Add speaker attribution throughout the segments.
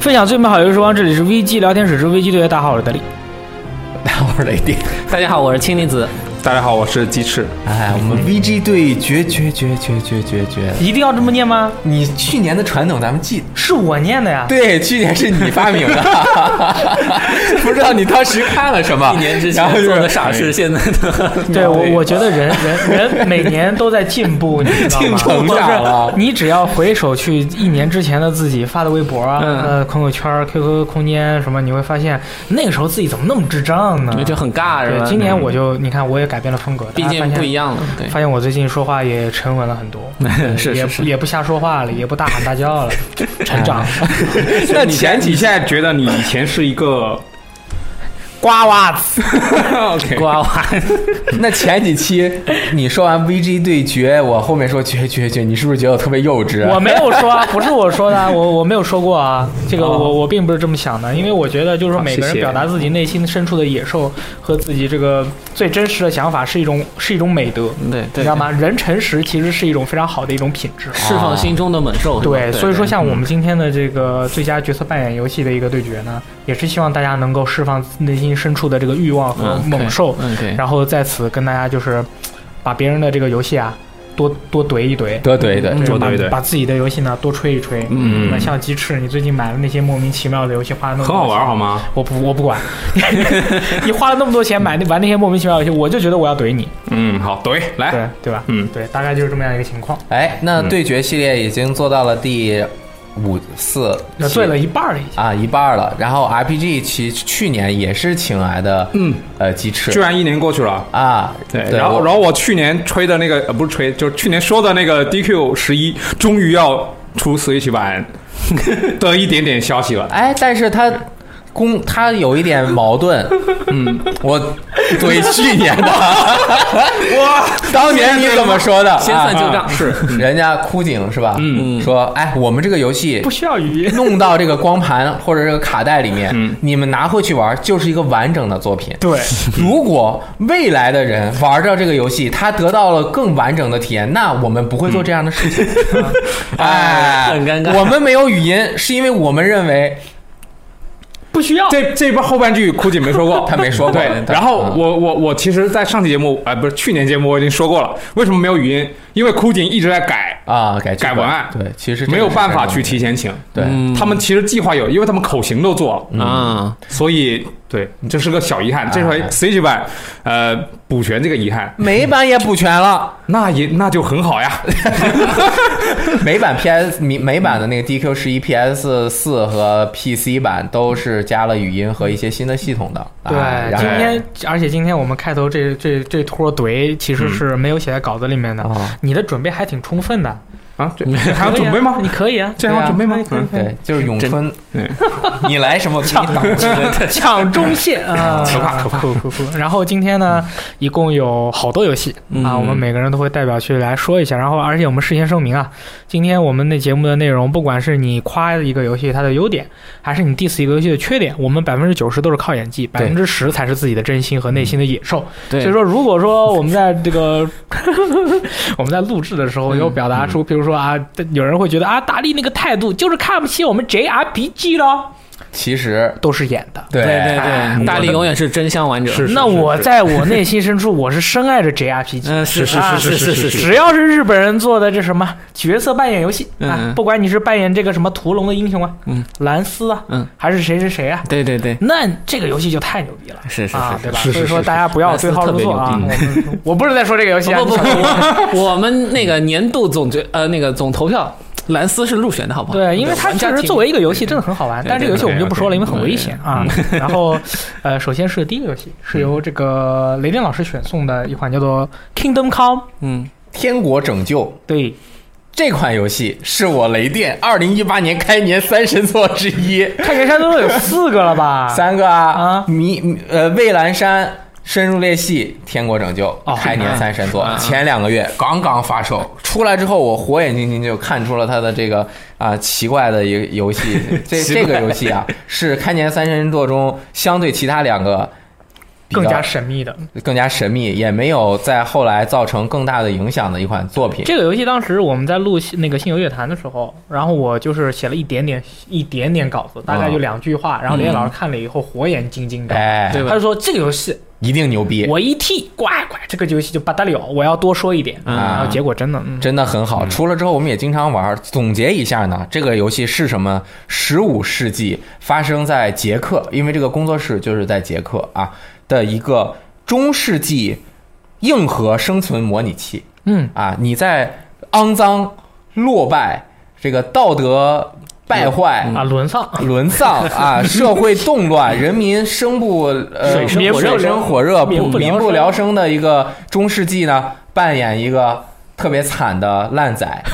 Speaker 1: 分享最美好游戏时光，这里是 VG 聊天室之 VG 队，大家好，我是德力。
Speaker 2: 大 家好，我是雷电。
Speaker 3: 大家好，我是氢离子，嗯
Speaker 4: 大家好，我是鸡翅。
Speaker 2: 哎，我们 VG 队决决决决决决决。
Speaker 1: 一定要这么念吗？
Speaker 2: 你去年的传统咱们记，
Speaker 1: 是我念的呀。
Speaker 2: 对，去年是你发明的， 不知道你当时看了什么。
Speaker 3: 一年之
Speaker 2: 啊
Speaker 3: 前
Speaker 2: 然后就是
Speaker 3: 做的傻事，现在的
Speaker 1: 对我，我觉得人人 人每年都在进步，你知道吗？
Speaker 2: 成长了。
Speaker 1: 你只要回首去一年之前的自己发的微博啊、
Speaker 3: 嗯
Speaker 1: 呃、朋友圈、QQ 空间什么，你会发现那个时候自己怎么那么智障呢？
Speaker 3: 就很尬是
Speaker 1: 对，
Speaker 3: 吧？嗯
Speaker 1: 今年我就你看我也改变了风格，
Speaker 3: 毕
Speaker 1: 大家发
Speaker 3: 竟
Speaker 1: 现
Speaker 3: 不一样了，对
Speaker 1: 发现我最近说话也沉稳了 很多，
Speaker 3: 是是
Speaker 1: 也不
Speaker 3: 是
Speaker 1: 也不瞎说话了，也不大喊大 叫了，成长了。
Speaker 4: 那前提下觉得你以前是一个
Speaker 1: 瓜娃子，
Speaker 4: OK，
Speaker 3: 瓜娃，
Speaker 2: 那前几期你说完 VG 对决，我后面说决决决，你是不是觉得我特别幼稚？
Speaker 1: 我没有说，啊，不是我说的啊，我我没有说过啊，这个我我并不是这么想的，因为我觉得就是说每个
Speaker 4: 好
Speaker 1: 人
Speaker 4: 谢谢
Speaker 1: 表达自己内心深处的野兽和自己这个最真实的想法是一种是一种美德，
Speaker 3: 对对，
Speaker 1: 你知道吗？人诚实其实是一种非常好的一种品质。
Speaker 3: 释放心中的猛兽，是吧
Speaker 1: 对，所以说像我们今天的这个最佳角色扮演游戏的一个对决呢，也是希望大家能够释放内心深处的这个欲
Speaker 3: 嗯
Speaker 1: 望和猛兽，
Speaker 3: ，OK，
Speaker 1: 然后在此跟大家就是把别人的这个游戏啊多多怼一怼，
Speaker 2: 得怼一怼
Speaker 3: 嗯。
Speaker 1: 就是
Speaker 4: 多
Speaker 1: 把
Speaker 4: 怼一怼
Speaker 1: 把自己的游戏呢多吹一吹。
Speaker 3: 嗯
Speaker 1: 那像鸡翅，你最近买了那些莫名其妙的游戏，花了那么
Speaker 4: 很
Speaker 1: 多
Speaker 4: 好玩
Speaker 1: 钱
Speaker 4: 好吗？
Speaker 1: 我不我不管， 你花了那么多钱买那玩那些莫名其妙的游戏，我就觉得我要怼你，
Speaker 4: 嗯，好，怼来，
Speaker 1: 对对吧？
Speaker 4: 嗯
Speaker 1: 对，大概就是这么样一个情况。
Speaker 2: 哎，那对决系列已经做到了第五四，
Speaker 1: 那对了一半儿了已经。
Speaker 2: 啊，一半儿了。然后 RPG 其去年也是请来的，嗯，呃，鸡翅
Speaker 4: 居然一年过去了。
Speaker 2: 啊，
Speaker 4: 对，然后
Speaker 2: 我
Speaker 4: 然后我去年吹的那个呃不是吹，就是去年说的那个 DQ 十一，终于要出 Switch 版的一点点消息了。
Speaker 2: 哎，但是他公他有一点矛 盾，嗯，我怼去年的，
Speaker 4: 哇，
Speaker 2: 当年你怎么说的？
Speaker 3: 先算旧
Speaker 2: 啊
Speaker 3: 账，
Speaker 4: 是
Speaker 2: 人家枯井是吧？嗯，说哎，我们这个游戏
Speaker 1: 不需要语音，
Speaker 2: 弄到这个光盘或者这个卡带里面，
Speaker 3: 嗯
Speaker 2: 你们拿回去玩就是一个完整的作品。
Speaker 1: 对，
Speaker 2: 如果未来的人玩到这个游戏，他得到了更完整的体验，那我们不会做这样的 事情。哎，
Speaker 3: 很尴尬
Speaker 2: 我们没有语音，是因为我们认为
Speaker 1: 不需要。
Speaker 4: 这这波后半句估计没说过，
Speaker 2: 他没说过
Speaker 4: 对，
Speaker 2: 他
Speaker 4: 然后
Speaker 2: 嗯
Speaker 4: 我我我其实，在上期节目啊、不是去年节目我已经说过了，为什么没有语音？因为枯井一直在改，
Speaker 2: 啊，改剧
Speaker 4: 改
Speaker 2: 本
Speaker 4: 文案
Speaker 2: 对，其实这个
Speaker 4: 没有
Speaker 2: 是
Speaker 4: 办法
Speaker 2: 改文
Speaker 4: 去提前请。
Speaker 2: 对。
Speaker 3: 嗯
Speaker 4: 他们嗯其实计划有，因为他们口型都做了，
Speaker 2: 嗯
Speaker 3: 啊，
Speaker 4: 所以对，这是个小遗憾。
Speaker 2: 哎
Speaker 4: 这回 Switch 版呃补全这个遗憾，
Speaker 2: 美版也补全了，
Speaker 4: 那也那就很好呀。
Speaker 2: 美版 PS 美美版的那个 DQ 十一 PS 四和 PC 版都是加了语音和一些新的系统的。
Speaker 1: 对
Speaker 2: 啊，
Speaker 4: 哎
Speaker 2: 然
Speaker 1: 今
Speaker 2: 后
Speaker 1: 天而且今天我们开头这这这坨怼其
Speaker 4: 嗯
Speaker 1: 实是没有写在稿子里面的，
Speaker 2: 哦
Speaker 1: 你的准备还挺充分的，
Speaker 4: 啊，这还要准备吗
Speaker 1: 你？可以啊，
Speaker 4: 这还要准备吗？嗯
Speaker 2: 对，就是咏春
Speaker 4: 对，
Speaker 2: 你来什么给你挡住
Speaker 1: 抢中线啊，
Speaker 4: 可怕可怕
Speaker 1: 酷酷酷！然后今天呢，一共有好多游戏
Speaker 3: 嗯
Speaker 1: 啊，我们每个人都会代表去来说一下。然后，而且我们事先声明啊，今天我们的节目的内容，不管是你夸一个游戏它的优点，还是你 diss 一个游戏的缺点，我们百分之九十都是靠演技，百
Speaker 2: 对
Speaker 1: 分之十才是自己的真心和内心的野兽。
Speaker 3: 对，
Speaker 1: 所以说，如果说我们在这 个我们在录制的时候
Speaker 3: 嗯
Speaker 1: 有表达出，比如说啊，有人会觉得啊，大力那个态度就是看不起我们 JRPG 咯，
Speaker 2: 其实
Speaker 1: 都是演的。
Speaker 2: 对
Speaker 3: 对对
Speaker 4: 哎
Speaker 3: 对，大力
Speaker 4: 我的
Speaker 3: 永远是真相完整，
Speaker 4: 是
Speaker 1: 那我在我内心深处，我是深爱着 JRPG。
Speaker 3: 嗯，是
Speaker 1: 啊
Speaker 3: 是是是是，
Speaker 1: 只要是日本人做的这什么角色扮演游戏啊
Speaker 3: 嗯，
Speaker 1: 不管你是扮演这个什么屠龙的英雄啊，
Speaker 3: 嗯，
Speaker 1: 兰斯啊，
Speaker 3: 嗯，
Speaker 1: 还是谁谁谁啊，
Speaker 3: 对对对，
Speaker 1: 那这个游戏就太牛逼了。
Speaker 3: 是是
Speaker 1: 啊，
Speaker 3: 是
Speaker 1: 对吧？
Speaker 4: 是是
Speaker 1: 所以说
Speaker 4: 是是
Speaker 1: 大家不要对号入座啊！我
Speaker 3: 兰
Speaker 1: 们 我不是在说这个游戏啊，
Speaker 3: 不不
Speaker 1: 你
Speaker 3: 不，
Speaker 1: 想
Speaker 3: 我我们那个年度总决呃那个总投票，兰斯是入选的好不好？
Speaker 1: 对，因为它
Speaker 3: 玩家
Speaker 1: 确实
Speaker 3: 挺
Speaker 1: 作为一个游戏真的很好玩，
Speaker 3: 对
Speaker 1: 但是这
Speaker 3: 对
Speaker 1: 个游戏我们就不说了，因为
Speaker 4: 对
Speaker 1: 很危险啊。 然后，呃，首先是第一个游戏是由这个雷电老师选送的一款叫做《Kingdom Come》，
Speaker 3: 嗯，
Speaker 2: 《天国拯救》
Speaker 1: 对，
Speaker 2: 这款游戏是我雷电二零一八年开年三神作之一，
Speaker 1: 太原山都有四个了吧？
Speaker 2: 三个啊
Speaker 1: 啊，
Speaker 2: 迷迷呃蔚蓝山。深入裂隙，《天国拯救》
Speaker 1: 哦
Speaker 2: 开年三神作
Speaker 3: 啊，
Speaker 2: 前两个月刚刚发售，出来之后，我火眼金睛就看出了它的这个啊、奇怪的一个 游戏。这
Speaker 3: 奇怪
Speaker 2: 这个游戏啊，是开年三神作中相对其他两个比较
Speaker 1: 更加神秘的。
Speaker 2: 更加神秘，也没有在后来造成更大的影响的一款作品。
Speaker 1: 这个游戏当时我们在录那个《新游乐坛》的时候，然后我就是写了一点点一点点稿子，大概就两句话，然后林老师看了以后火眼金睛的，
Speaker 2: 哎，
Speaker 3: 对吧
Speaker 1: 他就说这个游戏
Speaker 2: 一定牛逼，
Speaker 1: 我一踢，呱呱，这个游戏就不得了，我要多说一点。
Speaker 2: 啊
Speaker 1: 然后结果真的，嗯，
Speaker 2: 真的很好。出了之后，我们也经常玩。总结一下呢，这个游戏是什么？十五世纪发生在捷克，因为这个工作室就是在捷克啊的一个中世纪硬核生存模拟器。
Speaker 1: 嗯
Speaker 2: 啊，你在肮脏、落败、这个道德败坏、
Speaker 1: 啊，沦丧，
Speaker 2: 沦丧啊，社会动乱，人民生不
Speaker 3: 水
Speaker 2: 呃
Speaker 3: 深火热
Speaker 2: 水深火热，
Speaker 1: 民不
Speaker 2: 民
Speaker 1: 聊
Speaker 2: 不
Speaker 1: 生
Speaker 2: 聊生的一个中世纪呢，扮演一个特别惨的 烂仔。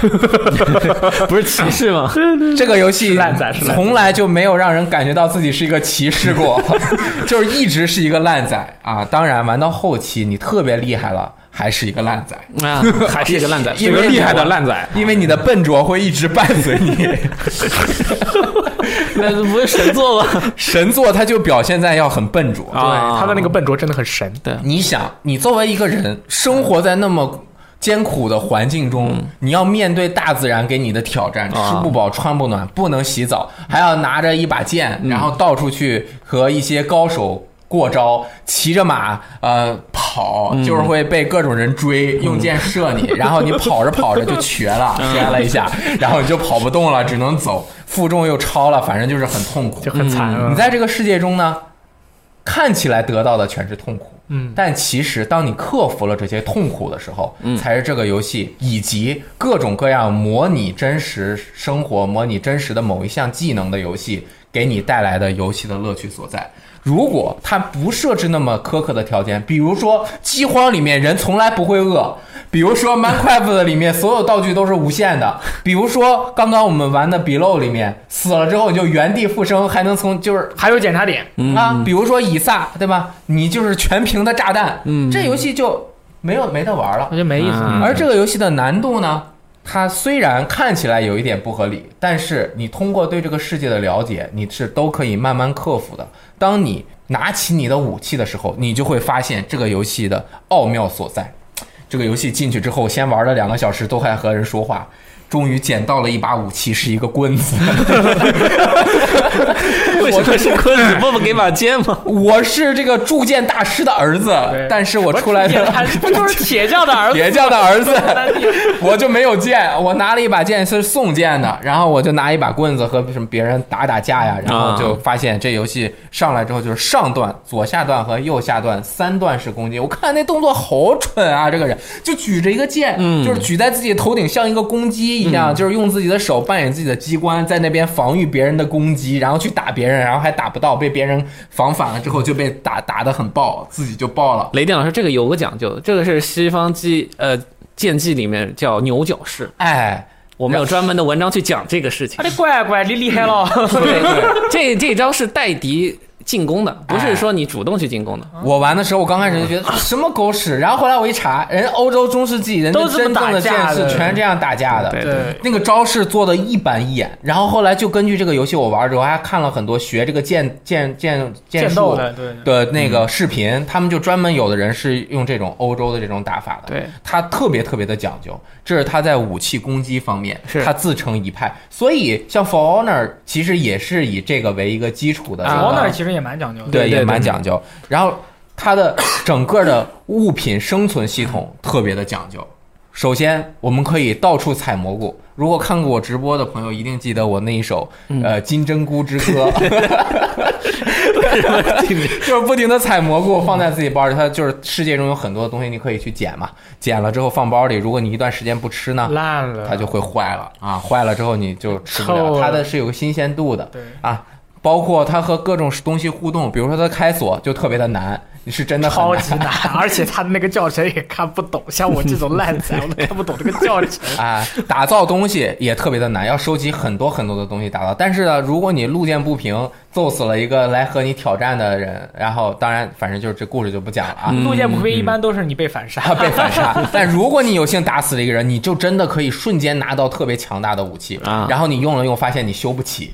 Speaker 3: 不是歧视吗？
Speaker 2: 这个游戏
Speaker 1: 是烂仔是烂仔
Speaker 2: 从来就没有让人感觉到自己是一个骑士 过， 就是一直是一个烂仔啊。当然，玩到后期你特别厉害了，还是一个烂仔，
Speaker 3: 啊，还是一个烂仔。
Speaker 4: 这
Speaker 2: 因
Speaker 4: 个
Speaker 2: 为
Speaker 4: 厉害的烂仔，
Speaker 2: 因为你的笨拙会一直伴随你。
Speaker 3: 那不是神作 吗？
Speaker 2: 神作它就表现在要很笨拙
Speaker 1: 对
Speaker 3: 啊
Speaker 1: 他的那个笨拙真的很神。
Speaker 2: 你想，你作为一个人，生活在那么艰苦的环境中，
Speaker 1: 嗯
Speaker 2: 你要面对大自然给你的挑战，
Speaker 1: 啊
Speaker 2: 吃不饱，穿不暖，不能洗澡，还要拿着一把剑，然后到处去和一些高手。过招，骑着马，呃，跑
Speaker 1: 嗯
Speaker 2: 就是会被各种人追，用箭射 你，然后你跑着跑着就瘸了，
Speaker 1: 嗯
Speaker 2: 摔了一下，然后你就跑不动了，只能走，负重又超了，反正就是很痛苦，嗯
Speaker 1: 就很惨啊
Speaker 2: 你在这个世界中呢，看起来得到的全是痛苦，嗯，但其实当你克服了这些痛苦的时候，嗯，才是这个游戏以及各种各样模拟真实生活、模拟真实的某一项技能的游戏给你带来的游戏的乐趣所在。如果它不设置那么苛刻的条件，比如说饥荒里面人从来不会饿，比如说 Minecraft 里面所有道具都是无限的，比如说刚刚我们玩的 Below 里面死了之后你就原地复生，还能从就是
Speaker 1: 还有检查点，
Speaker 3: 嗯
Speaker 2: 啊，比如说以撒，对吧？你就是全屏的炸弹，
Speaker 3: 嗯
Speaker 2: 这游戏就没有没得玩了
Speaker 1: 我。觉得没意思。
Speaker 3: 嗯
Speaker 2: 而这个游戏的难度呢，它虽然看起来有一点不合理，但是你通过对这个世界的了解，你是都可以慢慢克服的。当你拿起你的武器的时候，你就会发现这个游戏的奥妙所在。这个游戏进去之后，先玩了两个小时，都还和人说话。终于捡到了一把武器，是一个棍子。
Speaker 3: 为什么是坤子？不不给把剑吗？
Speaker 2: 我是这个铸剑大师的儿子
Speaker 1: 对，
Speaker 2: 但是我出来的
Speaker 1: 哎他不就是铁匠的儿子？
Speaker 2: 别叫的儿 子， 我就没有剑，我拿了一把剑是送剑的，然后我就拿一把棍子和什么别人打打架呀，然后就发现这游戏上来之后就是上段、左下段和右下段三段式攻击，我看那动作好蠢啊，这个人就举着一个剑，
Speaker 3: 嗯
Speaker 2: 就是举在自己头顶，像一个公鸡一样，就是用自己的手扮演自己的机关，在那边防御别人的攻击，然后去打别人，然后还打不到，被别人防反了之后就被打打得很爆，自己就爆了。
Speaker 3: 雷电老师，这个有个讲究，这个是西方技呃剑技里面叫牛角式，
Speaker 2: 哎，
Speaker 3: 我们有专门的文章去讲这个事情
Speaker 1: 他。的乖乖，你厉害了！
Speaker 2: 对对对。
Speaker 3: 这这招是带敌进攻的，不是说你主动去进 攻的。
Speaker 2: 我玩的时候，我刚开始就觉 得什么狗屎，然后后来我一查，人家欧洲中世纪人家
Speaker 1: 都这
Speaker 2: 真
Speaker 1: 么
Speaker 2: 正
Speaker 1: 打
Speaker 2: 的剑
Speaker 1: 架的
Speaker 2: 士全是这样打架的。
Speaker 1: 对，
Speaker 2: 那个招式做的一板一眼，然后后来就根据这个游戏我玩之后，还看了很多学这个剑剑剑剑
Speaker 1: 剑
Speaker 2: 术
Speaker 1: 斗的，嗯对，
Speaker 2: 的那个视频，他们就专门有的人是用这种欧洲的这种打法的。
Speaker 3: 对，
Speaker 2: 他特别特别的讲究，这是他在武器攻击方面，
Speaker 3: 是
Speaker 2: 他自成一派。所以像 For Honor 其实也是以这个为一个基础的这
Speaker 1: 主
Speaker 2: 个。
Speaker 1: 要那儿其实也蛮讲究的。
Speaker 2: 啊对，
Speaker 3: 对
Speaker 2: 也
Speaker 3: 对
Speaker 2: 蛮
Speaker 3: 对
Speaker 2: 讲究。然后它的 整个的物品生存系统特别的讲究。首先，我们可以到处采蘑菇。如果看过我直播的朋友，一定记得我那一首
Speaker 3: 嗯
Speaker 2: 呃《金针菇之歌》，就是不停的采蘑菇放在自己包里。它就是世界中有很多东西你可以去捡嘛，捡了之后放包里。如果你一段时间不吃呢，
Speaker 1: 烂了，
Speaker 2: 它就会坏了啊，坏了之后你就吃不
Speaker 1: 臭
Speaker 2: 了。
Speaker 1: 了
Speaker 2: 它的是有个新鲜度的，
Speaker 1: 对
Speaker 2: 啊，包括它和各种东西互动，比如说它开锁就特别的难，你是真的很
Speaker 1: 超
Speaker 2: 难
Speaker 1: 级难， 而且他那个教程也看不懂，像我这种烂 仔，我都看不懂这个教程。
Speaker 2: 啊，打造东西也特别的难，要收集很多很多的东西打造。但是呢，如果你路见不平，揍死了一个来和你挑战的人，然后当然反正就是这故事就不讲了啊。
Speaker 1: 路见不平一般都是你被反 杀，
Speaker 2: 他 被反杀。但如果你有幸打死了一个人，你就真的可以瞬间拿到特别强大的武器
Speaker 3: 啊，
Speaker 2: 然后你用了用，发现你修不起，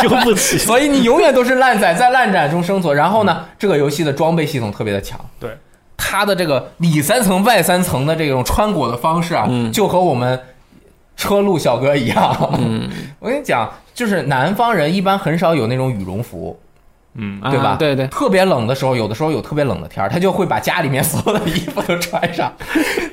Speaker 3: 修不 起。
Speaker 2: 所以你永远都是烂仔，在烂仔中生存。然后呢，这个游戏的装备系统特别的强，
Speaker 1: 对
Speaker 2: 它的这个里三层外三层的这种穿裹的方式啊，就和我们车路小哥一样。 我跟你讲，就是南方人一般很少有那种羽绒服。
Speaker 4: 嗯
Speaker 3: 啊
Speaker 2: 对吧？
Speaker 3: 对对
Speaker 2: 特别冷的时候，有的时候有特别冷的天儿，他就会把家里面所有的衣服都穿上，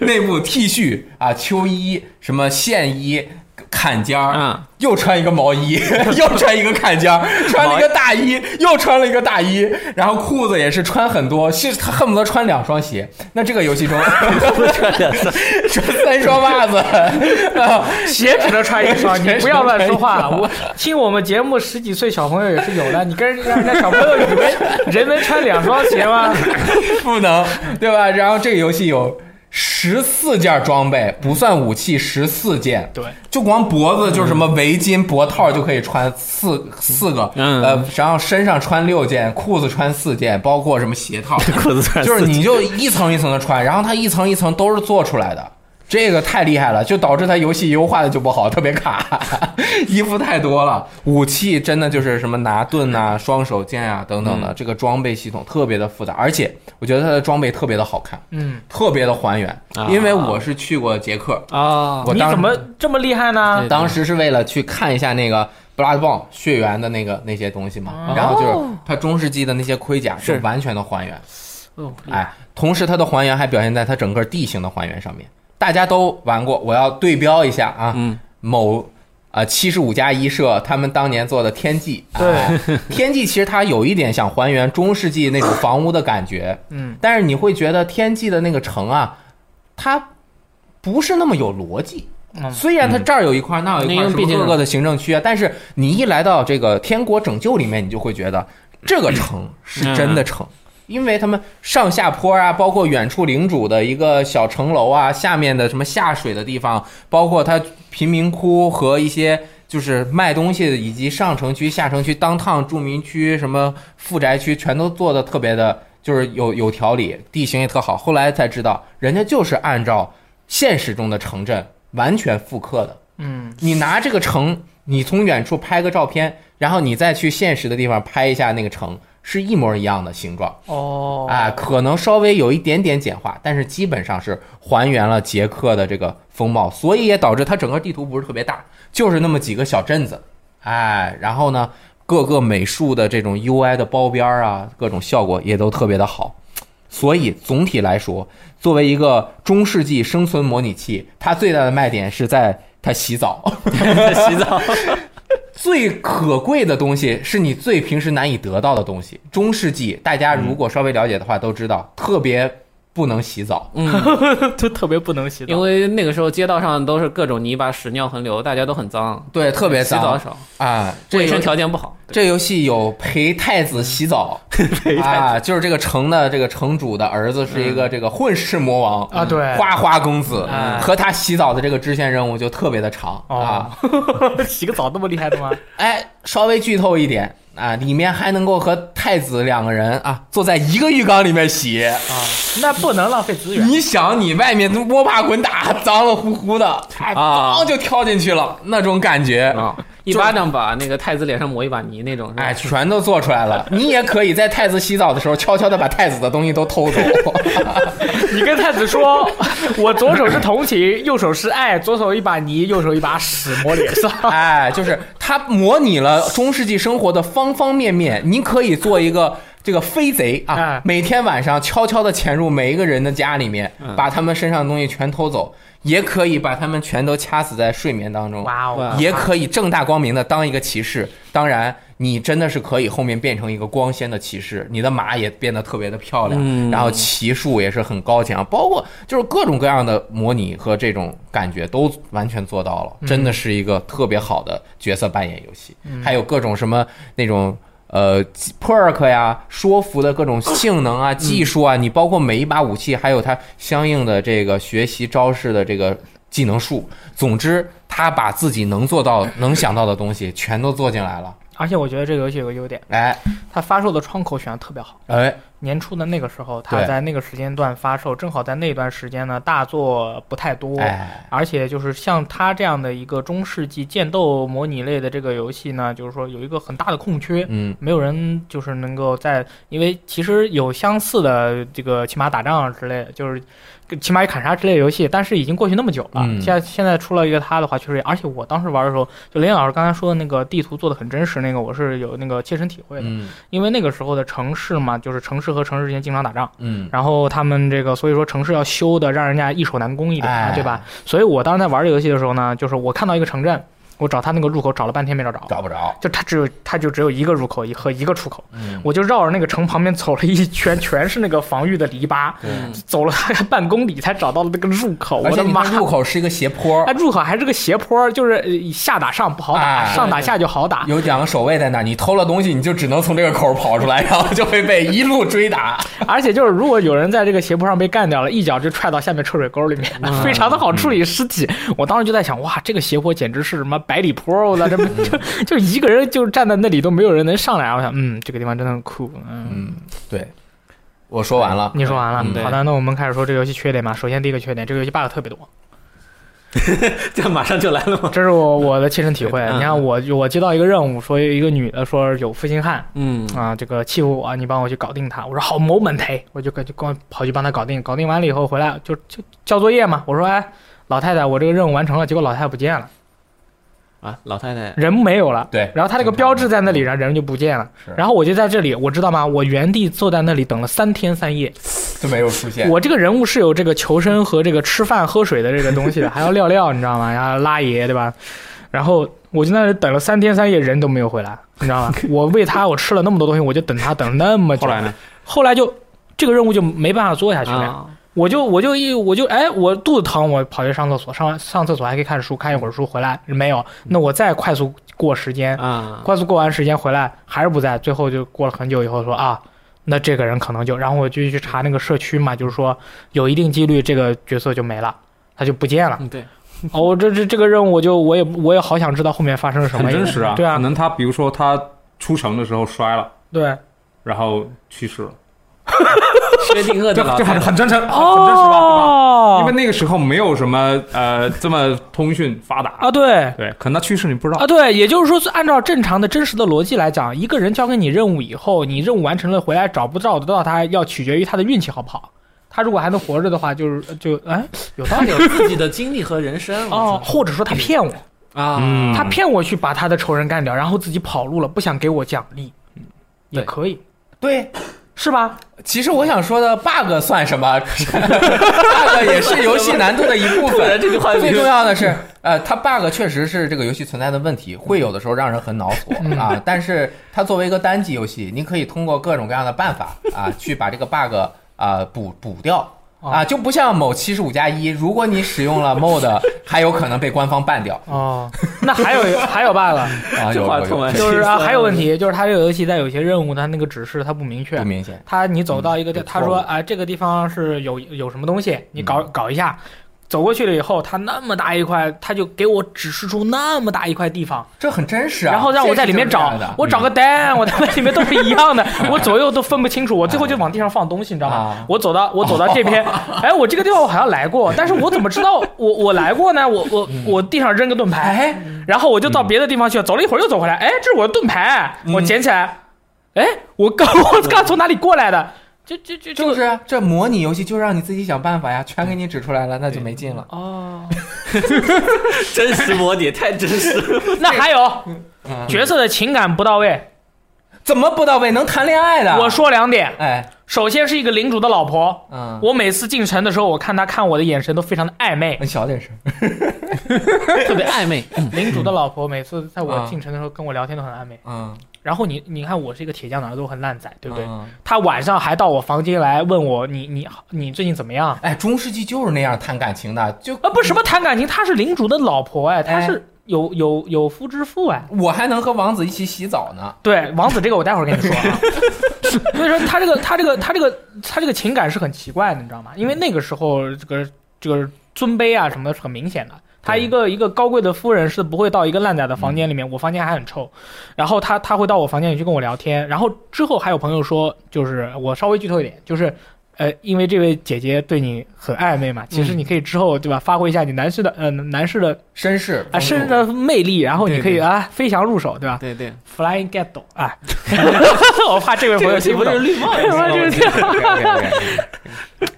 Speaker 2: 内部 T 恤啊、秋衣、什么线衣、坎肩儿，
Speaker 3: 啊
Speaker 2: 又穿一个毛衣，又穿一个坎肩儿，穿了一个大衣，又穿了一个大衣，然后裤子也是穿很多，是他恨不得穿两双鞋。那这个游戏中，穿三双袜子，啊
Speaker 1: 鞋只能穿一 双，你
Speaker 2: 鞋只能
Speaker 1: 不要乱说话。
Speaker 2: 穿一双
Speaker 1: 我听我们节目十几岁小朋友也是有的，你跟人家人家小朋友以为人能穿两双鞋 吗？
Speaker 2: 不能，对吧？然后这个游戏有十四件装备，不算武器，十四件。
Speaker 1: 对，
Speaker 2: 就光脖子就是什么围巾、脖套就可以穿四四个，
Speaker 3: 嗯
Speaker 2: 呃，然后身上穿六件，裤子穿四件，包括什么鞋套，
Speaker 3: 裤子穿
Speaker 2: 就是你就一层一层的穿，然后它一层一层都是做出来的。这个太厉害了，就导致它游戏优化的就不好，特别卡，衣服太多了，武器真的就是什么拿盾啊、双手剑啊等等的，
Speaker 3: 嗯
Speaker 2: 这个装备系统特别的复杂，而且我觉得它的装备特别的好看，
Speaker 1: 嗯
Speaker 2: 特别的还原。
Speaker 3: 啊
Speaker 2: 因为我是去过捷克，
Speaker 3: 啊
Speaker 2: 我
Speaker 1: 你
Speaker 2: 当哎
Speaker 1: 怎么这么厉害呢
Speaker 3: 对？
Speaker 2: 当时是为了去看一下那个 Bloodborne 血缘的那个那些东西嘛，然后就是它中世纪的那些盔甲是
Speaker 3: 是
Speaker 2: 完全的还原。
Speaker 3: 哦
Speaker 2: 哎，同时它的还原还表现在它整个地形的还原上面。大家都玩过，我要对标一下啊，
Speaker 3: 嗯
Speaker 2: 某啊七十五家一社他们当年做的《天际》，哎，《天际》其实它有一点想还原中世纪那种房屋的感觉，
Speaker 1: 嗯，
Speaker 2: 但是你会觉得《天际》的那个城啊，它不是那么有逻辑。
Speaker 1: 嗯
Speaker 2: 虽然它这儿有一块，那有一块，
Speaker 3: 那因为
Speaker 2: 什
Speaker 3: 毕
Speaker 2: 么
Speaker 3: 竟
Speaker 2: 各个的行政区啊，但是你一来到这个《天国拯救》里面，你就会觉得这个
Speaker 3: 嗯
Speaker 2: 城是真的城，因为他们上下坡啊，包括远处领主的一个小城楼啊，下面的什么下水的地方，包括它贫民窟和一些就是卖东西的，以及上城区、下城区、当趟住民区、什么富宅区，全都做的特别的，就是有有条理，地形也特好。后来才知道，人家就是按照现实中的城镇完全复刻的。
Speaker 1: 嗯，
Speaker 2: 你拿这个城，你从远处拍个照片，然后你再去现实的地方拍一下那个城，是一模一样的形状。
Speaker 1: 哦，
Speaker 2: 啊，可能稍微有一点点简化，但是基本上是还原了捷克的这个风貌，所以也导致它整个地图不是特别大，就是那么几个小镇子，哎，然后呢，各个美术的这种 UI 的包边儿啊，各种效果也都特别的好，所以总体来说，作为一个中世纪生存模拟器，它最大的卖点是在它洗澡。
Speaker 3: 洗澡，
Speaker 2: 最可贵的东西是你最平时难以得到的东西。中世纪，大家如果稍微了解的话，都知道特别不能洗澡。
Speaker 3: 嗯，
Speaker 1: 就特别不能洗
Speaker 3: 因
Speaker 1: 澡。
Speaker 3: 为那个时候街道上都是各种泥巴、屎尿横流，大家都很脏，
Speaker 2: 对，特别
Speaker 3: 洗澡
Speaker 2: 脏
Speaker 3: 少，
Speaker 2: 啊！这
Speaker 3: 卫生
Speaker 2: 游
Speaker 3: 条件不 好。
Speaker 2: 这游戏有陪太子洗 澡啊，就是这个城的这个城主的儿子是一个这个混世魔王
Speaker 1: 啊对啊
Speaker 2: 花花公子
Speaker 3: 哎，
Speaker 2: 和他洗澡的这个支线任务就特别的长啊。
Speaker 1: 哦， 洗个澡那么厉害的吗？啊
Speaker 2: 哎，稍微剧透一点啊，里面还能够和太子两个人啊坐在一个浴缸里面洗。
Speaker 1: 啊，那不能浪费资源。
Speaker 2: 你想，你外面摸爬滚打，脏了乎乎的，哎，
Speaker 3: 啊
Speaker 2: 咣就跳进去了，那种感
Speaker 1: 嗯
Speaker 2: 觉，
Speaker 3: 啊，一巴掌把那个太子脸上抹一把泥那种，是吧
Speaker 2: 哎，全都做出来 了。你也可以在太子洗澡的时候，悄悄的把太子的东西都偷 走。
Speaker 1: 你跟太子说， 我左手是同情，右手是爱，左手一把泥，右手一把屎抹脸上。
Speaker 2: 哎，就是它模拟了中世纪生活的方方面面，你可以做一个。这个飞贼啊
Speaker 1: 哎，
Speaker 2: 每天晚上悄悄地潜入每一个人的家里面，
Speaker 1: 嗯
Speaker 2: 把他们身上的东西全偷走，也可以把他们全都掐死在睡眠当中。
Speaker 1: 哇哦，
Speaker 2: 也可以正大光明的当一个骑士。当然，你真的是可以后面变成一个光鲜的骑士，你的马也变得特别的漂亮，
Speaker 3: 嗯
Speaker 2: 然后骑术也是很高强，包括就是各种各样的模拟和这种感觉都完全做到了，真的是一个特别好的角色扮演游戏。还有各种什么那种。呃，perk 呀，说服的各种性能啊、技术啊，你包括每一把武器，还有它相应的这个学习招式的这个技能树。总之，他把自己能做到、能想到的东西全都做进来了，
Speaker 1: 而且我觉得这个游戏有个优点，
Speaker 2: 哎
Speaker 1: 它发售的窗口选的特别好。
Speaker 2: 哎，
Speaker 1: 年初的那个时候，它
Speaker 2: 对
Speaker 1: 在那个时间段发售，正好在那段时间呢，大作不太多，
Speaker 2: 哎，
Speaker 1: 而且就是像它这样的一个中世纪剑斗模拟类的这个游戏呢，就是说有一个很大的空缺，
Speaker 2: 嗯，
Speaker 1: 没有人就是能够在，因为其实有相似的这个骑马打仗之类的，就是骑马与砍杀之类的游戏，但是已经过去那么久了。
Speaker 2: 嗯
Speaker 1: 现在现在出了一个它的话，确实也，而且我当时玩的时候，就雷老师刚才说的那个地图做的很真实，那个我是有那个切身体会的，
Speaker 2: 嗯
Speaker 1: 因为那个时候的城市嘛，就是城市和城市之间经常打仗。
Speaker 2: 嗯，
Speaker 1: 然后他们这个，所以说城市要修的让人家易守难攻一点啊，
Speaker 2: 哎
Speaker 1: 对吧？所以我当时在玩这个游戏的时候呢，就是我看到一个城镇，我找它那个入口找了半天没找着，
Speaker 2: 找不着，
Speaker 1: 就它只有它就只有一个入口一和一个出口，
Speaker 2: 嗯，
Speaker 1: 我就绕着那个城旁边走了一圈，全是那个防御的篱笆，
Speaker 2: 对，
Speaker 1: 走了大概半公里才找到了那个入口，我
Speaker 2: 而且
Speaker 1: 的
Speaker 2: 你
Speaker 1: 妈
Speaker 2: 看！入口是一个斜坡
Speaker 1: 哎，，入口还是个斜坡，就是呃下打上不好打，
Speaker 2: 哎
Speaker 1: 上打下就好打。
Speaker 2: 有两个守卫在那儿，你偷了东西，你就只能从这个口儿跑出来， 然后就会被一路追打。
Speaker 1: 而且就是，如果有人在这个斜坡上被干掉了，一脚就踹到下面臭水沟里面，非常的好处理尸体。我当时就在想，哇，这个斜坡简直是什么百里坡！我在这 就就一个人就站在那里都没有人能上来。我想，嗯，这个地方真的很酷。嗯，
Speaker 2: 嗯，对，我说完了。
Speaker 1: 你说完了
Speaker 2: 嗯，
Speaker 3: 对
Speaker 1: 好的，那我们开始说这个游戏缺点吧。首先第一个缺点，这个游戏 bug 特别多，
Speaker 3: 这马上就来了吗？
Speaker 1: 这是我我的切身体会。
Speaker 3: 嗯
Speaker 1: 你看我我接到一个任务，说有一个女的说有负心汉。
Speaker 3: 嗯
Speaker 1: 啊，这个欺负我，你帮我去搞定他。我说好，没问题，我就跟就光跑去帮他搞定。搞定完了以后回来就就交作业嘛。我说哎，老太太，我这个任务完成了，结果老太太不见了，
Speaker 3: 啊，老太太，
Speaker 1: 人没有了。
Speaker 2: 对，
Speaker 1: 然后他这个标志在那里，然后人就不见了
Speaker 2: 是。
Speaker 1: 然后我就在这里，我知道吗？我原地坐在那里等了三天三夜。
Speaker 2: 就没有出现。
Speaker 1: 我这个人物是有这个求生和这个吃饭喝水的这个东西的，还要尿尿，你知道吗？然后拉爷，对吧？然后我就在那里等了三天三夜，人都没有回来，你知道 吗？我喂他，我吃了那么多东西，我就等他等了那么久。
Speaker 4: 后来呢？
Speaker 1: 后来就这个任务就没办法做下去了。
Speaker 3: 啊，
Speaker 1: 我就我就一我就哎，我肚子疼，我跑去上厕所，上完上厕所还可以看书，看一会儿书回来没有？那我再快速过时间，
Speaker 3: 啊，
Speaker 1: 快速过完时间回来还是不在，最后就过了很久以后说啊。那这个人可能就，然后我就去查那个社区嘛，就是说有一定几率这个角色就没了，他就不见 了。
Speaker 3: 嗯，对，
Speaker 1: 哦，这这这个任务我就我也我也好想知道后面发生了什
Speaker 4: 很
Speaker 1: 么。
Speaker 4: 真实啊。
Speaker 1: 对啊
Speaker 4: 可能他比如说他出城的时候摔了，
Speaker 1: 对，
Speaker 4: 然后去世了，
Speaker 3: 薛定谔的
Speaker 4: 这
Speaker 3: 老
Speaker 4: 这
Speaker 3: 太
Speaker 4: 很
Speaker 3: 太，
Speaker 4: 很真诚，很真实吧？对吧？因为
Speaker 1: 哦，
Speaker 4: 那个时候没有什么呃这么通讯发达，
Speaker 1: 啊对，
Speaker 4: 对，可能他去世你不知道
Speaker 1: 啊，。对，也就是说，是按照正常的真实的逻辑来讲，一个人交给你任务以后，你任务完成了回来找不找得到他，要取决于他的运气好不好。他如果还能活着的话，就是就哎，有道
Speaker 3: 她
Speaker 1: 理
Speaker 3: 有自己的经历和人生
Speaker 1: 哦，
Speaker 3: 我
Speaker 1: 或者说他骗我，
Speaker 3: 操啊，
Speaker 4: 嗯
Speaker 1: 他骗我去把他的仇人干掉，然后自己跑路了，不想给我奖励，嗯也
Speaker 3: 对
Speaker 1: 可以
Speaker 2: 对，
Speaker 1: 是吧？
Speaker 2: 其实我想说的 bug 算什么 ？bug 也是游戏难度的一 部
Speaker 3: 突然
Speaker 2: 分。
Speaker 3: 这句话
Speaker 2: 最重要的是， 呃，它 bug 确实是这个游戏存在的问题，会有的时候让人很恼火
Speaker 1: 嗯
Speaker 2: 啊。 但是它作为一个单机游戏，你可以通过各种各样的办法啊，去把这个 bug 啊、补补掉。
Speaker 1: 哦
Speaker 2: 啊，就不像某七十五加一，如果你 使用了 mod，还有可能被官方办掉
Speaker 1: 哦，那还有 还有 bug，
Speaker 2: 啊。
Speaker 3: 这
Speaker 2: 有
Speaker 3: 话
Speaker 2: 有
Speaker 3: 筒啊
Speaker 2: 有，
Speaker 1: 就是啊，还有问题就是他这个游戏在有些任务，他那个指示他不明确
Speaker 2: 不，明显。
Speaker 1: 他你走到一个地，
Speaker 4: 嗯
Speaker 1: 他
Speaker 4: 有
Speaker 1: 说
Speaker 4: 错误
Speaker 1: 啊、这个地方是有有什么东西，你搞、搞一下。走过去了以后，他那么大一块，他就给我指示出那么大一块地方，
Speaker 2: 这很真实啊。
Speaker 1: 然后让我在里面找
Speaker 2: 现实就是这样的，嗯
Speaker 1: 我找个蛋，我在里面都是一样 的，我左右都分不清楚，我最后就往地上放东西，你知道吗
Speaker 2: 啊？
Speaker 1: 我走到我走到这 边，哎，我这个地方我好像来过，但是我怎么知道我我来过呢？我我我地上扔个盾牌，
Speaker 2: 嗯哎，
Speaker 1: 然后我就到别的地方去了，走了一会儿又走回来，哎，这是我的盾牌，
Speaker 2: 嗯
Speaker 1: 我捡起来，哎，我刚我刚从哪里过来的？这这这这
Speaker 2: 就
Speaker 1: 个
Speaker 2: 是啊这模拟游戏就让你自己想办法呀，全给你指出来了，那就没劲了。
Speaker 1: 哦，
Speaker 3: 真实模拟太真实 了，
Speaker 1: 那还有
Speaker 2: 嗯
Speaker 1: 角色的情感不到位。
Speaker 2: 怎么不到位？能谈恋爱的？
Speaker 1: 我，说两点，
Speaker 2: 哎，
Speaker 1: 首先是一个领主的老婆，
Speaker 2: 嗯，
Speaker 1: 我每次进城的时候，我看她看我的眼神都非常的暧昧。
Speaker 2: 你小点声。
Speaker 3: 特别暧昧，
Speaker 1: 领主的老婆每次在我
Speaker 2: 啊
Speaker 1: 进城的时候跟我聊天都很暧昧。
Speaker 2: 嗯，
Speaker 1: 然后你你看我是一个铁匠，哪儿都很烂仔，对不对？
Speaker 2: 嗯
Speaker 1: 他晚上还到我房间来问我你你你最近怎么样？
Speaker 2: 哎，中世纪就是那样谈感情的，就
Speaker 1: 啊，不是什么谈感情，她是领主的老婆哎，她
Speaker 2: 哎
Speaker 1: 是有有有夫之妇哎。
Speaker 2: 我还能和王子一起洗澡呢。
Speaker 1: 对，王子这个我待会儿跟你说 啊。所以说他这个他这个他这个他这个情感是很奇怪的，你知道吗？因为那个时候这个这个尊卑啊什么的是很明显的，他一个一个高贵的夫人是不会到一个烂仔的房间里
Speaker 3: 嗯
Speaker 1: 面，我房间还很臭，然后他他会到我房间里去跟我聊天，然后之后还有朋友说，就是我稍微剧透一点，就是。呃，因为这位姐姐对你很暧昧
Speaker 3: 嗯
Speaker 1: 嘛，其实你可以之后对吧，发挥一下你男士的呃男士的
Speaker 2: 绅士
Speaker 1: 啊身的魅力，然后你可以
Speaker 3: 对对
Speaker 1: 啊飞翔入手，对吧
Speaker 3: 对对，
Speaker 1: ？Flying g e t 啊，我怕这位朋友听不懂，
Speaker 3: 绿 帽
Speaker 1: 对吧？就是这样，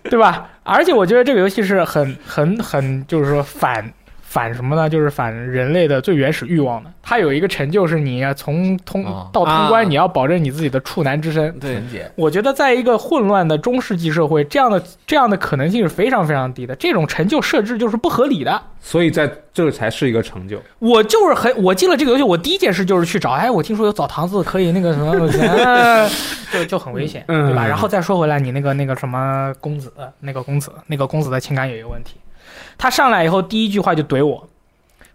Speaker 1: 对吧？而且我觉得这个游戏是很很很，就是说反反什么呢？就是反人类的最原始欲望的。它有一个成就是你要从通
Speaker 2: 啊
Speaker 1: 到通
Speaker 3: 啊
Speaker 1: 关，你要保证你自己的处男之身。
Speaker 3: 对
Speaker 2: 纯 洁，
Speaker 1: 我觉得在一个混乱的中世纪社会，这样的这样的可能性是非常非常低的。这种成就设置就是不合理的。
Speaker 4: 所以在这才是一个成就。
Speaker 1: 我就是很，我进了这个游戏，我第一件事就是去找，哎，我听说有澡堂子可以那个什么， 哎就就很危险，
Speaker 4: 嗯
Speaker 1: 对吧？然后再说回来，你那个那个什么公子，那个公子，那个公子的情感也有问题。他上来以后，第一句话就怼我，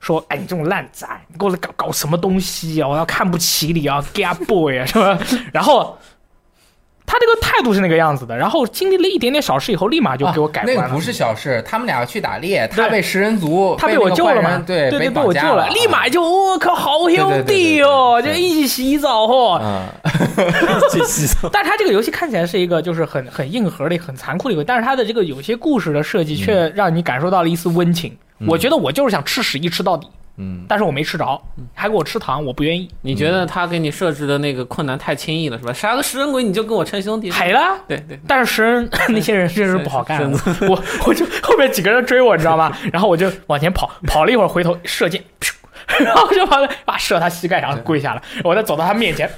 Speaker 1: 说：“哎，你这种烂仔，你给我搞搞什么东西啊？我要看不起你啊，gay boy 啊，是 吧？”然后。他这个态度是那个样子的，然后经历了一点点小事以后，立马就给我改
Speaker 2: 啊
Speaker 1: 观
Speaker 2: 那
Speaker 1: 了。
Speaker 2: 个不是小事，他们俩去打猎，他
Speaker 1: 对
Speaker 2: 被食人族，
Speaker 1: 他
Speaker 2: 被
Speaker 1: 被我救了
Speaker 2: 那个坏
Speaker 1: 嘛？
Speaker 2: 人对
Speaker 1: 对
Speaker 2: 被
Speaker 1: 被
Speaker 2: 绑
Speaker 1: 我救
Speaker 2: 架嗯
Speaker 1: 了，立马就我靠，好兄弟哦，
Speaker 2: 对对对对
Speaker 1: 就
Speaker 2: 对
Speaker 1: 一起洗澡哦。
Speaker 2: 嗯，
Speaker 3: 这洗澡，
Speaker 1: 但是它这个游戏看起来是一个就是很很硬核的、很残酷的一个，但是它的这个有些故事的设计却让你感受到了一丝温情。
Speaker 2: 嗯
Speaker 1: 我觉得我就是想吃屎一吃到底，
Speaker 2: 嗯，
Speaker 1: 但是我没吃着，还给我吃糖，我不愿意。
Speaker 3: 你觉得他给你设置的那个困难太轻易了是吧？杀个食人鬼你就跟我称兄弟，
Speaker 1: 海了，
Speaker 3: 对对，
Speaker 1: 但是食人那些人真是不好干，
Speaker 3: 是
Speaker 1: 我我我就后面几个人追我，你知道吗？然后我就往前跑，跑了一会儿，回头射箭，噗 然后就把把射他膝盖，然后跪下了。我再走到他面前，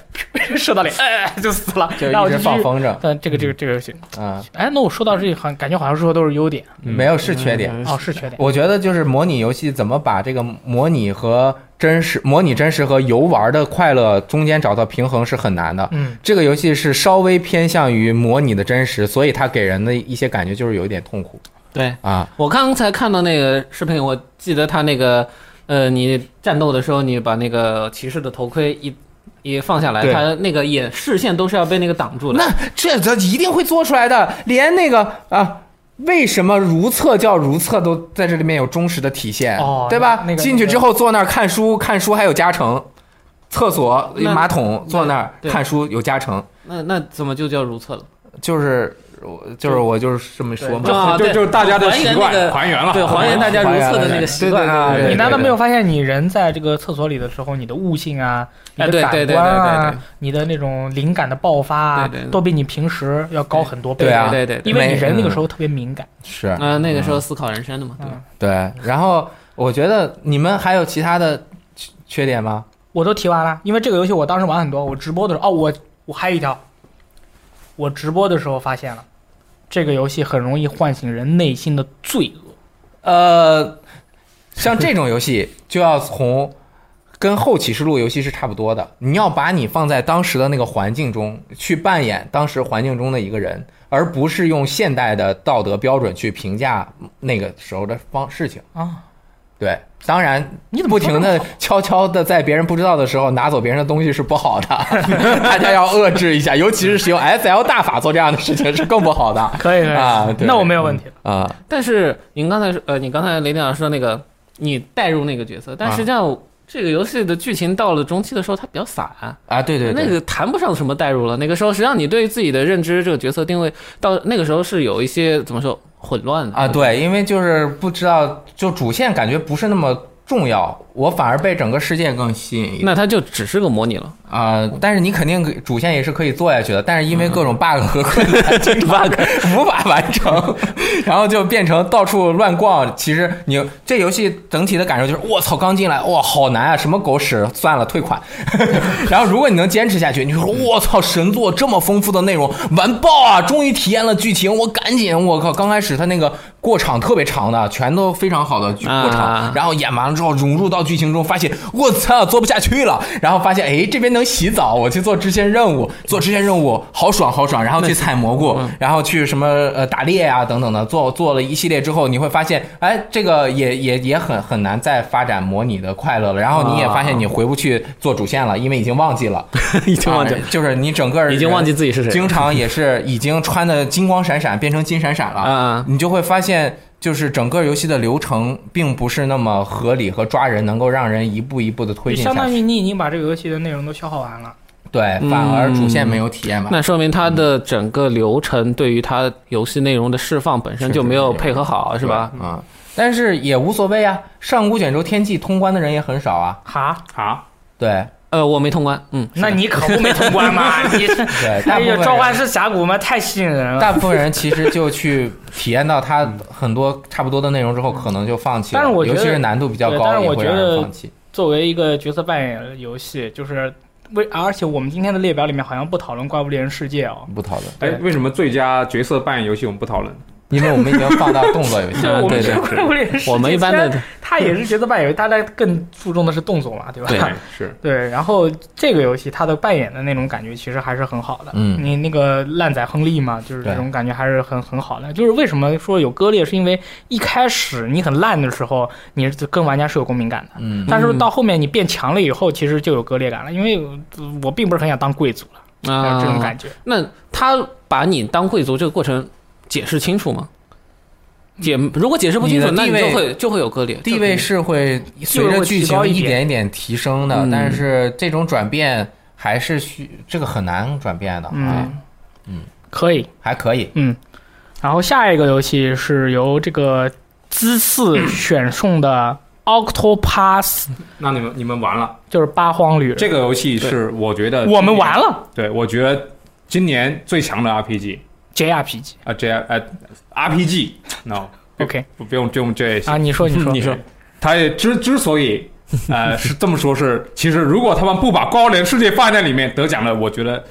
Speaker 1: 噗 射到脸，哎，就死了。
Speaker 2: 就
Speaker 1: 然后我
Speaker 2: 一直
Speaker 1: 继续
Speaker 2: 放。风筝
Speaker 1: 但这个这个这个游戏，
Speaker 2: 啊，
Speaker 1: 哎，那我说到这里，好像感觉好像说都是优点
Speaker 2: 没有是缺
Speaker 3: 嗯
Speaker 2: 点。
Speaker 1: 哦，是缺点。
Speaker 2: 我觉得就是模拟游戏怎么把这个模拟和真实、模拟真实和游玩的快乐中间找到平衡是很难的。
Speaker 1: 嗯，
Speaker 2: 这个游戏是稍微偏向于模拟的真实，所以它给人的一些感觉就是有一点痛苦
Speaker 3: 对
Speaker 2: 啊。
Speaker 3: 我刚才看到那个视频，我记得他那个，呃，你战斗的时候，你把那个骑士的头盔一一放下来，
Speaker 2: 对
Speaker 3: 他那个也视线都是要被那个挡住的。
Speaker 2: 那这这一定会做出来的，连那个啊。为什么如厕叫如厕都在这里面有忠实的体现，
Speaker 1: 哦
Speaker 2: 对吧？
Speaker 1: 那那个
Speaker 2: 进去之后坐那儿看书，看书还有加成，厕所
Speaker 3: 那
Speaker 2: 马桶坐那儿
Speaker 3: 对
Speaker 2: 看书有加成，
Speaker 3: 那那怎么就叫如厕了？
Speaker 2: 就是我就是我就是这么说嘛
Speaker 3: 就。啊
Speaker 4: 就
Speaker 3: 对
Speaker 4: 就是大家的习惯
Speaker 3: 还原那个
Speaker 4: 还原了，
Speaker 3: 对，还原大家如厕的那个习惯。
Speaker 2: 还原
Speaker 3: 对
Speaker 2: 对
Speaker 1: 你
Speaker 3: 对
Speaker 1: 难道
Speaker 2: 对
Speaker 1: 没有发现，你人在这个厕所里的时候，你的悟性啊，你
Speaker 3: 哎
Speaker 1: 的
Speaker 3: 对对
Speaker 1: 感
Speaker 3: 对
Speaker 1: 官
Speaker 3: 对对
Speaker 1: 啊
Speaker 3: 对，
Speaker 1: 你的那种灵感的爆发啊
Speaker 3: 对对，对
Speaker 1: 都比你平时要高很多倍。
Speaker 2: 对啊
Speaker 3: 对对对
Speaker 1: 因为你人那个时候特别敏感。
Speaker 2: 是
Speaker 3: 嗯、呃那个时候思考人生的嘛，对吧
Speaker 1: 嗯？
Speaker 2: 对，然后我觉得你们还有其他的缺缺点吗？
Speaker 1: 我都提完了，因为这个游戏我当时玩很多，我直播的时候，哦，我我还有一条，我直播的时候发现了，这个游戏很容易唤醒人内心的罪恶。
Speaker 2: 呃，像这种游戏就要从跟后启示录游戏是差不多的，你要把你放在当时的那个环境中去扮演当时环境中的一个人，而不是用现代的道德标准去评价那个时候的方事情
Speaker 1: 啊。
Speaker 2: 对，当然
Speaker 1: 你怎么
Speaker 2: 不停
Speaker 1: 说这
Speaker 2: 的
Speaker 1: 么好
Speaker 2: 悄悄的在别人不知道的时候拿走别人的东西是不好的，大家要遏制一下，尤其是使用 S L 大法做这样的事情是更不好的
Speaker 1: 可以可以，
Speaker 2: 啊对
Speaker 1: 那我没有问题了。
Speaker 2: 啊。
Speaker 3: 但是您刚才说呃，你刚才雷电老师说那个你带入那个角色，但
Speaker 2: 啊
Speaker 3: 实际上、这个游戏的剧情到了中期的时候，它比较散。
Speaker 2: 啊，对对对，
Speaker 3: 那个谈不上什么代入了。那个时候，实际上你对自己的认知、这个角色定位，到那个时候是有一些怎么说混乱的
Speaker 2: 啊，对，因为就是不知道，就主线感觉不是那么重要，我反而被整个世界更吸引一点
Speaker 3: 那它就只是个模拟 了。
Speaker 2: 啊、但是你肯定可以主线也是可以做下去的，但是因为各种 bug 和困难，bug 无法完成，然后就变成到处乱逛。其实你这游戏整体的感受就是，我操，刚进来哇，好难啊，什么狗屎，算了，退款。 然后如果你能坚持下去，你就说我操，神作这么丰富的内容，完爆啊！终于体验了剧情，我赶紧，我靠，刚开始它那个过场特别长的，全都非常好的剧过场，
Speaker 3: 啊
Speaker 2: 然后演完了之后融入到剧情中，发现我操做不下去了，然后发现哎这边能洗澡，我去做支线任务，做支线任务好爽好爽，然后去采蘑菇，
Speaker 3: 嗯
Speaker 2: 然后去什么呃打猎啊等等的，做做了一系列之后，你会发现哎这个也也也很很难再发展模拟的快乐了，然后你也发现你回不去做主线了，因为已经忘记了，
Speaker 3: 已
Speaker 2: 啊，就是你整个人
Speaker 3: 已经忘记自己是谁了。
Speaker 2: 经常也是已经穿的金光闪闪，变成金闪闪了。
Speaker 3: 啊
Speaker 2: 你就会发现就是整个游戏的流程并不是那么合理和抓人，能够让人一步一步的推进
Speaker 1: 相
Speaker 2: 下
Speaker 1: 当
Speaker 2: 去。
Speaker 1: 于你已经把这个游戏的内容都消耗完了。
Speaker 2: 对，反而主线没有体验完。
Speaker 3: 嗯那说明它的整个流程对于它游戏内容的释放本身就没有配合好，是吧？
Speaker 2: 啊、但是也无所谓啊。上古卷轴天际通关的人也很少啊。
Speaker 1: 哈，
Speaker 4: 啊，
Speaker 2: 对
Speaker 3: 呃，我没通关，嗯，
Speaker 1: 那你可不没通关 嘛？你是
Speaker 2: 对，大
Speaker 1: 哎
Speaker 2: 部
Speaker 1: 呀
Speaker 2: 分，人
Speaker 1: 召唤师峡谷嘛，太吸引人了。
Speaker 2: 大部分人其实就去体验到它很多差不多的内容之后，可能就放弃了。
Speaker 1: 但是我觉
Speaker 2: 尤
Speaker 1: 得
Speaker 2: 其是难度比较
Speaker 1: 对但
Speaker 2: 高，
Speaker 1: 是
Speaker 2: 也
Speaker 1: 我
Speaker 2: 会
Speaker 1: 觉
Speaker 2: 让
Speaker 1: 得
Speaker 2: 人放弃。
Speaker 1: 作为一个角色扮演游戏，就是为而且我们今天的列表里面好像不讨论《怪物猎人世界》哦。
Speaker 2: 不讨论，
Speaker 4: 哎
Speaker 1: 对，
Speaker 4: 为什么最佳角色扮演游戏我们不讨论？
Speaker 2: 因为我们已经放到动作游戏
Speaker 1: 就
Speaker 2: 了。
Speaker 1: 我们
Speaker 3: 啊对
Speaker 1: 是
Speaker 3: 对
Speaker 4: 对
Speaker 1: 怪物猎人世界，
Speaker 3: 我们一般
Speaker 1: 虽
Speaker 3: 的
Speaker 1: 然它也是角色扮演游戏，大家更注重的是动作嘛，对吧？
Speaker 3: 对
Speaker 4: 哎是
Speaker 1: 对，然后这个游戏它的扮演的那种感觉其实还是很好的。
Speaker 2: 嗯
Speaker 1: 你那个烂仔亨利嘛，就是这种感觉还是很很好的。就是为什么说有割裂，是因为一开始你很烂的时候，你是跟玩家是有共鸣感的。
Speaker 2: 嗯，
Speaker 1: 但是到后面你变强了以后，其实就有割裂感了，因为我并不是很想当贵族了，
Speaker 3: 啊、
Speaker 1: 这种感觉。
Speaker 3: 那他把你当贵族这个过程解释清楚吗？解如果解释不清楚，
Speaker 2: 你的
Speaker 3: 那
Speaker 2: 地
Speaker 3: 你
Speaker 2: 位
Speaker 3: 就会就会有割裂。
Speaker 2: 地位是会随着剧情一点一点提升的，
Speaker 3: 嗯
Speaker 2: 但是这种转变还是需这个很难转变的，啊，
Speaker 1: 嗯可以。
Speaker 2: 还可以。
Speaker 1: 嗯，然后下一个游戏是由这个姿势选送的 Octopath，
Speaker 4: 那你们你们完了，
Speaker 1: 就是八荒旅人。
Speaker 4: 这个游戏是我觉得
Speaker 1: 我们完
Speaker 4: 了，
Speaker 1: 了
Speaker 4: 对我觉得今年最强的 RPG
Speaker 1: JRPG。
Speaker 4: 啊，J 呃 RPG，no，
Speaker 1: OK
Speaker 4: 不不用就用 J
Speaker 1: 啊，你说 你说
Speaker 4: 嗯他也之之所以，呃，是这么说是，其实如果他们不把《光联世界》放在里面得奖的，我觉得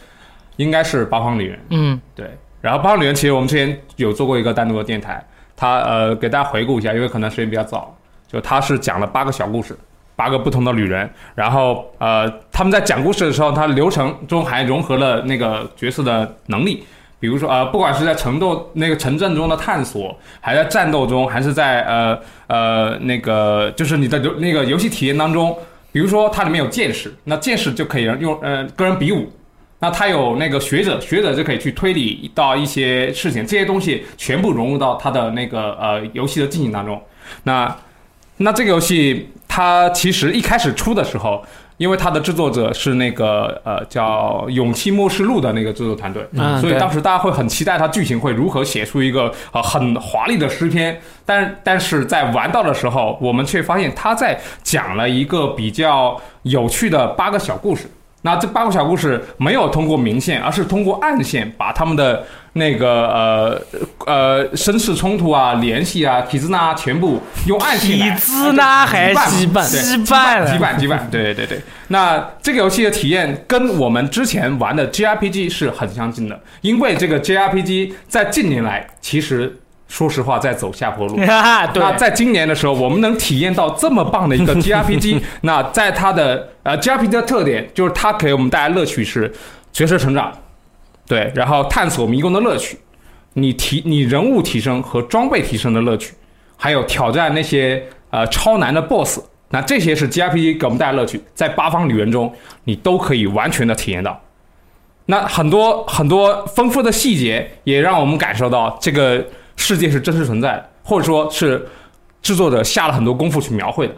Speaker 4: 应该是八方旅人。
Speaker 1: 嗯
Speaker 4: 对，然后八方旅人其实我们之前有做过一个单独的电台，他呃给大家回顾一下，因为可能时间比较早，就他是讲了八个小故事。八个不同的旅人，然后呃，他们在讲故事的时候，他流程中还融合了那个角色的能力，比如说呃，不管是在城斗那个城镇中的探索，还在战斗中，还是在呃呃那个就是你的游那个游戏体验当中，比如说它里面有剑士，那剑士就可以用呃跟人比武。那它有那个学者，学者就可以去推理到一些事情，这些东西全部融入到它的那个呃游戏的进行当中。那那这个游戏它其实一开始出的时候，因为它的制作者是那个呃叫《勇气末世录》的那个制作团队，
Speaker 3: 嗯
Speaker 4: 所以
Speaker 3: 对
Speaker 4: 当时大家会很期待它剧情会如何写出一个呃很华丽的诗篇。但但是在玩到的时候，我们却发现他在讲了一个比较有趣的八个小故事。那这八个小故事没有通过明线，而是通过暗线把他们的那个呃呃身世冲突啊、联系啊、体制呢、啊，全部用暗线
Speaker 1: 体
Speaker 4: 来
Speaker 1: 兹呢还
Speaker 4: 羁
Speaker 1: 羁绊羁绊了
Speaker 4: 羁绊羁绊，对对对对。那这个游戏的体验跟我们之前玩的 JRPG 是很相近的，因为这个 JRPG 在近年来其实说实话在走下坡路。
Speaker 1: 啊， 对
Speaker 4: 那，在今年的时候，我们能体验到这么棒的一个 GRPG。那在它的呃 GRPG 的特点，就是它给我们带来乐趣是角色成长，对，然后探索迷宫的乐趣，你提你人物提升和装备提升的乐趣，还有挑战那些呃超难的 BOSS。那这些是 GRPG 给我们带来乐趣，在八方旅人中，你都可以完全的体验到。那很多很多丰富的细节，也让我们感受到这个世界是真实存在的，或者说是制作者下了很多功夫去描绘的。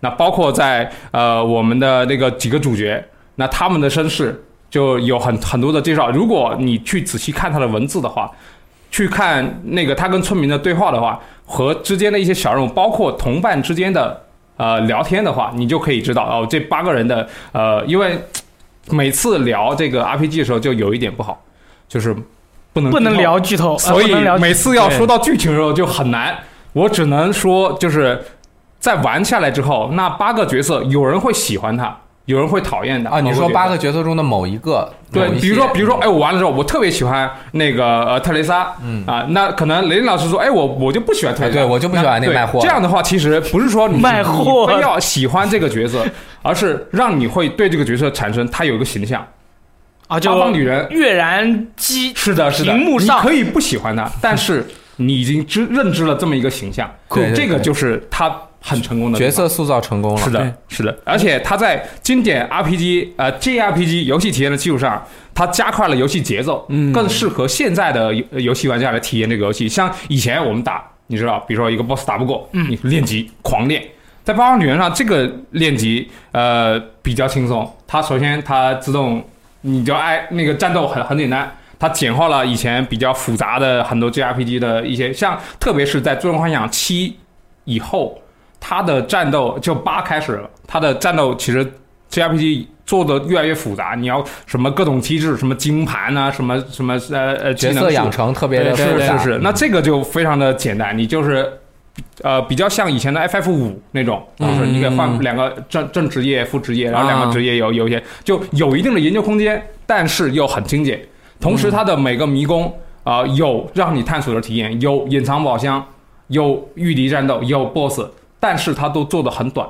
Speaker 4: 那包括在呃我们的那个几个主角，那他们的身世就有很很多的介绍。如果你去仔细看他的文字的话，去看那个他跟村民的对话的话，和之间的一些小任务，包括同伴之间的呃聊天的话，你就可以知道哦，这八个人的呃，因为每次聊这个 RPG 的时候就有一点不好，就是不能
Speaker 1: 不能
Speaker 4: 剧透
Speaker 1: 聊剧透，呃
Speaker 4: 所
Speaker 1: 不
Speaker 4: 以
Speaker 1: 能聊
Speaker 4: 每次要说到剧情的时候就很难。我只能说，就是在玩下来之后，那八个角色有人会喜欢他，有人会讨厌他。
Speaker 2: 啊，你说
Speaker 4: 我觉得
Speaker 2: 八个角色中的某一个，
Speaker 4: 对
Speaker 2: 某一，些嗯
Speaker 4: 比如说，比如说，哎，，我玩的时候，我特别喜欢那个呃特蕾莎，
Speaker 2: 嗯
Speaker 4: 啊，那可能雷林老师说，哎，我我就不喜欢特蕾莎，
Speaker 2: 哎对我就不喜欢那
Speaker 4: 对
Speaker 2: 卖货
Speaker 4: 这样的话，其实不是说你
Speaker 1: 卖货
Speaker 4: 你非要喜欢这个角色，而是让你会对这个角色产生他有一个形象。
Speaker 1: 啊，就
Speaker 4: 八方女人
Speaker 1: 跃然机
Speaker 4: 是的，是的，
Speaker 1: 屏幕上
Speaker 4: 你可以不喜欢他，但是你已经知认知了这么一个形象，
Speaker 2: 对对对
Speaker 4: 这个就是他很成功的地
Speaker 2: 角色
Speaker 4: 方
Speaker 2: 塑造成功了，
Speaker 4: 是的，是的，而且它在经典 RPG 呃 JRPG 游戏体验的基础上，它加快了游戏节奏，嗯，更适合现在的游游戏玩家来体验这个游戏。像以前我们打你知道，比如说一个 boss 打不过，
Speaker 2: 嗯
Speaker 4: 你练级狂练。在《八方旅人》上，这个练级呃比较轻松，它首先它自动，你就哎那个战斗很很简单。它简化了以前比较复杂的很多 JRPG 的一些，像特别是在《最终幻想七》以后，它的战斗就八开始了，它的战斗其实 JRPG 做的越来越复杂，你要什么各种机制，什么金盘啊，什么什么呃呃技
Speaker 2: 角
Speaker 4: 能
Speaker 2: 色
Speaker 4: 树
Speaker 2: 养成特别
Speaker 4: 对
Speaker 2: 的
Speaker 4: 是
Speaker 2: 复杂
Speaker 4: 是是，那这个就非常的简单，你就是。呃，比较像以前的 FF 五那种，就是你给换
Speaker 3: 嗯
Speaker 4: 两个正正职业、副职业，然后两
Speaker 3: 啊
Speaker 4: 个职业有有一些就有一定的研究空间，但是又很精简。同时，它的每个迷宫啊、呃有让你探索的体验，有隐藏宝箱，有御敌战斗，有 BOSS，但是它都做的很短，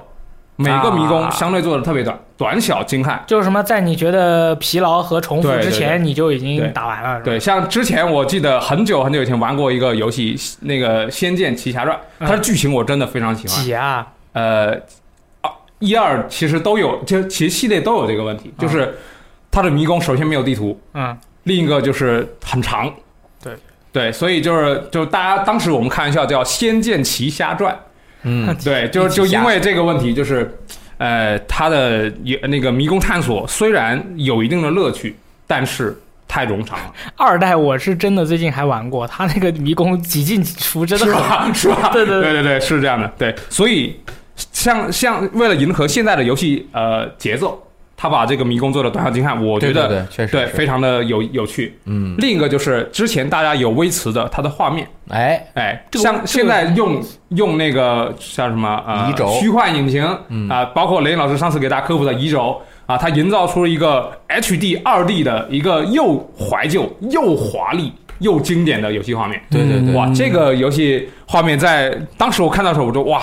Speaker 4: 每个迷宫
Speaker 1: 啊
Speaker 4: 相对做的特别短，短小精悍。
Speaker 1: 就是什么，在你觉得疲劳和重复
Speaker 4: 对
Speaker 1: 之
Speaker 4: 对
Speaker 1: 前，你就已
Speaker 4: 对
Speaker 1: 经打完了，是吧
Speaker 4: 对，像之前我记得很久很久以前玩过一个游戏，那个《仙剑奇侠传》，
Speaker 2: 嗯
Speaker 4: 它的剧情我真的非常喜欢。
Speaker 1: 几啊？
Speaker 4: 呃，啊一二其实都有，就其实系列都有这个问题，
Speaker 2: 嗯
Speaker 4: 就是它的迷宫首先没有地图，
Speaker 1: 嗯，
Speaker 4: 另一个就是很长。
Speaker 1: 对
Speaker 4: 对，所以就是就大家当时我们开玩笑叫《仙剑奇侠传》。
Speaker 2: 嗯，
Speaker 4: 对，就
Speaker 2: 一起
Speaker 4: 就因
Speaker 2: 下
Speaker 4: 为这个问题，就是，呃，它的也那个迷宫探索虽然有一定的乐趣，但是太冗长了，
Speaker 1: 啊二代我是真的最近还玩过，他那个迷宫几进几出，真
Speaker 4: 是
Speaker 1: 的好。
Speaker 4: 吧？是吧？
Speaker 1: 对对
Speaker 4: 对对对，是这样的。对，所以像像为了迎合现在的游戏呃节奏，他把这个迷宫做的短小精悍，我觉
Speaker 2: 对
Speaker 4: 得
Speaker 2: 对对，确实
Speaker 4: 对
Speaker 2: 是
Speaker 4: 非常的有有趣。
Speaker 2: 嗯，
Speaker 4: 另一个就是之前大家有微词的，它的画面。
Speaker 2: 哎，
Speaker 4: 哎，
Speaker 1: 这个
Speaker 4: 像
Speaker 1: 这
Speaker 4: 现
Speaker 1: 个
Speaker 4: 在用用那个像什么呃
Speaker 2: 移轴
Speaker 4: 虚幻引擎啊、
Speaker 2: 嗯
Speaker 4: 包括雷老师上次给大家科普的移轴啊，它营造出了一个 HD 二 D 的一个又怀旧又华丽又经典的游戏画面。
Speaker 2: 对对嗯对，
Speaker 4: 哇，这个游戏画面在当时我看到的时候，我就哇，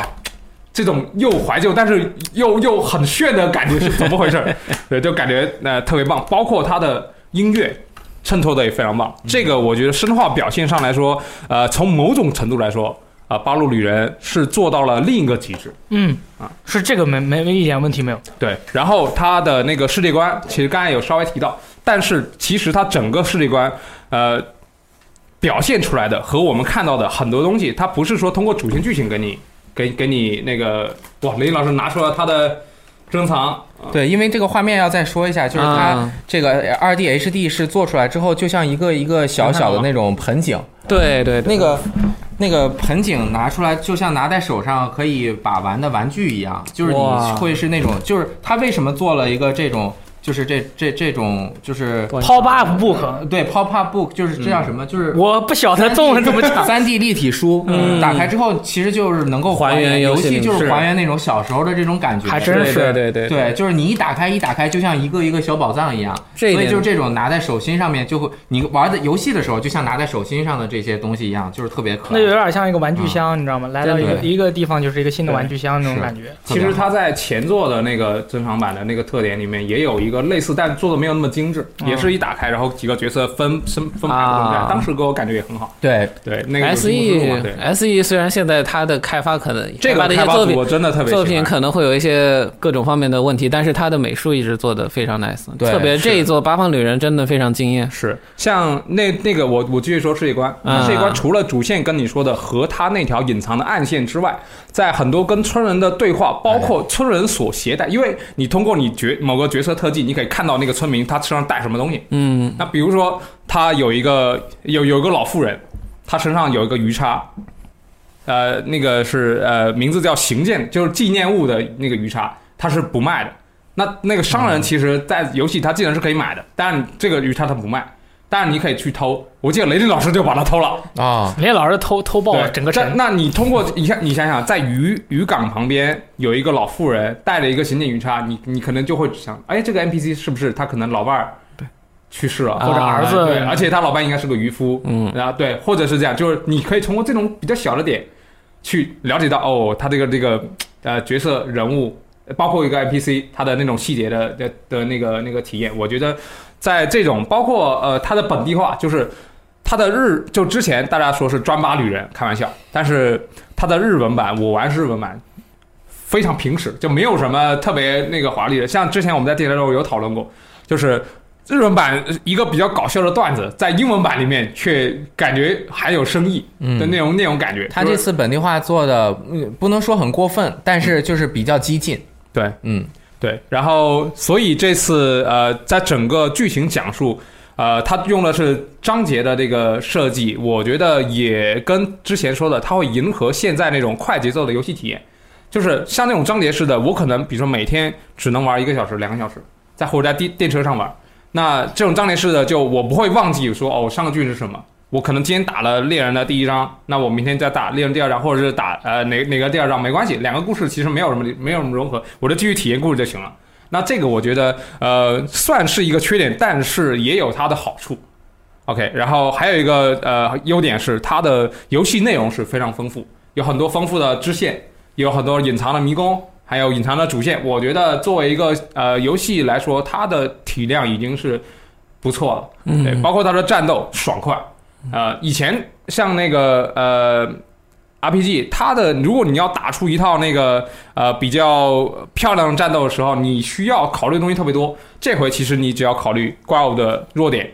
Speaker 4: 这种又怀旧但是又又很炫的感觉是怎么回事 儿？对，就感觉呃特别棒，包括它的音乐衬托的也非常棒。
Speaker 2: 嗯
Speaker 4: 这个我觉得生化表现上来说，呃，从某种程度来说。啊，八路旅人是做到了另一个极致，
Speaker 1: 嗯
Speaker 4: 啊，
Speaker 1: 是这个没没没一点问题没有。
Speaker 4: 对。然后它的那个世界观，其实刚才有稍微提到，但是其实它整个世界观，呃，表现出来的和我们看到的很多东西，它不是说通过主线剧情给你给给你那个哇，雷老师拿出了他的珍藏，
Speaker 2: 对，因为这个画面要再说一下，就是它
Speaker 3: 啊
Speaker 2: 这个二 D HD 是做出来之后，就像一个一个小小的那种盆景，
Speaker 3: 对对对，
Speaker 2: 那个那个盆景拿出来，就像拿在手上可以把玩的玩具一样，就是你
Speaker 3: 哇
Speaker 2: 会是那种，就是他为什么做了一个这种，就是这这这种就是
Speaker 1: 抛八不可，
Speaker 2: 呃对 pop up book，就是这
Speaker 3: 嗯
Speaker 2: 叫什么，就是
Speaker 1: 我不晓得中文怎么 讲。
Speaker 2: 三 D 立体书，
Speaker 3: 嗯
Speaker 2: 打开之后其实就是能够
Speaker 3: 还原游
Speaker 2: 游
Speaker 3: 戏
Speaker 2: 戏，
Speaker 3: 里
Speaker 2: 就是
Speaker 3: 是
Speaker 2: 还原那种小时候的这种感觉，
Speaker 1: 还真
Speaker 3: 对
Speaker 1: 是
Speaker 3: 对对对
Speaker 2: 对，就是你一打开一打开，就像一个一个小宝藏一样。
Speaker 3: 这一
Speaker 2: 所以
Speaker 3: 点
Speaker 2: 就是这种拿在手心上面，就会你玩的游戏的时候，就像拿在手心上的这些东西一样，就是特别可
Speaker 1: 那
Speaker 2: 爱。
Speaker 1: 有点像一个玩具箱，你知道吗？来到一个一个地方就是一个新的玩具箱那种感觉。
Speaker 2: 特
Speaker 4: 其
Speaker 2: 别好
Speaker 4: 实它在前作的那个珍藏版的那个特点里面也有一个类似，但做的没有那么精致，
Speaker 1: 嗯
Speaker 4: 也是一打开，然后几个角色分分分排不同站
Speaker 3: 啊
Speaker 4: 当时给我感觉也很好。
Speaker 2: 对，
Speaker 4: 对，那个有
Speaker 3: S
Speaker 4: 屏幕是
Speaker 3: E
Speaker 4: 嘛对
Speaker 3: S E 虽然现在它的开发可能
Speaker 4: 这
Speaker 3: 开发
Speaker 4: 个
Speaker 3: 的一
Speaker 4: 开
Speaker 3: 些
Speaker 4: 发
Speaker 3: 作
Speaker 4: 组我
Speaker 3: 品
Speaker 4: 真的特别喜
Speaker 3: 作
Speaker 4: 欢
Speaker 3: 品可能会有一些各种方面的问题，但是它的美术一直做的非常 nice，
Speaker 2: 对
Speaker 3: 特别这一座《八方旅人》真的非常惊艳。
Speaker 4: 是像那那个我我继续说世界观，
Speaker 3: 嗯
Speaker 4: 世界观除了主线跟你说的和他那条隐藏的暗线之外，在很多跟村人的对话，包括村人所携带，因为你通过你角某个角色特技，你可以看到那个村民他身上带什么东西。
Speaker 3: 嗯，
Speaker 4: 那比如说他有一个有有一个老妇人，她身上有一个鱼叉。呃，那个是呃，名字叫行健，就是纪念物的那个鱼叉，它是不卖的。那那个商人其实，在游戏他既然是可以买的，但是这个鱼叉他不卖，但是你可以去偷。我记得雷电老师就把它偷了，
Speaker 2: 啊，
Speaker 1: 人家老是偷偷爆
Speaker 4: 对，
Speaker 1: 整个
Speaker 4: 那
Speaker 1: 城，
Speaker 4: 那你通过你看，你想想，在渔渔港旁边有一个老妇人带着一个行健鱼叉，你你可能就会想，哎，这个 NPC 是不是他可能老伴儿去世了，
Speaker 3: 啊
Speaker 1: 或者儿子
Speaker 4: 对，而且他老伴应该是个渔夫，
Speaker 3: 嗯
Speaker 4: 然后对，或者是这样，就是你可以通过这种比较小的点去了解到，哦，他这个这个呃角色人物，包括一个 NPC 他的那种细节的的的那个那个体验，我觉得在这种包括呃他的本地化，就是他的日就之前大家说是专八旅人，开玩笑，但是他的日文版我玩是日文版。非常平实，就没有什么特别那个华丽的。像之前我们在电台中有讨论过，就是日文版呃一个比较搞笑的段子，在英文版里面却感觉含有深意的那种、那种感觉。
Speaker 2: 嗯他
Speaker 4: 就
Speaker 2: 这
Speaker 4: 是
Speaker 2: 次本地化做的，嗯，不能说很过分，但是就是比较激进。
Speaker 4: 对
Speaker 2: 嗯，
Speaker 4: 对，然后所以这次呃，在整个剧情讲述，呃，他用的是章节的这个设计，我觉得也跟之前说的，它会迎合现在那种快节奏的游戏体验，就是像那种章节式的，我可能比如说每天只能玩一个小时、两个小时，再或者在电电车上玩。那这种章节式的，就我不会忘记说哦，我上个剧是什么。我可能今天打了猎人的第一章，那我明天再打猎人第二章，或者是打呃哪哪个第二章没关系，两个故事其实没有什么没有什么融合，我就继续体验故事就行了。那这个我觉得呃算是一个缺点，但是也有它的好处。OK，然后还有一个呃优点是它的游戏内容是非常丰富，有很多丰富的支线，有很多隐藏的迷宫，还有隐藏的主线。我觉得作为一个呃游戏来说，它的体量已经是不错了。对，包括它的战斗爽快。呃，以前像那个呃 RPG，它的如果你要打出一套那个呃比较漂亮的战斗的时候，你需要考虑的东西特别多。这回其实你只要考虑怪物的弱点，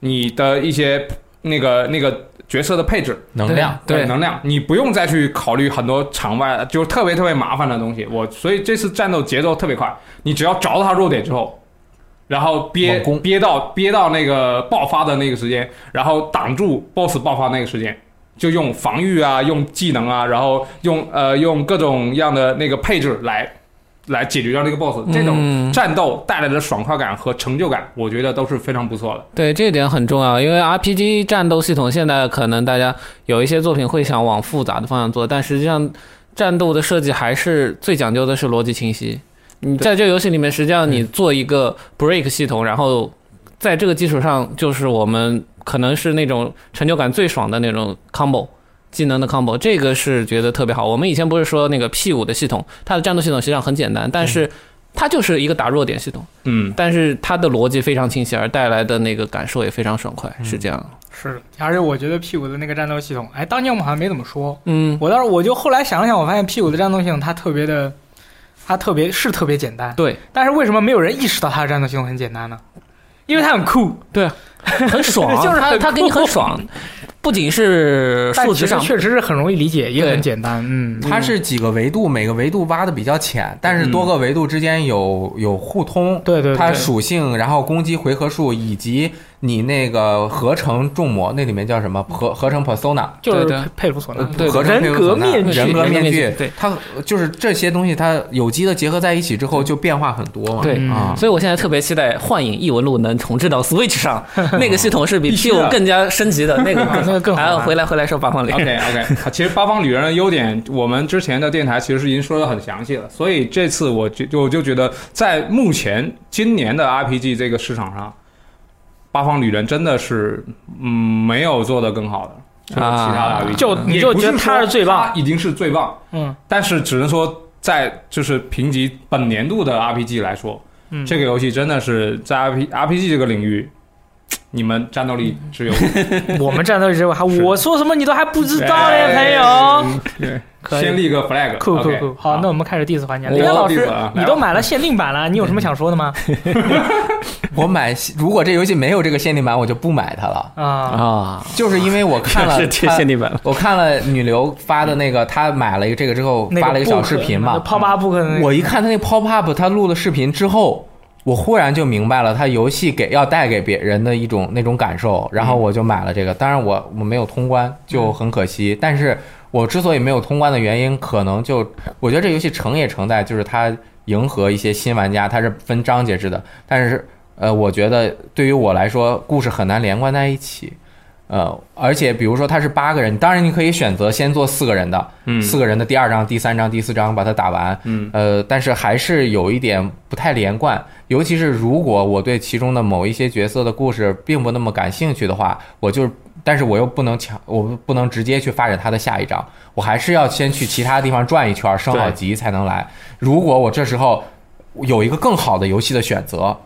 Speaker 4: 你的一些那个那个角色的配置，
Speaker 2: 能量。
Speaker 3: 对
Speaker 4: 能量，你不用再去考虑很多场外就是特别特别麻烦的东西。我所以这次战斗节奏特别快，你只要找到他弱点之后，然后憋
Speaker 2: 猛攻
Speaker 4: 憋到憋到那个爆发的那个时间，然后挡住 BOSS 爆发那个时间，就用防御啊，用技能啊，然后用呃用各种样的那个配置来来解决掉那个 BOSS。这种战斗带来的爽快感和成就感，我觉得都是非常不错的。
Speaker 3: 对，这一点很重要，因为 RPG 战斗系统现在可能大家有一些作品会想往复杂的方向做，但实际上战斗的设计还是最讲究的是逻辑清晰。你在这个游戏里面，实际上你做一个 break 系统，然后在这个基础上，就是我们可能是那种成就感最爽的那种 combo。技能的 combo，这个是觉得特别好。我们以前不是说那个 P 五的系统，它的战斗系统实际上很简单，但是它就是一个打弱点系统。
Speaker 4: 嗯，
Speaker 3: 但是它的逻辑非常清晰，而带来的那个感受也非常爽快，是这样。
Speaker 1: 是的，而且我觉得屁股的那个战斗系统，哎，当年我们好像没怎么说。
Speaker 3: 嗯，
Speaker 1: 我当时我就后来想了想，我发现屁股的战斗系统它特别的，它特别是特别简单。
Speaker 3: 对
Speaker 1: 但是为什么没有人意识到它的战斗系统很简单呢？因为它很酷，，
Speaker 3: 对，很爽
Speaker 1: 就是
Speaker 3: 它
Speaker 1: 很
Speaker 3: 它给你很爽，不仅是
Speaker 1: 但
Speaker 3: 数
Speaker 1: 其
Speaker 3: 值
Speaker 1: 实
Speaker 3: 上，
Speaker 1: 确实是很容易理解，也
Speaker 3: 对
Speaker 1: 很简单。嗯，
Speaker 2: 它是几个维度，每个维度挖的比较浅，但是多个维度之间有有互通。
Speaker 1: 对对对
Speaker 2: 它属性，然后攻击回合数，以及你那个合成众魔，那里面叫什么？合合成 persona，
Speaker 1: 就是
Speaker 3: 对对
Speaker 1: 佩服所
Speaker 2: 呃
Speaker 1: 难。
Speaker 3: 对
Speaker 2: 合成
Speaker 1: 人格
Speaker 2: persona，
Speaker 1: 面具
Speaker 2: 人格
Speaker 3: 人格
Speaker 2: 面具
Speaker 3: 面具对，
Speaker 2: 它就是这些东西，它有机的结合在一起之后，就变化很多
Speaker 1: 嗯
Speaker 2: 嘛。
Speaker 3: 对
Speaker 2: 啊，
Speaker 3: 所以我现在特别期待《幻影异闻录》能重置到 Switch 上，那个系统是比
Speaker 4: 必须
Speaker 3: P
Speaker 4: 的
Speaker 3: 五更加升级的，那个
Speaker 1: 那个更好
Speaker 3: 还要
Speaker 1: 玩
Speaker 3: 回来回来说八方岭。
Speaker 4: OK OK，其实八方旅人的优点，我们之前的电台其实是已经说的很详细了，所以这次我就就我就觉得，在目前今年的 RPG 这个市场上，八方旅人真的是嗯没有做的更好的，就是其他的 RPG，
Speaker 1: 啊就
Speaker 4: 嗯也
Speaker 1: 你就
Speaker 4: 不
Speaker 1: 觉得他
Speaker 4: 说
Speaker 1: 是最棒
Speaker 4: 他已经是最棒，
Speaker 1: 嗯，
Speaker 4: 但是只能说在就是评级本年度的 RPG 来说，
Speaker 1: 嗯
Speaker 4: 这个游戏真的是在 R P RPG 这个领域，你们战斗力只有
Speaker 1: 我们战斗之后还
Speaker 4: 是的
Speaker 1: 我说什么你都还不知道嘞，朋
Speaker 2: 哎
Speaker 1: 友。
Speaker 4: 友
Speaker 1: 哎可以
Speaker 4: 先立个 flag，
Speaker 1: 酷酷
Speaker 4: OK，
Speaker 1: 酷！好，那我们开始 diss 环节。
Speaker 4: 我
Speaker 1: 李诞老
Speaker 4: 我
Speaker 1: 师
Speaker 4: diss 啊，
Speaker 1: 你
Speaker 4: 来
Speaker 1: 都
Speaker 4: 吧
Speaker 1: 买了限定版
Speaker 2: 嗯
Speaker 1: 了，你有什么想说的吗？
Speaker 2: 我买，如果这游戏没有这个限定版，我就不买它了。
Speaker 1: 啊，
Speaker 3: 啊，
Speaker 2: 就是因为我看了
Speaker 3: 是这限定版
Speaker 2: 他我看了女流发的那个，她买了一个这个之后
Speaker 1: 那
Speaker 2: 发了一个小
Speaker 1: book，
Speaker 2: 视频
Speaker 1: 那
Speaker 2: 嘛
Speaker 1: 个。泡吧 book 的那个
Speaker 2: 我一看她那 pop up，她录了视频之后，我忽然就明白了她游戏给要带给别人的一种那种感受，然后我就买了这个。当然我我没有通关，就很可
Speaker 1: 嗯
Speaker 2: 惜。但是我之所以没有通关的原因，可能就我觉得这游戏成也成在就是它迎合一些新玩家，它是分章节制的，但是。呃，我觉得对于我来说，故事很难连贯在一起。呃，而且比如说它是八个人，当然你可以选择先做四个人的，
Speaker 4: 嗯
Speaker 2: 四个人的第二章、第三章、第四章把它打完，
Speaker 4: 嗯，
Speaker 2: 呃，但是还是有一点不太连贯，尤其是如果我对其中的某一些角色的故事并不那么感兴趣的话，我就，但是我又不能强，我不不能直接去发展它的下一章，我还是要先去其他地方转一圈，升好
Speaker 4: 对
Speaker 2: 级才能来。如果我这时候有一个更好的游戏的选择，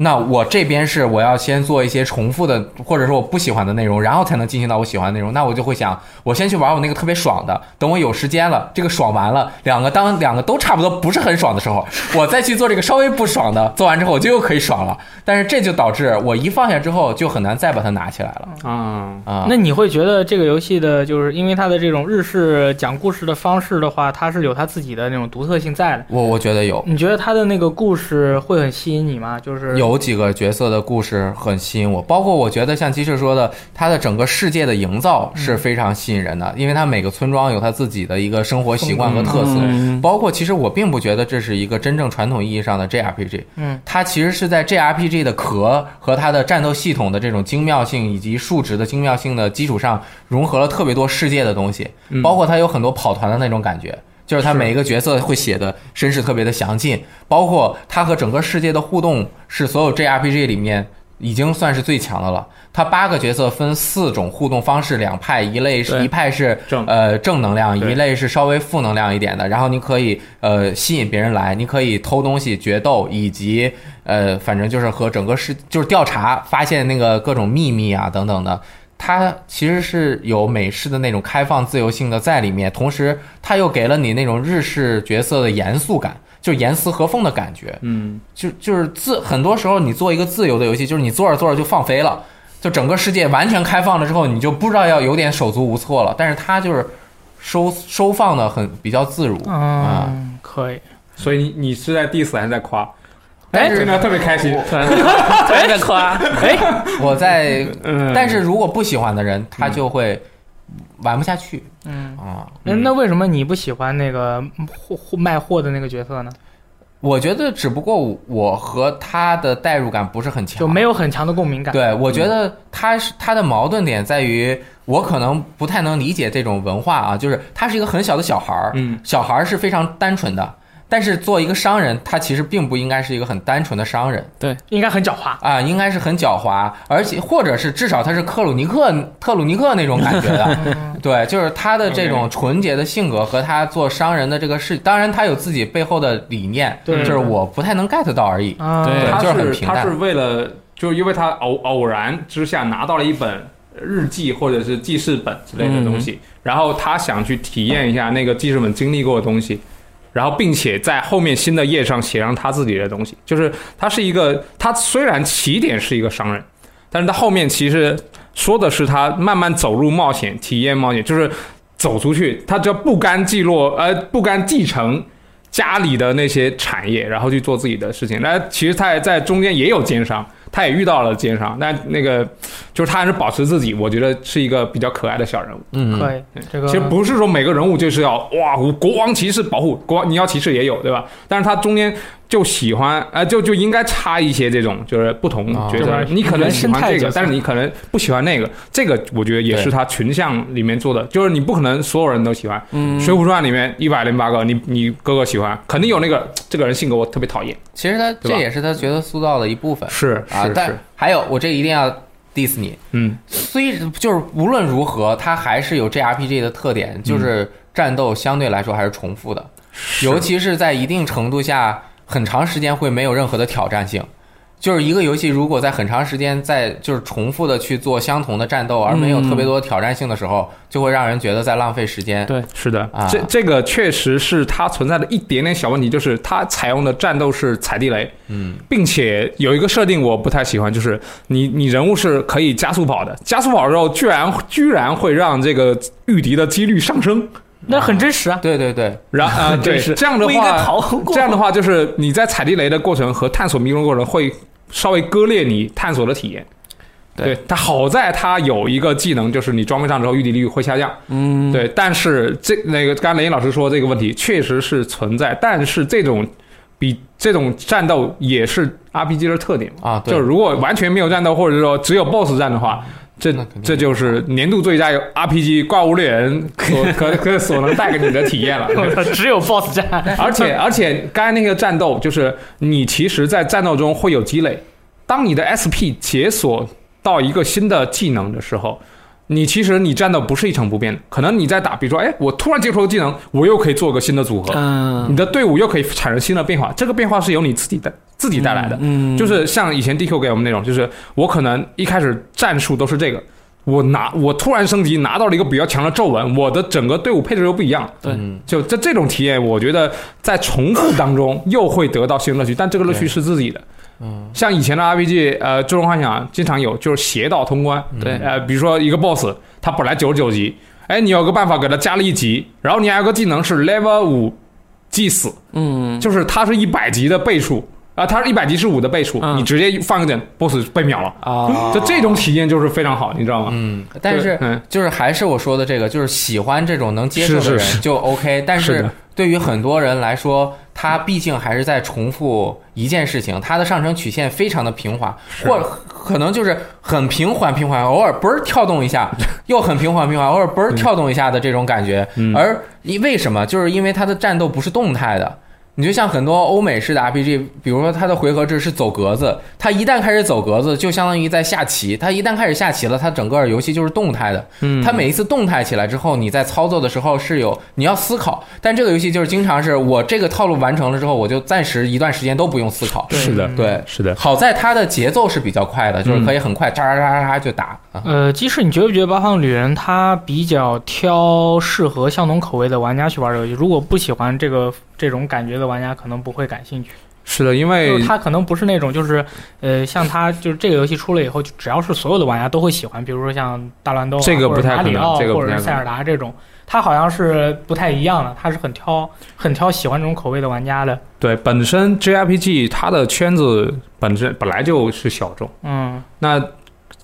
Speaker 2: 那我这边是我要先做一些重复的，或者说我不喜欢的内容，然后才能进行到我喜欢的内容。那我就会想，我先去玩我那个特别爽的，等我有时间了，这个爽完了，两个当两个都差不多不是很爽的时候，我再去做这个稍微不爽的，做完之后我就又可以爽了。但是这就导致我一放下之后就很难再把它拿起来了
Speaker 4: 啊，
Speaker 2: 啊。
Speaker 1: 那你会觉得这个游戏的，就是因为它的这种日式讲故事的方式的话，它是有它自己的那种独特性在的。
Speaker 2: 我我觉得有
Speaker 1: 你觉得它的那个故事会很吸引你吗？就是
Speaker 2: 有几个角色的故事很吸引我，包括我觉得像鸡翅说的，它的整个世界的营造是非常吸引人的，因为它每个村庄有它自己的一个生活习惯和特色。
Speaker 3: 嗯
Speaker 2: 包括其实我并不觉得这是一个真正传统意义上的 JRPG，
Speaker 1: 嗯，
Speaker 2: 它其实是在 JRPG 的壳和它的战斗系统的这种精妙性以及数值的精妙性的基础上，融合了特别多世界的东西，包括它有很多跑团的那种感觉。就是它每一个角色会写的身世特别的详尽，包括它和整个世界的互动是所有 JRPG 里面已经算是最强的了。它八个角色分四种互动方式，两派，一类是
Speaker 4: 对
Speaker 2: 一派是
Speaker 4: 正
Speaker 2: 呃正能量，
Speaker 4: 对
Speaker 2: 一类是稍微负能量一点的。然后你可以呃吸引别人来，你可以偷东西、决斗，以及呃反正就是和整个世就是调查，发现那个各种秘密啊等等的。它其实是有美式的那种开放自由性的在里面，同时它又给了你那种日式角色的严肃感，就严丝合缝的感觉。
Speaker 4: 嗯，
Speaker 2: 就就是自很多时候你做一个自由的游戏，就是你做着做着就放飞了，就整个世界完全开放了之后，你就不知道要有点手足无措了。但是它就是收收放的很比较自如啊、
Speaker 1: 嗯，可以。
Speaker 4: 所以你是在 diss 还是在夸？
Speaker 1: 哎
Speaker 4: 真的特别开心。
Speaker 3: 突然突然在夸，
Speaker 1: 哎，
Speaker 2: 我在，
Speaker 4: 嗯，
Speaker 2: 但是如果不喜欢的人，他就会玩不下去
Speaker 1: 嗯，
Speaker 2: 啊、
Speaker 1: 那
Speaker 4: 嗯
Speaker 1: 那为什么你不喜欢那个货货卖货的那个角色呢？
Speaker 2: 我觉得只不过我和他的代入感不是很强，
Speaker 1: 就没有很强的共鸣感。
Speaker 2: 对，我觉得他是他的矛盾点在于，我可能不太能理解这种文化啊，就是他是一个很小的小孩儿，
Speaker 4: 嗯，
Speaker 2: 小孩儿是非常单纯的，但是做一个商人，他其实并不应该是一个很单纯的商人
Speaker 1: 应该很狡猾。
Speaker 2: 啊，应该是很狡猾，而且或者是至少他是克鲁尼克特鲁尼克那种感觉的， 对，就是他的这种纯洁的性格和他做商人的这个事，当然他有自己背后的理念，
Speaker 1: 对
Speaker 2: 就是我不太能 get 到而已。
Speaker 1: 啊，
Speaker 3: 对
Speaker 4: 他
Speaker 2: 嗯就是很
Speaker 4: 是
Speaker 2: 平
Speaker 4: 他
Speaker 2: 淡
Speaker 4: 是为了，就是因为他偶偶然之下拿到了一本日记或者是记事本之类的东西，然后他想去体验一下那个记事本经历过的东西，然后并且在后面新的页上写上他自己的东西。就是他是一个，他虽然起点是一个商人，但是他后面其实说的是他慢慢走入冒险，体验冒险，就是走出去，他就不甘寂落，呃，不甘继承家里的那些产业，然后去做自己的事情。那其实他也在中间也有奸商，他也遇到了奸商，但那个就是他还是保持自己，我觉得是一个比较可爱的小人物。
Speaker 2: 嗯，
Speaker 1: 可以，这个
Speaker 4: 其实 不是说每个人物就是要哇，我国王骑士保护国王，你要骑士也有对吧？但是他中间就喜欢，呃，就就应该插一些这种就是不同
Speaker 2: 啊
Speaker 4: 角色，
Speaker 1: 就是
Speaker 4: 你可能喜
Speaker 1: 原生
Speaker 4: 欢
Speaker 1: 态
Speaker 4: 这
Speaker 1: 角
Speaker 4: 个
Speaker 1: 色，
Speaker 4: 但是你可能不喜欢那个，这个我觉得也是他群像里面做的，就是你不可能所有人都喜欢。
Speaker 3: 嗯，
Speaker 4: 水浒传》里面一百零八个，你你哥哥喜欢，肯定有那个这个人性格我特别讨厌。
Speaker 2: 其实他这
Speaker 4: 吧
Speaker 2: 也是他角色塑造的一部分
Speaker 4: 是
Speaker 2: 啊。但还有，我这一定要 diss 你，
Speaker 4: 嗯，
Speaker 2: 虽就是无论如何，它还是有 JRPG 的特点，就是战斗相对来说还是重复的，尤其是在一定程度下，很长时间会没有任何的挑战性。就是一个游戏，如果在很长时间在就是重复的去做相同的战斗，而没有特别多的挑战性的时候，就会让人觉得在浪费时间。
Speaker 3: 对
Speaker 4: 是的，
Speaker 2: 啊
Speaker 4: 这这个确实是它存在的一点点小问题，就是它采用的战斗是踩地雷，嗯，并且有一个设定我不太喜欢，就是你你人物是可以加速跑的，加速跑之后居然居然会让这个遇敌的几率上升，
Speaker 1: 那很真实啊。
Speaker 2: 对对对，
Speaker 4: 然 啊、对，这样的
Speaker 1: 不应该
Speaker 4: 话，
Speaker 1: 逃过。
Speaker 4: 这样的话就是你在踩地雷的过程和探索迷宫的过程会稍微割裂你探索的体验。
Speaker 3: 对
Speaker 4: 对它好在它有一个技能，就是你装备上之后遇敌率会下降。
Speaker 3: 嗯，
Speaker 4: 对，但是这那个刚才雷老师说这个问题确实是存在，但是这种比这种战斗也是 RPG 的特点嘛
Speaker 2: 啊，对
Speaker 4: 就是如果完全没有战斗，或者说只有 BOSS 战的话，这
Speaker 2: 那肯定
Speaker 4: 这就是年度最佳 RPG《怪物猎人》所可可所能带给你的 体验了。
Speaker 1: 我操只有 BOSS 战，
Speaker 4: 而且而且刚才那个战斗，就是你其实，在战斗中会有积累。当你的 SP 解锁到一个新的技能的时候，你其实你战斗不是一成不变的。可能你在打，比如说，哎，我突然接触了技能，我又可以做个新的组合，
Speaker 3: 嗯
Speaker 4: 你，的队伍又可以产生新的变化。这个变化是由你自己的自己带来的。
Speaker 3: 嗯，
Speaker 4: 就是像以前 DQ 给我们那种，就是我可能一开始战术都是这个，我拿我突然升级拿到了一个比较强的皱纹，我的整个队伍配置又不一样，
Speaker 3: 对
Speaker 2: 嗯
Speaker 4: 就这这种体验，我觉得在重复当中又会得到新的乐趣，但这个乐趣
Speaker 2: 对
Speaker 4: 是自己的。
Speaker 2: 嗯，
Speaker 4: 像以前的 RPG，呃，《最终幻想》经常有就是邪道通关，
Speaker 3: 对
Speaker 4: 呃，比如说一个 BOSS，他本来九十九级，哎，你有个办法给他加了一级，然后你还有个技能是 Level 五祭死，
Speaker 3: 嗯，
Speaker 4: 就是它是一百级的倍数啊，它是一百级是五的倍数，
Speaker 3: 嗯
Speaker 4: 你直接放一点 BOSS 被秒了，
Speaker 3: 啊，
Speaker 4: 就这种体验就是非常好，你知道吗？
Speaker 2: 嗯，但是
Speaker 4: 对嗯
Speaker 2: 就是还是我说的这个，就是喜欢这种能接受的
Speaker 4: 是是
Speaker 2: 人就 OK，但
Speaker 4: 是
Speaker 2: 是
Speaker 4: 的
Speaker 2: 对于很多人来说，他毕竟还是在重复一件事情，他的上升曲线非常的平滑，或者可能就是很平缓平缓，偶尔嘣儿跳动一下，又很平缓平缓，偶尔嘣儿跳动一下的这种感觉。
Speaker 4: 嗯
Speaker 2: 而因为什么？就是因为它的战斗不是动态的。你就像很多欧美式的 RPG，比如说它的回合制是走格子，它一旦开始走格子，就相当于在下棋。它一旦开始下棋了，它整个游戏就是动态的。
Speaker 4: 嗯
Speaker 2: 它每一次动态起来之后，你在操作的时候是有你要思考，但这个游戏就是经常是我这个套路完成了之后，我就暂时一段时间都不用思考。
Speaker 1: 对
Speaker 4: 是的，
Speaker 2: 对，嗯
Speaker 4: 是的，
Speaker 2: 好在它的节奏是比较快的，就是可以很快喳喳喳喳就打啊。
Speaker 1: 呃，即使你觉不觉得《八方旅人》它比较挑适合相同口味的玩家去玩这个游戏，如果不喜欢这个这种感觉的玩家，可能不会感兴趣。
Speaker 4: 是的，因
Speaker 1: 就
Speaker 4: 为
Speaker 1: 是它可能不是那种就是呃，像它就是这个游戏出了以后，就只要是所有的玩家都会喜欢，比如说像大乱斗、啊、
Speaker 4: 这个
Speaker 1: 或
Speaker 4: 不
Speaker 1: 者
Speaker 4: 太
Speaker 1: 马
Speaker 4: 可
Speaker 1: 里
Speaker 4: 能
Speaker 1: 奥
Speaker 4: 这个不
Speaker 1: 或者
Speaker 4: 太
Speaker 1: 是
Speaker 4: 可
Speaker 1: 塞尔达这种，它好像是不太一样的，它是很挑很挑喜欢这种口味的玩家的。
Speaker 4: 对本身 JRPG 它的圈子本身本来就是小众，
Speaker 1: 嗯，
Speaker 4: 那。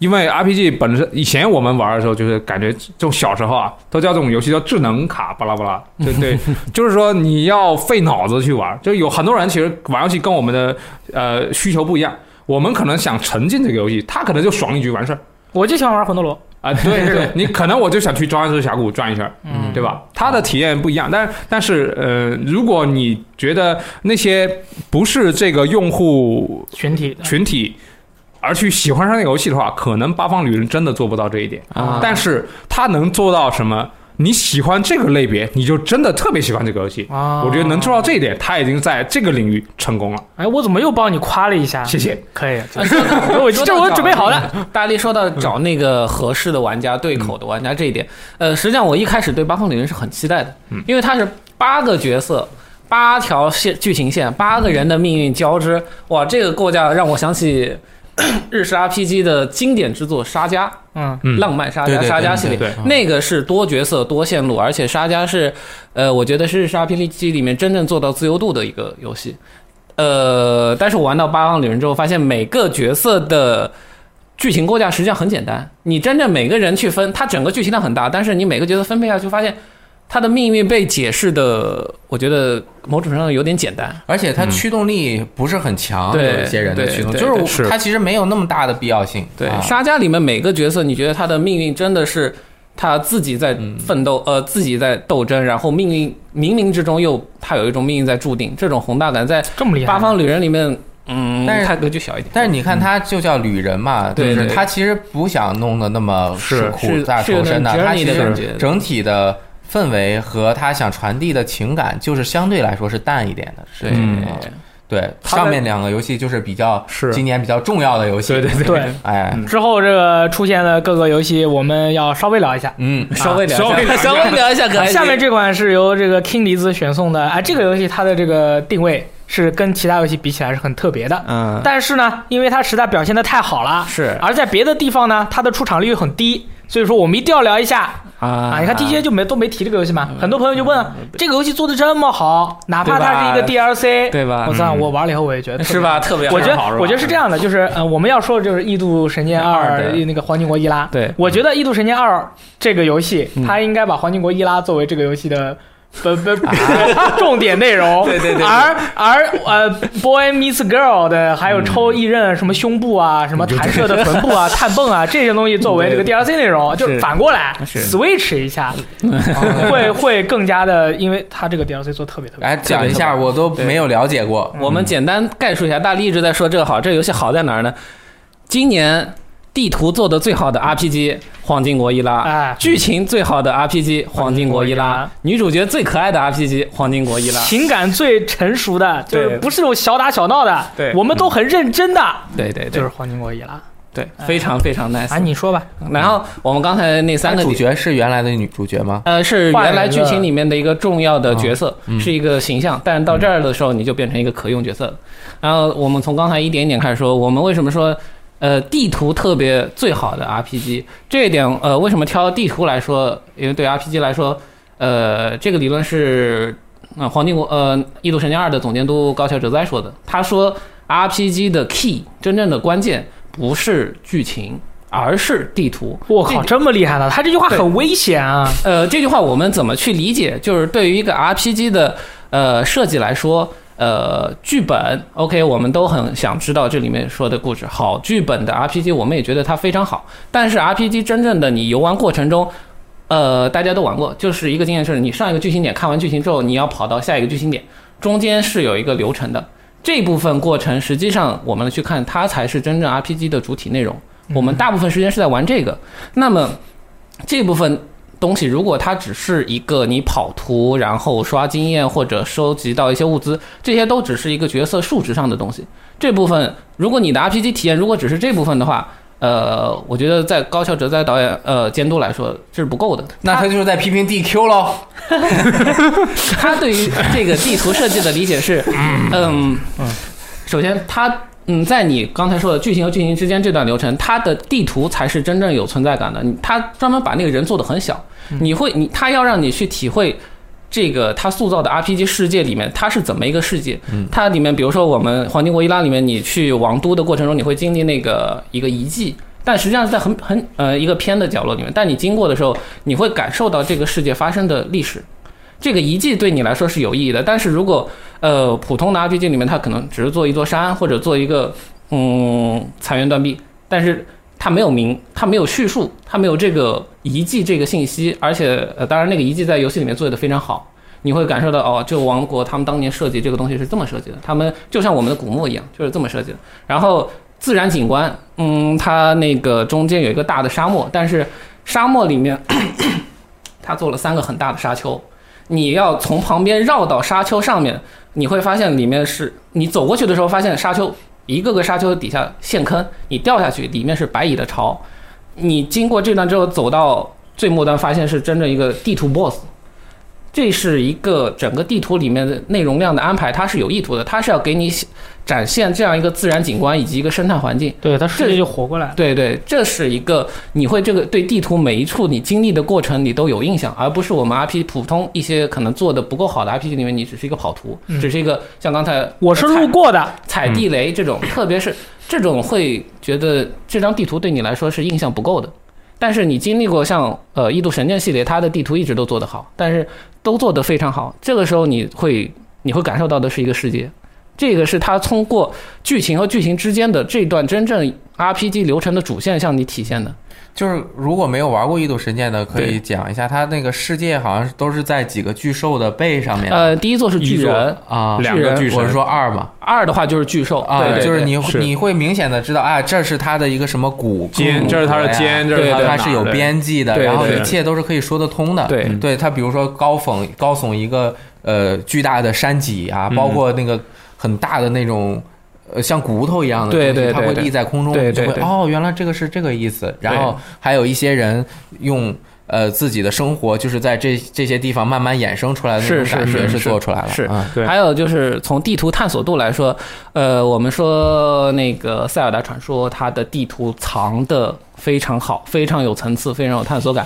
Speaker 4: 因为 RPG 本身，以前我们玩的时候，就是感觉这种小时候啊，都叫这种游戏叫智能卡，巴拉巴拉，对对，就是说你要费脑子去玩，就有很多人其实玩游戏跟我们的呃需求不一样，我们可能想沉浸这个游戏，他可能就爽一局完事儿。
Speaker 1: 我就喜欢玩魂斗罗。
Speaker 4: 啊，对对，你可能我就想去装石峡谷转一圈儿，
Speaker 1: 嗯，
Speaker 4: 对吧？它的体验不一样，但但是呃，如果你觉得那些不是这个用户
Speaker 1: 群体的
Speaker 4: 群体而去喜欢上那个游戏的话，可能八方旅人真的做不到这一点，
Speaker 3: 啊
Speaker 4: 但是他能做到什么？你喜欢这个类别，你就真的特别喜欢这个游戏。
Speaker 1: 啊，
Speaker 4: 我觉得能做到。这一点，他已经在这个领域成功了。
Speaker 1: 哎，我怎么又帮你夸了一下？
Speaker 4: 谢谢。
Speaker 1: 可以，
Speaker 3: 啊说到
Speaker 1: 我这是我准备好的。
Speaker 3: 大力说到找那个合适的玩家、对口的玩家这一点，呃，实际上我一开始对八方旅人是很期待的，因为它是八个角色。八条线剧情线，八个人的命运交织，哇！这个构架让我想起 日式 RPG 的经典之作《沙加》，
Speaker 1: 嗯，
Speaker 4: 嗯
Speaker 3: 浪漫沙
Speaker 2: 对
Speaker 3: 加
Speaker 2: 对
Speaker 3: 沙加
Speaker 2: 对嗯
Speaker 3: 系列
Speaker 4: 对，
Speaker 3: 那个是多角色多线路，而且沙加是，呃，我觉得是日式 RPG 里面真正做到自由度的一个游戏。呃，但是我玩到《八方旅人》之后，发现每个角色的剧情构架实际上很简单，你真正每个人去分，它整个剧情量很大，但是你每个角色分配下去，发现他的命运被解释的，我觉得某种程度上有点简单。
Speaker 2: 而且它驱动力不是很强，
Speaker 3: 对
Speaker 2: 有一些人的
Speaker 3: 对
Speaker 2: 驱动，
Speaker 3: 对
Speaker 2: 就是
Speaker 3: 对
Speaker 2: 我
Speaker 4: 是
Speaker 2: 它其实没有那么大的必要性。
Speaker 3: 对，
Speaker 2: 啊
Speaker 3: 沙加里面每个角色，你觉得他的命运真的是他自己在
Speaker 4: 嗯
Speaker 3: 奋斗，呃，自己在斗争，然后命运冥冥之中又他有一种命运在注定，这种宏大感在《
Speaker 1: 这么厉害。
Speaker 3: 八方旅人》里面，嗯，
Speaker 2: 但是
Speaker 3: 它格局小一点。
Speaker 2: 但是你看，他就叫旅人嘛，就
Speaker 3: 对
Speaker 2: 是
Speaker 3: 对
Speaker 2: 他其实不想弄得那么
Speaker 4: 是
Speaker 2: 苦
Speaker 3: 是
Speaker 2: 大
Speaker 3: 是有
Speaker 2: 仇
Speaker 3: 点
Speaker 2: 深的，他
Speaker 3: journey
Speaker 2: 其
Speaker 3: 的感
Speaker 2: 实
Speaker 3: 觉
Speaker 2: 整体的氛围和他想传递的情感，就是相对来说是淡一点的。是
Speaker 3: 对，
Speaker 4: 嗯
Speaker 2: 对，
Speaker 4: 他在
Speaker 2: 上面两个游戏就是比较
Speaker 4: 是
Speaker 2: 今年比较重要的游戏。
Speaker 4: 对对，
Speaker 1: 对，
Speaker 2: 哎，
Speaker 1: 之后这个出现的各个游戏，我们要稍微聊一下。啊
Speaker 2: 嗯，
Speaker 3: 稍微聊
Speaker 4: 稍微
Speaker 3: 一下，
Speaker 4: 聊一
Speaker 3: 稍
Speaker 4: 下
Speaker 3: 微聊一下，可还行
Speaker 1: 下面这款是由这个 King 离子选送的啊，这个游戏它的这个定位是跟其他游戏比起来是很特别的，
Speaker 3: 嗯，
Speaker 1: 但是呢，因为它实在表现的太好了，
Speaker 3: 是
Speaker 1: 而在别的地方呢，它的出场率又很低，所以说我们一定要聊一下
Speaker 3: 啊
Speaker 1: 啊。你看 DJ 就没都没提这个游戏嘛，很多朋友就问了这个游戏做的这么好，哪怕它是一个
Speaker 3: 对
Speaker 1: DLC，
Speaker 3: 对吧嗯
Speaker 1: 我操，我玩了以后我也觉得特别
Speaker 3: 是吧？特别好
Speaker 1: 啊我觉得
Speaker 4: 好是吧
Speaker 1: 我觉得是这样的，就是呃，我们要说的就是《异度神剑二
Speaker 3: 二》对
Speaker 1: 那个黄金国伊拉。
Speaker 3: 对
Speaker 1: 我觉得《异度神剑二》这个游戏
Speaker 3: 嗯，
Speaker 1: 它应该把黄金国伊拉作为这个游戏的。不 不，重点内容。对对对。而而呃，boy meets girl 的，还有抽一刃什么胸部啊，什么弹射的臀部啊、探泵啊这些东西作为这个 DLC 内容，就是反过来
Speaker 3: 是
Speaker 1: switch 一 下，会会更加的，因为它这个 DLC 做得特别特别好。
Speaker 2: 来哎讲一下，我都没有了解
Speaker 3: 嗯
Speaker 2: 过。
Speaker 3: 我们简单概述一下，大力一直在说这个好，这个游戏好在哪儿呢？今年地图做的最好的 RPG《黄金国伊拉》，
Speaker 1: 哎
Speaker 3: 剧情最好的 RPG《黄金国
Speaker 1: 黄金国
Speaker 3: 伊
Speaker 1: 伊
Speaker 3: 拉
Speaker 1: 拉》，
Speaker 3: 女主角最可爱的 RPG《黄金国伊拉》。
Speaker 1: 情感最成熟的，就是
Speaker 3: 啊对
Speaker 1: 不是那种小打小闹的，
Speaker 4: 对
Speaker 1: 我们都很认真的，
Speaker 3: 对对
Speaker 1: 就
Speaker 3: 对
Speaker 1: 是黄金国伊拉。
Speaker 3: 对，非常非常
Speaker 1: 啊，
Speaker 3: nice。
Speaker 1: 你说吧，
Speaker 3: 然后我们刚才那三个
Speaker 2: 主
Speaker 3: 点
Speaker 2: 角是原来的女主角吗？
Speaker 3: 呃，是
Speaker 1: 换了
Speaker 3: 原来
Speaker 1: 一
Speaker 3: 剧
Speaker 1: 个
Speaker 3: 情里面的一个重要的角色，是一个形象，但是到这儿的时候你就变成一个可用角色了。然后我们从刚才一点一点开始说，我们为什么说呃地图特别最好的 RPG 这一点，呃，为什么挑地图来说？呃因为对 RPG 来说，呃，这个理论是呃黄金国呃《异度神剑二》的总监督高桥哲哉说的，他说 RPG 的 key 真正的关键不是剧情，而是地图。
Speaker 1: 我靠，这么厉害的，他这句话很危险啊！
Speaker 3: 呃，这句话我们怎么去理解？就是对于一个 RPG 的呃设计来说，呃，剧本 OK，我们都很想知道这里面说的故事。好剧本的 RPG，我们也觉得它非常好。但是 RPG 真正的你游玩过程中，呃，大家都玩过，就是一个经验是，你上一个剧情点看完剧情之后，你要跑到下一个剧情点，中间是有一个流程的。这部分过程，实际上我们去看，它才是真正 RPG 的主体内容。我们大部分时间是在玩这个。那么这部分东西，如果它只是一个你跑图，然后刷经验或者收集到一些物资，这些都只是一个角色数值上的东西。这部分，如果你的 RPG 体验如果只是这部分的话，呃，我觉得在高桥哲哉导演呃监督来说这是不够的。
Speaker 2: 那他就是在批评 DQ 喽。
Speaker 3: 他对于这个地图设计的理解是， 嗯，首先他。嗯，在你刚才说的剧情和剧情之间这段流程，它的地图才是真正有存在感的。你他专门把那个人做的很小，你会你他要让你去体会这个他塑造的 RPG 世界里面它是怎么一个世界。它里面比如说我们《黄金国伊拉》里面，你去王都的过程中，你会经历那个一个遗迹，但实际上是在很很呃一个偏的角落里面，但你经过的时候，你会感受到这个世界发生的历史。这个遗迹对你来说是有意义的，但是如果呃普通的 RPG 里面，它可能只是做一座山或者做一个嗯残垣断壁，但是它没有名，它没有叙述，它没有这个遗迹这个信息，而且呃当然那个遗迹在游戏里面做得非常好，你会感受到哦，这个王国他们当年设计这个东西是这么设计的，他们就像我们的古墓一样，就是这么设计的。然后自然景观，嗯，它那个中间有一个大的沙漠，但是沙漠里面 它做了三个很大的沙丘，你要从旁边绕到沙丘上面，你会发现里面是你走过去的时候，发现沙丘一个个沙丘底下陷坑，你掉下去里面是白蚁的巢。你经过这段之后，走到最末端，发现是真正一个地图 BOSS。这是一个整个地图里面的内容量的安排，它是有意图的，它是要给你展现这样一个自然景观以及一个生态环境。
Speaker 1: 对他瞬间就活过来了。
Speaker 3: 对对，这是一个你会这个对地图每一处你经历的过程你都有印象，而不是我们 RP 普通一些可能做的不够好的 RPG 里面，你只是一个跑图，只是一个像刚才
Speaker 1: 嗯我是路过的，
Speaker 3: 踩地雷这种，特别是这种会觉得这张地图对你来说是印象不够的。但是你经历过像呃《异度神剑》系列，它的地图一直都做得好，但是都做得非常好。这个时候你会你会感受到的是一个世界，这个是它通过剧情和剧情之间的这段真正 RPG 流程的主线向你体现的。
Speaker 2: 就是如果没有玩过《异度神剑》的，可以
Speaker 3: 对
Speaker 2: 讲一下，它那个世界好像都是在几个巨兽的背上面
Speaker 3: 呃，第一座是巨人，
Speaker 2: 啊。
Speaker 4: 两个巨
Speaker 2: 我
Speaker 4: 神
Speaker 2: 是说二嘛
Speaker 3: 二的话就是巨兽，
Speaker 2: 啊，
Speaker 3: 对对对
Speaker 2: 就是你
Speaker 4: 是
Speaker 2: 你会明显的知道啊，这是它的一个什么骨
Speaker 4: 肩，这是他的，肩，这是他
Speaker 2: 骨骼
Speaker 4: 的哪
Speaker 2: 呀
Speaker 4: 儿
Speaker 2: 它是有编辑的，
Speaker 3: 对
Speaker 2: 然后
Speaker 3: 对
Speaker 2: 一切都是可以说得通的。嗯
Speaker 3: 对
Speaker 2: 对，它比如说高耸高耸一个呃巨大的山脊啊，包
Speaker 3: 嗯
Speaker 2: 括那个很大的那种。呃，像骨头一样的东西，
Speaker 3: 对对对
Speaker 2: 它会立在空中，
Speaker 3: 对对
Speaker 2: 你就会
Speaker 3: 对
Speaker 2: 哦，原来这个是这个意思。然后还有一些人用呃自己的生活，就是在这这些地方慢慢衍生出来的那种
Speaker 3: 是是
Speaker 2: 感觉
Speaker 3: 是是
Speaker 2: 做出来了。
Speaker 3: 是
Speaker 2: 啊
Speaker 4: 对
Speaker 3: 还有就是从地图探索度来说，呃，我们说那个《塞尔达传说》，它的地图藏的非常好，非常有层次，非常有探索感。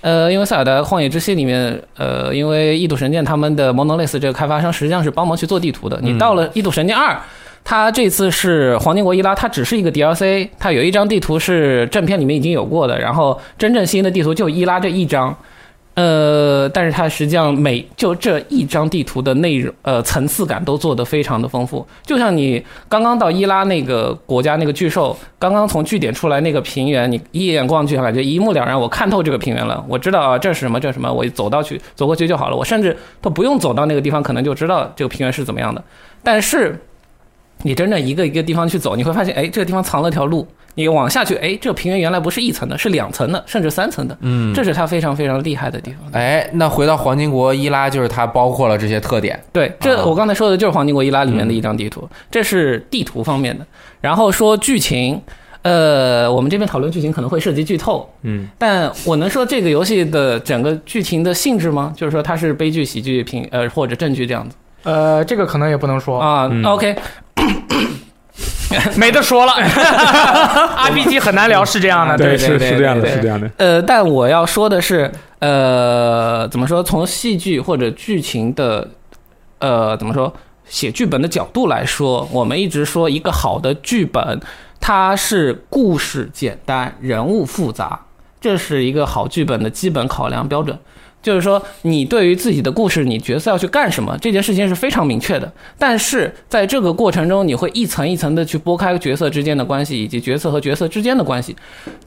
Speaker 3: 呃，因为《塞尔达旷野之息》里面，呃，因为《异度神剑》他们的 Monolith 这个开发商实际上是帮忙去做地图的。你到了《异度神剑二》，它这次是黄金国伊拉，它只是一个 DLC，它有一张地图是正片里面已经有过的，然后真正新的地图就伊拉这一张。呃，但是它实际上每就这一张地图的内容，呃，层次感都做得非常的丰富。就像你刚刚到伊拉那个国家那个巨兽，刚刚从据点出来那个平原，你一眼望去，感觉一目了然，我看透这个平原了，我知道啊，这是什么，这是什么，我走到去走过去就好了，我甚至都不用走到那个地方，可能就知道这个平原是怎么样的。但是你真正一个一个地方去走，你会发现，哎，这个地方藏了条路。你往下去，哎，这个平原原来不是一层的，是两层的，甚至三层的。嗯，这是它非常非常厉害的地方。
Speaker 2: 哎，那回到黄金国伊拉，就是它包括了这些特点。
Speaker 3: 对，这我刚才说的就是《黄金国伊拉》里面的一张地图，这是地图方面的。然后说剧情，呃，我们这边讨论剧情可能会涉及剧透，
Speaker 4: 嗯，
Speaker 3: 但我能说这个游戏的整个剧情的性质吗？就是说它是悲剧、喜剧、平呃或者正剧这样子
Speaker 1: 呃，这个可能也不能说，
Speaker 3: 啊、OK，
Speaker 1: 没得 说了。RPG 很难聊，是这样的，
Speaker 3: 对
Speaker 4: 是是这样的，
Speaker 3: 对
Speaker 4: 是这样的。
Speaker 3: 呃，但我要说的是，呃，怎么说？从戏剧或者剧情的，呃，怎么说？写剧本的角度来说，我们一直说一个好的剧本，它是故事简单，人物复杂，这是一个好剧本的基本考量标准。就是说，你对于自己的故事，你角色要去干什么，这件事情是非常明确的。但是在这个过程中，你会一层一层的去拨开角色之间的关系，以及角色和角色之间的关系。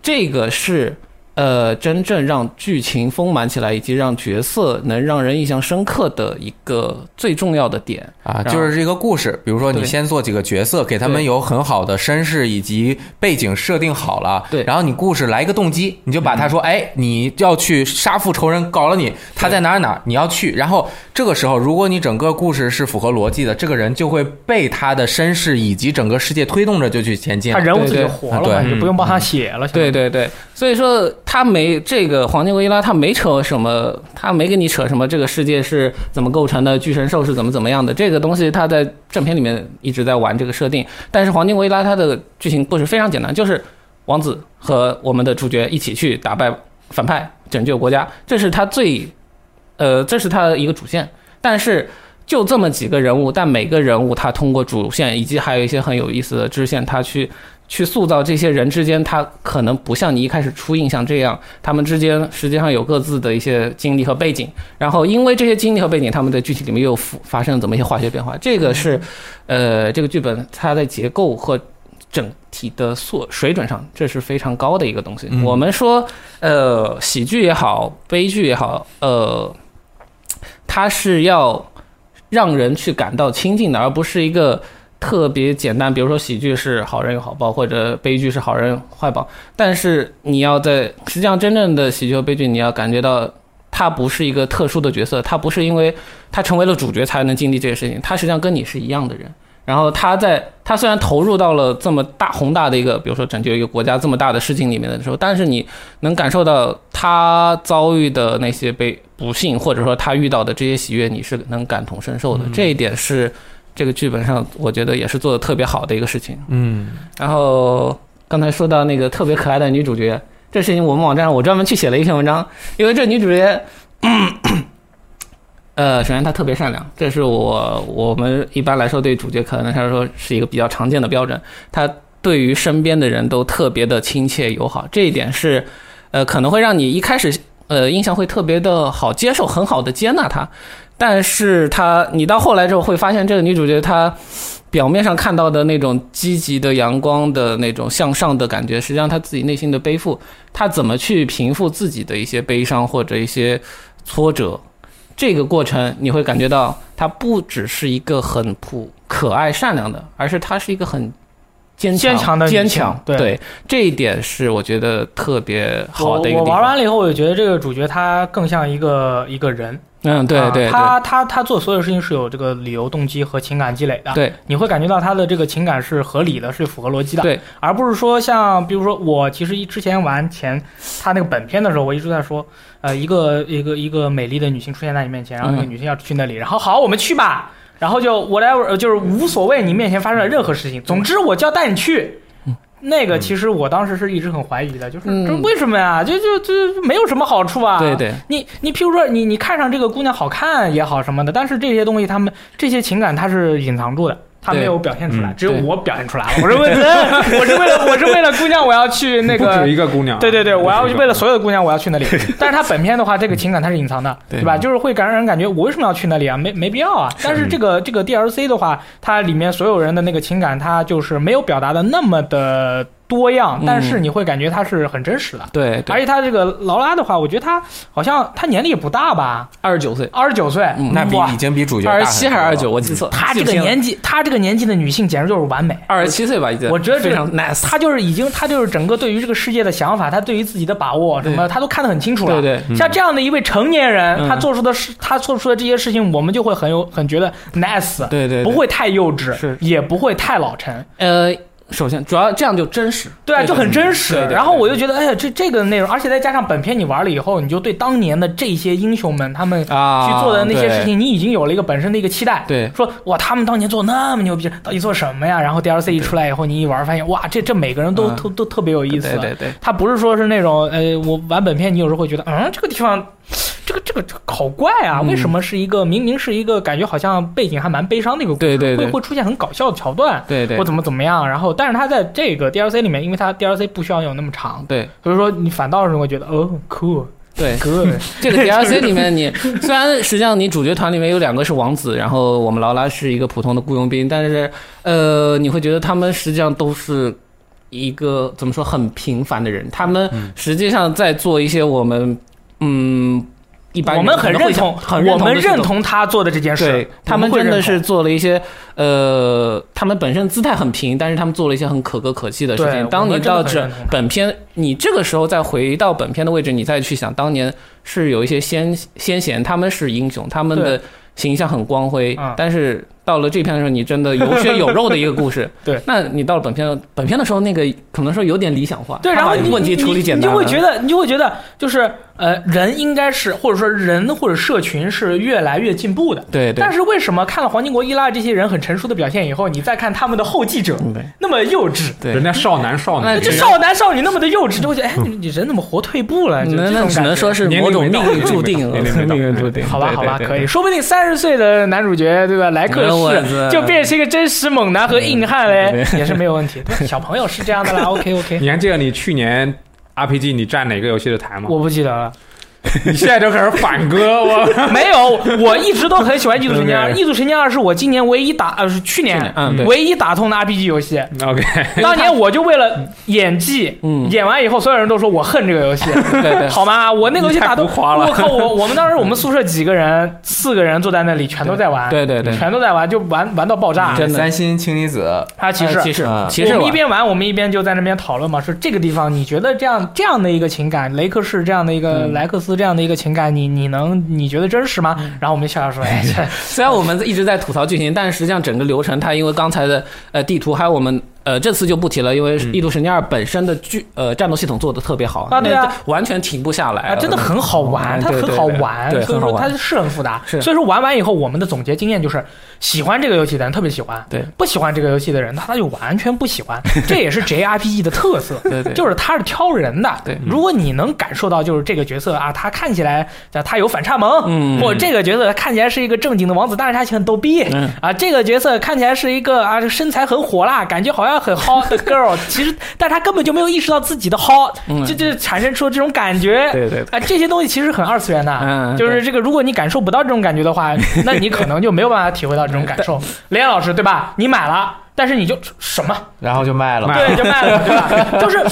Speaker 3: 这个是呃，真正让剧情丰满起来，以及让角色能让人印象深刻的一个最重要的点。然
Speaker 2: 啊，
Speaker 3: 后
Speaker 2: 就是这个故事，比如说你
Speaker 3: 对
Speaker 2: 先做几个角色，给他们
Speaker 3: 对
Speaker 2: 有很好的身世以及背景设定好了，
Speaker 3: 对
Speaker 2: 然后你故事来一个动机，你就把他说，哎，你要去杀父仇人，搞了你，他在哪儿哪儿，你要去，然后这个时候，如果你整个故事是符合逻辑的，这个人就会被他的身世以及整个世界推动着就去前进
Speaker 1: 他
Speaker 2: 了。
Speaker 1: 人物自己
Speaker 3: 对对嗯
Speaker 1: 活了嘛，
Speaker 2: 对
Speaker 1: 你就不用帮他写了。
Speaker 3: 对对对，所以说他没这个黄金维拉，他没扯什么，他没跟你扯什么这个世界是怎么构成的，巨神兽是怎么怎么样的，这个东西他在正片里面一直在玩这个设定，但是黄金维拉他的剧情故事非常简单，就是王子和我们的主角一起去打败反派，拯救国家，这是他最，呃，这是他的一个主线，但是。就这么几个人物，但每个人物他通过主线以及还有一些很有意思的支线，他去去塑造这些人之间，他可能不像你一开始初印象这样，他们之间实际上有各自的一些经历和背景，然后因为这些经历和背景，他们在具体里面又发发生了怎么一些化学变化，这个是，呃，这个剧本它在结构和整体的塑水准上，这是非常高的一个东西。
Speaker 2: 嗯
Speaker 3: 我们说，呃，喜剧也好，悲剧也好，呃，它是要让人去感到亲近的，而不是一个。特别简单，比如说喜剧是好人有好报，或者悲剧是好人坏报。但是你要在实际上真正的喜剧和悲剧，你要感觉到他不是一个特殊的角色，他不是因为他成为了主角才能经历这个事情，他实际上跟你是一样的人。然后他在他虽然投入到了这么大宏大的一个，比如说拯救一个国家这么大的事情里面的时候，但是你能感受到他遭遇的那些悲不幸，或者说他遇到的这些喜悦，你是能感同身受的。这一点是这个剧本上，我觉得也是做的特别好的一个事情。
Speaker 2: 嗯，
Speaker 3: 然后刚才说到那个特别可爱的女主角，这事情我们网站上我专门去写了一篇文章，因为这女主角，呃，首先她特别善良，这是我我们一般来说对主角可能来说是一个比较常见的标准，她对于身边的人都特别的亲切友好，这一点是，呃，可能会让你一开始呃印象会特别的好接受，很好的接纳她。但是她，你到后来之后会发现，这个女主角她，表面上看到的那种积极的阳光的那种向上的感觉，实际上他自己内心的背负，他怎么去平复自己的一些悲伤或者一些挫折，这个过程你会感觉到他不只是一个很普可爱善良的，而是他是一个很坚
Speaker 1: 坚强的女性
Speaker 3: 坚强。
Speaker 1: 对
Speaker 3: 这一点是我觉得特别好的一个
Speaker 1: 我我
Speaker 3: 地方。
Speaker 1: 玩完了以后，我就觉得这个主角他更像一个一个人，
Speaker 3: 嗯，对
Speaker 1: 啊
Speaker 3: 对对
Speaker 1: 他他他做所有事情是有这个理由、动机和情感积累的。
Speaker 3: 对，
Speaker 1: 你会感觉到他的这个情感是合理的，是符合逻辑的，
Speaker 3: 对，
Speaker 1: 而不是说像比如说我其实一之前玩前他那个本片的时候，我一直在说，呃，一个一个一个美丽的女性出现在你面前，然后那个
Speaker 3: 嗯
Speaker 1: 女性要去那里，然后好，我们去吧，然后就 whatever，呃就是无所谓你面前发生的任何事
Speaker 3: 嗯
Speaker 1: 情，总之我就要带你去。那个其实我当时是一直很怀疑的，就是
Speaker 3: 嗯
Speaker 1: 这为什么呀？就就就没有什么好处啊。
Speaker 3: 对对
Speaker 1: 你你譬如说你你看上这个姑娘好看也好什么的，但是这些东西他们这些情感它是隐藏住的。他没有表现出来，
Speaker 4: 嗯
Speaker 1: 只有
Speaker 3: 对
Speaker 1: 我表现出来了。我是为了，我是为了，我是为了姑娘，我要去那
Speaker 4: 不
Speaker 1: 个
Speaker 4: 止一个姑娘，啊
Speaker 1: 对对对，
Speaker 4: 不止
Speaker 1: 我要
Speaker 4: 一个
Speaker 1: 为了所有的姑娘，我要去那里。但是它本片的话，这个情感它是隐藏的，
Speaker 2: 对
Speaker 1: 对吧？就是会感让人感觉我为什么要去那里啊？没没必要啊。但是这个这个 DLC 的话，它里面所有人的那个情感，它就是没有表达的那么的。多样，但是你会感觉它是很真实的。
Speaker 3: 对，
Speaker 1: 而且他这个劳拉的话，我觉得他好像他年龄也不大吧，
Speaker 3: 二十九岁，
Speaker 1: 二十九岁，
Speaker 3: 嗯
Speaker 2: 那比
Speaker 1: 哇
Speaker 2: 已经比主角大
Speaker 3: 二
Speaker 2: 很
Speaker 3: 十
Speaker 2: 多
Speaker 3: 七还是
Speaker 2: 了
Speaker 3: 二十九，？我记错。
Speaker 1: 他这
Speaker 3: 记
Speaker 1: 个
Speaker 3: 不清了
Speaker 1: 年纪，他这个年纪的女性简直就是完美。
Speaker 3: 二十七岁吧，已经。
Speaker 1: 我觉得这
Speaker 3: 非常 nice。
Speaker 1: 他就是已经，他就是整个对于这个世界的想法，他对于自己的把握什么，他都看得很清楚了。
Speaker 3: 对对
Speaker 1: 像这样的一位成年人，
Speaker 3: 嗯
Speaker 1: 他做出的事，他做出的这些事情，我们就会很有很觉得 nice，
Speaker 3: 对对对
Speaker 1: 不会太幼稚，
Speaker 3: 是
Speaker 1: 也不会太老成，
Speaker 3: 呃，首先主要这样就真实。
Speaker 1: 对啊，就很真实。
Speaker 3: 对对对
Speaker 1: 然后我就觉得，哎呀，这这个内容，而且再加上本片你玩了以后，你就对当年的这些英雄们他们
Speaker 3: 啊
Speaker 1: 去做的那些
Speaker 3: 对
Speaker 1: 事情，你已经有了一个本身的一个期待。
Speaker 3: 对
Speaker 1: 说哇，他们当年做那么牛逼，到底做什么呀？然后 DLC 一出来以后，你一玩发现，哇，这这每个人都
Speaker 3: 嗯
Speaker 1: 都都特别有意思。
Speaker 3: 对对对，
Speaker 1: 他不是说是那种呃，我玩本片，你有时候会觉得，嗯，这个地方，这个这个这个好怪
Speaker 3: 嗯
Speaker 1: 啊，为什么是一个明明是一个感觉好像背景还蛮悲伤的一个故事，
Speaker 3: 对对对
Speaker 1: 会会出现很搞笑的桥段，
Speaker 3: 对对
Speaker 1: 或怎么怎么样，然后但是他在这个 DLC 里面，因为他 DLC 不需要有那么长，
Speaker 3: 对
Speaker 1: 所以说你反倒是会觉得，哦，cool。
Speaker 3: 对，
Speaker 1: good，
Speaker 3: 这个 DLC 里面你，虽然实际上你主角团里面有两个是王子，然后我们劳拉是一个普通的雇佣兵，但是呃，你会觉得他们实际上都是一个怎么说很平凡的人，他们实际上在做一些我们嗯一般
Speaker 1: 我
Speaker 3: 人
Speaker 1: 们
Speaker 3: 可
Speaker 1: 很
Speaker 3: 能
Speaker 1: 认
Speaker 3: 会想
Speaker 1: 同，
Speaker 3: 很
Speaker 1: 我们
Speaker 3: 的事
Speaker 1: 认
Speaker 3: 情
Speaker 1: 同他做的这件事
Speaker 3: 对，他们
Speaker 1: 我会
Speaker 3: 真的
Speaker 1: 认同
Speaker 3: 是做了一些呃，他们本身姿态很平，但是他们做了一些很可歌可泣的事
Speaker 1: 对
Speaker 3: 情。当
Speaker 1: 我
Speaker 3: 你
Speaker 1: 们真的
Speaker 3: 到
Speaker 1: 很
Speaker 3: 这
Speaker 1: 认同
Speaker 3: 本片，你这个时候再回到本片的位置，你再去想当年是有一些先先贤，他们是英雄，他们的形象很光辉
Speaker 1: 嗯，。
Speaker 3: 但是到了这片的时候，你真的有血有肉的一个故事
Speaker 1: 对，
Speaker 3: 那你到了本片本片的时候，那个可能说有点理想化，
Speaker 1: 对，
Speaker 3: 他
Speaker 1: 然后
Speaker 3: 把
Speaker 1: 你
Speaker 3: 问题处理简单
Speaker 1: 你，你就
Speaker 3: 了，
Speaker 1: 会觉得，你就会觉得，就是呃，人应该是，或者说人或者社群是越来越进步的。
Speaker 3: 对对
Speaker 1: 但是为什么看了黄金国伊拉这些人很成熟的表现以后，你再看他们的后继者
Speaker 3: 对
Speaker 1: 那么幼稚，
Speaker 3: 对
Speaker 4: 人。家少男少
Speaker 3: 那
Speaker 4: 女，
Speaker 1: 这少男少女那么的幼稚，就会觉得，哎，你你人怎么活退步了？就
Speaker 3: 嗯那
Speaker 1: 这种
Speaker 3: 那只
Speaker 1: 感觉
Speaker 3: 能说是
Speaker 4: 年龄
Speaker 3: 某种
Speaker 4: 没
Speaker 3: 命
Speaker 4: 到
Speaker 3: 运注定，
Speaker 4: 年龄没到
Speaker 3: 命运 注定。
Speaker 1: 好吧，
Speaker 3: 对
Speaker 1: 好吧，
Speaker 3: 对对
Speaker 1: 可以，说不定三十岁的男主角，对吧？莱克
Speaker 3: 哎我
Speaker 1: 士
Speaker 3: 是
Speaker 1: 就变成一个真实猛男和硬汉嘞
Speaker 3: 对，
Speaker 1: 也是没有问题。 对小朋友是这样 的啦，OK OK，
Speaker 4: 你还记得你去年 RPG 你站哪个游戏的台吗？
Speaker 1: 我不记得了。
Speaker 4: 你现在就开始反 歌，我
Speaker 1: 没有，我一直都很喜欢《异度神剑二》，《
Speaker 4: OK
Speaker 1: 异度神剑二》是我今年唯一打，呃，是去
Speaker 3: 去
Speaker 1: 年
Speaker 3: 年嗯对
Speaker 1: 唯一打通的 RPG 游 戏。
Speaker 4: OK，
Speaker 1: 当年我就为了演技，
Speaker 3: 嗯
Speaker 1: 演完以后，所有人都说我恨这个游戏，
Speaker 3: 对对
Speaker 1: 好吗？我那个游戏打
Speaker 4: 你
Speaker 1: 通，
Speaker 4: 太浮夸了
Speaker 1: 我靠， 我我们当时我们宿舍几个人，四个人坐在那里，全都在玩，
Speaker 3: 对对对
Speaker 1: 全都在玩，就玩玩到爆炸。
Speaker 3: 真的
Speaker 2: 三星氢离子，
Speaker 1: 他其实
Speaker 3: 骑士，骑士
Speaker 2: 啊，
Speaker 3: 骑士
Speaker 1: 我们
Speaker 3: 吧
Speaker 1: 一边玩，我们一边就在那边讨论嘛，说这个地方你觉得这样这样的一个情感，雷克士这样的一个、莱克斯这样的一个情感，你你能你觉得真实吗？然后我们就笑笑说，哎，这
Speaker 3: 虽然我们一直在吐槽剧情，但是实际上整个流程，它因为刚才的呃地图，还有我们呃这次就不提了，
Speaker 1: 嗯
Speaker 3: 因为《异度神剑二》本身的剧呃战斗系统做的特别好
Speaker 1: 啊对啊，
Speaker 3: 那完全停不下来
Speaker 1: 啊，
Speaker 3: 了，
Speaker 1: 真的很好玩，
Speaker 3: 嗯
Speaker 1: 它
Speaker 3: 对
Speaker 1: 很
Speaker 3: 对
Speaker 1: 好
Speaker 3: 对
Speaker 1: 玩，
Speaker 3: 对
Speaker 1: 所以
Speaker 3: 很好
Speaker 1: 说它
Speaker 3: 玩
Speaker 1: 是很复杂。
Speaker 3: 是
Speaker 1: 所以说玩完以后，我们的总结经验就是，喜欢这个游戏的人特别喜欢，
Speaker 3: 对
Speaker 1: 不喜欢这个游戏的人，那他就完全不喜 欢。这也是 JRPG 的特色，
Speaker 3: 对 对
Speaker 1: 就是它是挑人的。
Speaker 3: 对
Speaker 1: 如果你能感受到，就是这个角色啊，他看起来啊他有反差萌，
Speaker 3: 嗯
Speaker 1: 或者这个角色看起来是一个正经的王子，但是他很逗逼，
Speaker 3: 嗯
Speaker 1: 啊，这个角色看起来是一个啊身材很火辣，感觉好像很 hot 的 girl，其实但是他根本就没有意识到自己的 hot，
Speaker 3: 嗯
Speaker 1: 就就产生出这种感觉。
Speaker 3: 对对对
Speaker 1: 啊，这些东西其实很二次元的，
Speaker 3: 嗯
Speaker 1: 就是
Speaker 3: 对
Speaker 1: 这个，如果你感受不到这种感觉的 话，那你可能就没有办法体会到这种感受。雷岩老师对吧？你买了，但是你就什么？
Speaker 2: 然后就卖了。
Speaker 1: 对，就卖了，对吧？就是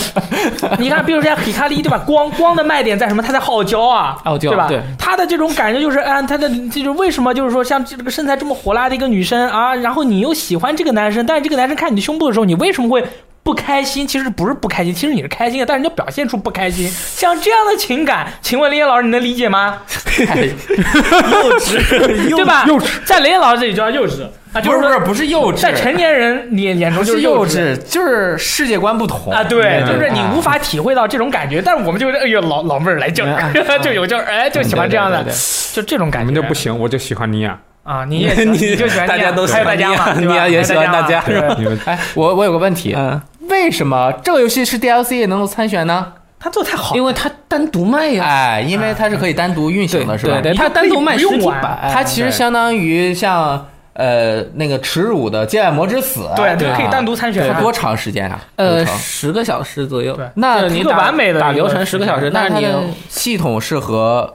Speaker 1: 你看，比如像皮卡利，对吧？光光的卖点在什么？它在傲娇啊，
Speaker 3: 傲娇
Speaker 1: 对吧？
Speaker 3: 对
Speaker 1: 它的这种感觉就是，啊，它的这种为什么就是说，像这个身材这么火辣的一个女生啊，然后你又喜欢这个男生，但是这个男生看你的胸部的时候，你为什么会？不开心，其实不是不开心，其实你是开心的，但是你要表现出不开心。像这样的情感，请问林岩老师，你能理解吗？ 幼稚，对吧？幼稚，在林岩老师这里就叫幼稚啊，就
Speaker 2: 不是不
Speaker 1: 说
Speaker 2: 是不是幼稚，
Speaker 1: 在成年人眼眼中
Speaker 2: 不
Speaker 1: 就是是
Speaker 2: 幼
Speaker 1: 稚。
Speaker 2: 稚，就是世界观不同
Speaker 1: 啊，对，就是你无。
Speaker 2: 嗯
Speaker 1: 法体会到这种感觉，但是我们就哎呦老老妹儿来劲 儿，就有劲儿，哎，就喜欢这样的
Speaker 3: 对对对，
Speaker 1: 就这种感
Speaker 4: 你
Speaker 1: 觉。
Speaker 4: 们就不行，我就喜欢你啊，
Speaker 1: 啊，你也你就喜欢
Speaker 2: 大家都喜
Speaker 1: 还有
Speaker 2: 欢
Speaker 1: 大家嘛，
Speaker 2: 你
Speaker 1: 对吧
Speaker 2: 你也喜欢大家
Speaker 1: 还有嘛对
Speaker 4: 你们
Speaker 2: 哎，我我有个问题，
Speaker 3: 嗯，
Speaker 2: 为什么这个游戏是 DLC 也能够参选呢？
Speaker 1: 他做得太好了，
Speaker 3: 因为它单独卖呀，
Speaker 2: 哎，因为它是可以单独运行的，是吧？哎
Speaker 3: 对对，
Speaker 1: 你
Speaker 3: 它
Speaker 1: 就可以
Speaker 3: 单独卖
Speaker 1: 不
Speaker 3: 实
Speaker 1: 用
Speaker 3: 体
Speaker 1: 玩啊
Speaker 3: 版，
Speaker 2: 它其实相当于像呃那个耻辱的《剑魔之死》，啊
Speaker 1: 对，
Speaker 2: 吧
Speaker 1: 就可以单独参选。
Speaker 2: 它多长时间啊？
Speaker 3: 呃
Speaker 2: 流程
Speaker 3: 十个小时左右
Speaker 1: 对，
Speaker 2: 那
Speaker 3: 就是你
Speaker 1: 一个
Speaker 3: 打
Speaker 1: 完美的
Speaker 3: 打
Speaker 1: 一个
Speaker 3: 流程十个小时，但是
Speaker 2: 它
Speaker 3: 你
Speaker 2: 的系统是和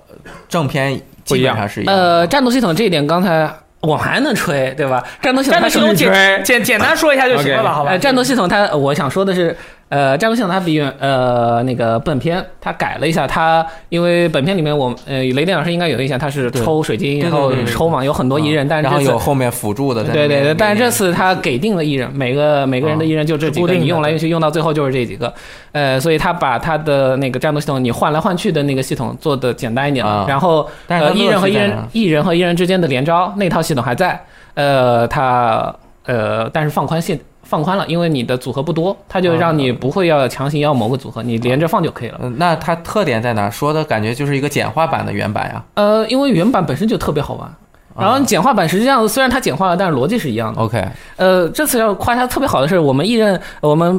Speaker 2: 正片基本上是一样的。啊
Speaker 3: 呃战斗系统这一点，刚才我还能吹对吧？战斗系统
Speaker 1: 战斗
Speaker 3: 它
Speaker 1: 系
Speaker 3: 是
Speaker 1: 统简
Speaker 4: 吹
Speaker 1: 简简单说一下就行了吧，
Speaker 4: OK
Speaker 1: 好吧
Speaker 3: 呃呃，？战斗系统它，呃我想说的是，呃，战斗系统它比原呃那个本片它改了一下，它因为本片里面我们呃雷电老师应该有印象，他是
Speaker 5: 对
Speaker 3: 抽水晶，
Speaker 5: 对
Speaker 3: 然后
Speaker 5: 对对对
Speaker 3: 抽嘛，有很多
Speaker 5: 嗯
Speaker 3: 异人，但是
Speaker 5: 然后
Speaker 3: 这次
Speaker 5: 有后面辅助的在那啊
Speaker 3: 对
Speaker 5: 边，
Speaker 3: 对对，但是这次他给定了艺人，每个每个人的艺人就这几
Speaker 1: 固
Speaker 3: 个，
Speaker 1: 定的
Speaker 3: 你用来用去用到最后就是这几个，呃，所以他把他的那个战斗系统你换来换去的那个系统做的简单一点
Speaker 5: 啊，
Speaker 3: 然后
Speaker 5: 但是
Speaker 3: 呃
Speaker 5: 它乐
Speaker 3: 艺人和
Speaker 5: 趣
Speaker 3: 艺
Speaker 5: 在
Speaker 3: 人
Speaker 2: 啊
Speaker 5: 哪
Speaker 3: 艺人和艺人之间的连招那套系统还在，呃，他呃，但是放宽性放宽了，因为你的组合不多，他
Speaker 5: 啊
Speaker 3: 就让你不会要强行要某个组合，你连着放就可以了。
Speaker 5: 嗯，那它特点在哪儿？说的感觉就是一个简化版的原版呀。
Speaker 3: 呃，因为原版本身就特别好玩。
Speaker 5: 啊
Speaker 3: 然后简化版实际上虽然它简化了，但是逻辑是一样的。
Speaker 5: OK，
Speaker 3: 呃，这次要夸他特别好的是，我们艺人我们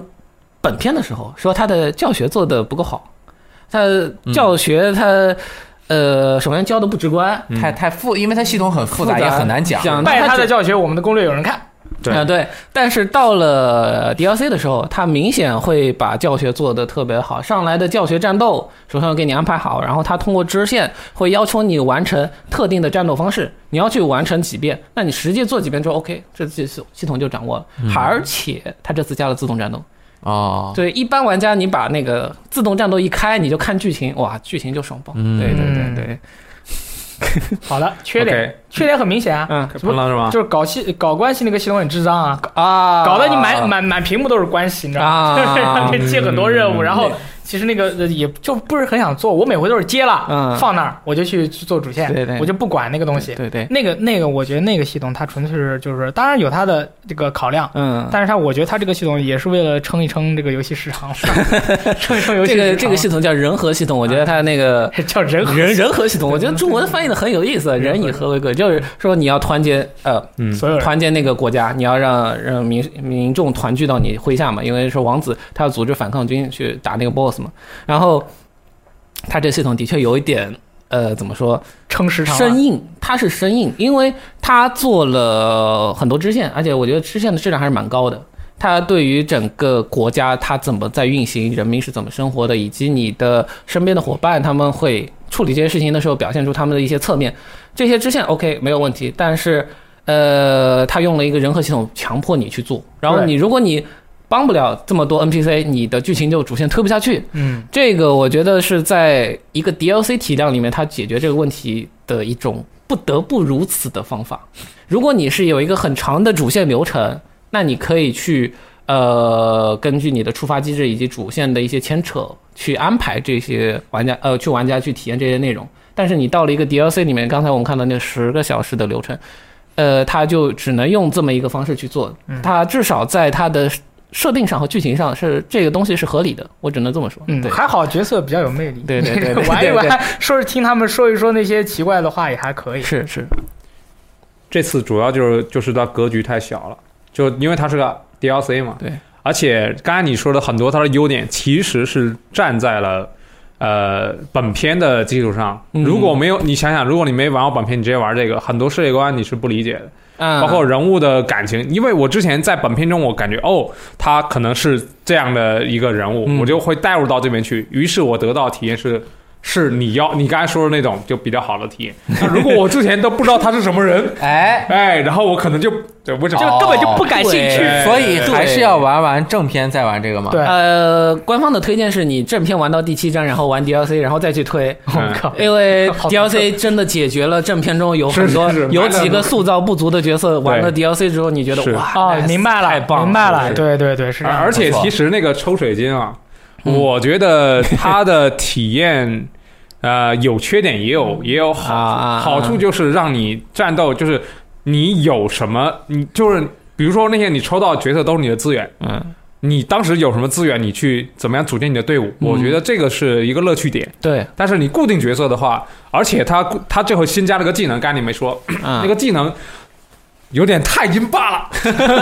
Speaker 3: 本片的时候说他的教学做的不够好，他
Speaker 5: 嗯
Speaker 3: 教学他、呃首先教的不直观，
Speaker 5: 太太复，因为它系统很复
Speaker 3: 复
Speaker 5: 杂，
Speaker 3: 杂
Speaker 5: 也很难讲。
Speaker 3: 讲
Speaker 1: 拜
Speaker 3: 他
Speaker 1: 他
Speaker 3: 只
Speaker 1: 的教学，我们的攻略有人看，
Speaker 4: 对
Speaker 3: 啊、对，但是到了 DLC 的时候，他明显会把教学做得特别好。上来的教学战斗，首先要给你安排好，然后他通过支线会要求你完成特定的战斗方式，你要去完成几遍，那你实际做几遍之后，OK，这系系统就掌握了。而且他这次加了自动战斗，
Speaker 5: 哦，
Speaker 3: 对一般玩家，你把那个自动战斗一开，你就看剧情，哇，剧情就爽爆。对对对对，
Speaker 1: 好的，缺点
Speaker 4: OK
Speaker 1: 缺点很明显啊，
Speaker 3: 嗯
Speaker 1: 什么
Speaker 4: 了是吗？
Speaker 1: 就是搞系搞关系那个系统很智障啊，
Speaker 3: 啊，
Speaker 1: 搞得你满满满屏幕都是关系，你知道 吗？
Speaker 3: 啊
Speaker 1: 就是让你接很多任务，
Speaker 4: 嗯
Speaker 1: 然后其实那个呃也就不是很想做，我每回都是接了
Speaker 3: 嗯
Speaker 1: 放那儿，我就去去做主线
Speaker 3: 对对，
Speaker 1: 我就不管那个东西。
Speaker 3: 对对，
Speaker 1: 那个那个，我觉得那个系统它纯粹是就是，当然有它的这个考量，
Speaker 3: 嗯。
Speaker 1: 但是它我觉得它这个系统也是为了撑一撑这个游戏市场， 撑一撑游戏
Speaker 3: 这
Speaker 1: 市场。
Speaker 3: 个这个系统叫人和系统，我觉得它那个
Speaker 1: 叫人和
Speaker 3: 啊人人和系统，我觉得中文翻译的很有意思，人以和为贵，就是说你要团结呃
Speaker 4: 嗯
Speaker 1: 所有人
Speaker 3: 团结那个国家，你要让让民民众团聚到你麾下嘛，因为是王子他要组织反抗军去打那个 BOSS 嘛，然后他这系统的确有一点呃怎么说
Speaker 1: 撑时长啊，
Speaker 3: 生硬，它是生硬，因为它做了很多支线，而且我觉得支线的质量还是蛮高的。它对于整个国家它怎么在运行，人民是怎么生活的，以及你的身边的伙伴他们会处理这些事情的时候，表现出他们的一些侧面，这些支线 OK 没有问题。但是，呃，它用了一个人和系统强迫你去做，然后
Speaker 1: 对
Speaker 3: 你如果你帮不了这么多 NPC，你的剧情就主线推不下去。
Speaker 1: 嗯，
Speaker 3: 这个我觉得是在一个 DLC 体量里面，它解决这个问题的一种不得不如此的方法。如果你是有一个很长的主线流程，那你可以去呃，根据你的触发机制以及主线的一些牵扯，去安排这些玩家呃，去玩家去体验这些内容。但是你到了一个 DLC 里面，刚才我们看到那十个小时的流程，呃，它就只能用这么一个方式去做。它至少在它的设定上和剧情上是这个东西是合理的，我只能这么说。
Speaker 1: 嗯
Speaker 3: 对，
Speaker 1: 还好角色比较有魅力，
Speaker 3: 对对对对 对
Speaker 1: 玩一玩
Speaker 3: 对对，
Speaker 1: 说是听他们说一说那些奇怪的话也还可以。
Speaker 3: 是是，
Speaker 4: 这次主要就是就是它格局太小了，就因为它是个 DLC 嘛。
Speaker 3: 对。
Speaker 4: 而且刚才你说的很多它的优点，其实是站在了呃本片的基础上。
Speaker 3: 嗯
Speaker 4: 如果没有你想想，如果你没玩过本片，你直接玩这个，很多世界观你是不理解的，
Speaker 3: 嗯，
Speaker 4: 包括人物的感情。因为我之前在本片中，我感觉哦，他可能是这样的一个人物，
Speaker 3: 嗯
Speaker 4: 我就会带入到这边去，于是我得到体验是。是你要你刚才说的那种就比较好的体验。那如果我之前都不知道他是什么人，
Speaker 5: 哎，
Speaker 4: 哎，然后我可能就对我整
Speaker 5: 就
Speaker 1: 根本就不感兴趣
Speaker 5: 对所以
Speaker 4: 哦对
Speaker 5: 还是要玩完正片再玩这个嘛。
Speaker 1: 对
Speaker 3: 呃，官方的推荐是你正片玩到第七章，然后玩 DLC，然后再去推。
Speaker 4: 嗯
Speaker 1: 我靠，
Speaker 3: 因为
Speaker 1: 好残忍
Speaker 3: DLC 真的解决了正片中有
Speaker 4: 是
Speaker 3: 很多
Speaker 4: 是 是
Speaker 3: 有
Speaker 4: 买了
Speaker 3: 几个塑造不足的角色，玩了 DLC 之后，你觉
Speaker 4: 是
Speaker 3: 得哇，
Speaker 1: 哦，
Speaker 3: nice，
Speaker 1: 明白了，
Speaker 3: 太棒
Speaker 1: 明白了，
Speaker 4: 是
Speaker 1: 对对对，是这
Speaker 4: 而
Speaker 1: 样
Speaker 4: 啊而且
Speaker 5: 不错
Speaker 4: 其实那个抽水晶啊，
Speaker 3: 嗯
Speaker 4: 我觉得它的体验。 呃，有缺点也有也有好处，
Speaker 3: 啊啊啊
Speaker 4: 好处就是让你战斗，就是你有什么，你就是比如说那些你抽到角色都是你的资源，
Speaker 3: 嗯，
Speaker 4: 你当时有什么资源，你去怎么样组建你的队伍，
Speaker 3: 嗯
Speaker 4: 我觉得这个是一个乐趣点。
Speaker 3: 对，
Speaker 4: 但是你固定角色的话，而且它它这回新加了个技能，刚才你没说，那
Speaker 3: 嗯，
Speaker 4: 个技能有点太阴霸了，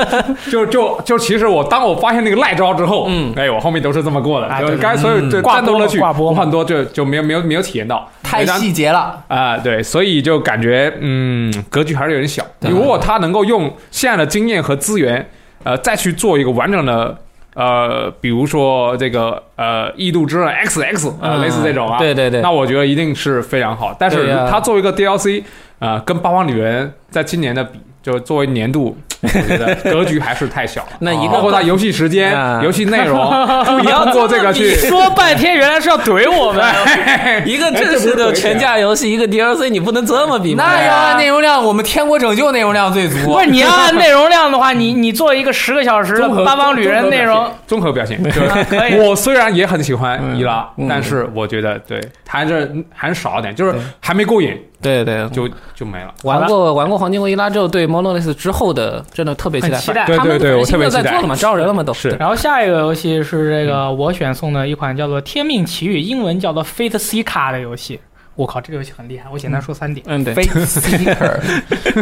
Speaker 4: 就就就其实我当我发现那个赖招之后，
Speaker 3: 嗯
Speaker 4: 哎，我后面都是这么过的，
Speaker 1: 啊
Speaker 4: 就
Speaker 1: 对
Speaker 4: 该所有对
Speaker 1: 挂
Speaker 4: 战斗
Speaker 1: 播嘛
Speaker 4: 乐趣
Speaker 1: 挂播
Speaker 4: 我
Speaker 1: 嘛
Speaker 4: 很多就就没有没有没有体验到，
Speaker 5: 太细节了。
Speaker 4: 啊、对，所以就感觉嗯格局还是有点小。
Speaker 5: 对
Speaker 4: 如果他能够用现在的经验和资源，呃，再去做一个完整的。呃，比如说这个呃，异度之刃 X X 呃，
Speaker 3: 嗯
Speaker 4: 类似这种啊，
Speaker 3: 对对对
Speaker 4: 那我觉得一定是非常好。但是
Speaker 3: 对呀。
Speaker 4: 呃它作为一个 DLC，啊、跟《八方旅人》在今年的比，就作为年度，我觉得格局还是太小了
Speaker 3: 那一
Speaker 4: 包
Speaker 3: 个
Speaker 4: 括它游戏时间、
Speaker 5: 啊
Speaker 4: 游戏 内容，不一定通过这个去
Speaker 1: 你。说半天原来是要怼我们，
Speaker 4: 哎
Speaker 3: 一个正式的全价游戏，一个 DLC，你不能这么比嘛。啊
Speaker 5: 那要按内容量，我们《天国拯救》内容量最
Speaker 1: 不
Speaker 5: 足啊
Speaker 1: 是。你嗯要按内容量的话，你你做一个十个小时的
Speaker 4: 综合
Speaker 1: 《八帮旅人》内容，
Speaker 4: 综合表现，对
Speaker 1: 啊可以
Speaker 4: 我虽然也很喜欢伊拉，
Speaker 3: 嗯
Speaker 4: 但是我觉得对还是还是少点，就是还没过瘾
Speaker 3: 对对，
Speaker 4: 就
Speaker 1: 嗯
Speaker 4: 就没了。
Speaker 3: 玩过玩过黄金国伊拉之后，对 Monolith 之后的真的特别期待。
Speaker 1: 很期待
Speaker 4: 对
Speaker 3: 他们
Speaker 4: 对对，我特别期
Speaker 3: 在做
Speaker 4: 待
Speaker 3: 了。嘛，招人了嘛都。
Speaker 4: 是
Speaker 1: 然后下一个游戏是这个
Speaker 4: 嗯
Speaker 1: 我选送的一款叫做《天命奇遇》，英文叫做《Fate C 卡》的游戏。我靠，这个游戏很厉害！我简单说三点：
Speaker 3: 嗯对，
Speaker 5: Fate Seeker，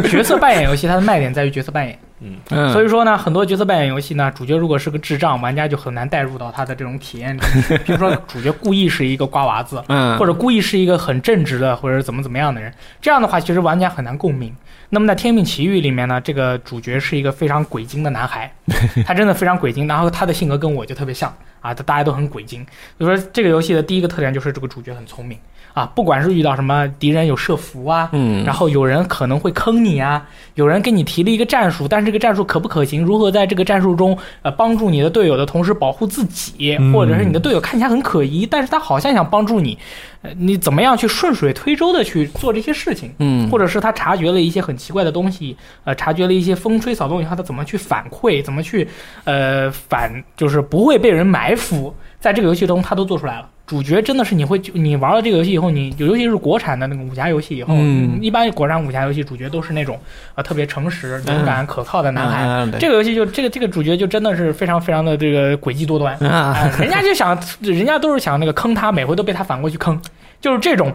Speaker 1: 角色扮演游戏，它的卖点在于角色扮演。
Speaker 3: 嗯，
Speaker 1: 所以说呢，很多角色扮演游戏呢，主角如果是个智障，玩家就很难带入到他的这种体验里。比如说，主角故意是一个瓜娃子，
Speaker 3: 嗯
Speaker 1: 或者故意是一个很正直的，或者是怎么怎么样的人，这样的话，其实玩家很难共鸣。那么在《天命奇遇》里面呢，这个主角是一个非常鬼精的男孩，他真的非常鬼精，然后他的性格跟我就特别像啊，大家都很鬼精。所以说，这个游戏的第一个特点就是这个主角很聪明啊，不管是遇到什么敌人有设伏啊，
Speaker 3: 嗯
Speaker 1: 然后有人可能会坑你啊，有人给你提了一个战术，但是这个战术可不可行？如何在这个战术中呃帮助你的队友的同时保护自己，或者是你的队友看起来很可疑，但是他好像想帮助你，呃，你怎么样去顺水推舟的去做这些事情？
Speaker 3: 嗯
Speaker 1: 或者是他察觉了一些很奇怪的东西，呃，察觉了一些风吹草动以后，他怎么去反馈，怎么去呃反，就是不会被人埋伏，在这个游戏中他都做出来了。主角真的是你会，你玩了这个游戏以后，你尤其是国产的那个武侠游戏以后，
Speaker 3: 嗯
Speaker 1: 一般国产武侠游戏主角都是那种呃特别诚实、勇敢、可靠的男孩。
Speaker 3: 嗯嗯对
Speaker 1: 这个游戏就这个这个主角就真的是非常非常的这个诡计多端，
Speaker 3: 啊，
Speaker 1: 哎人家就想，人家都是想那个坑他，每回都被他反过去坑，就是这种。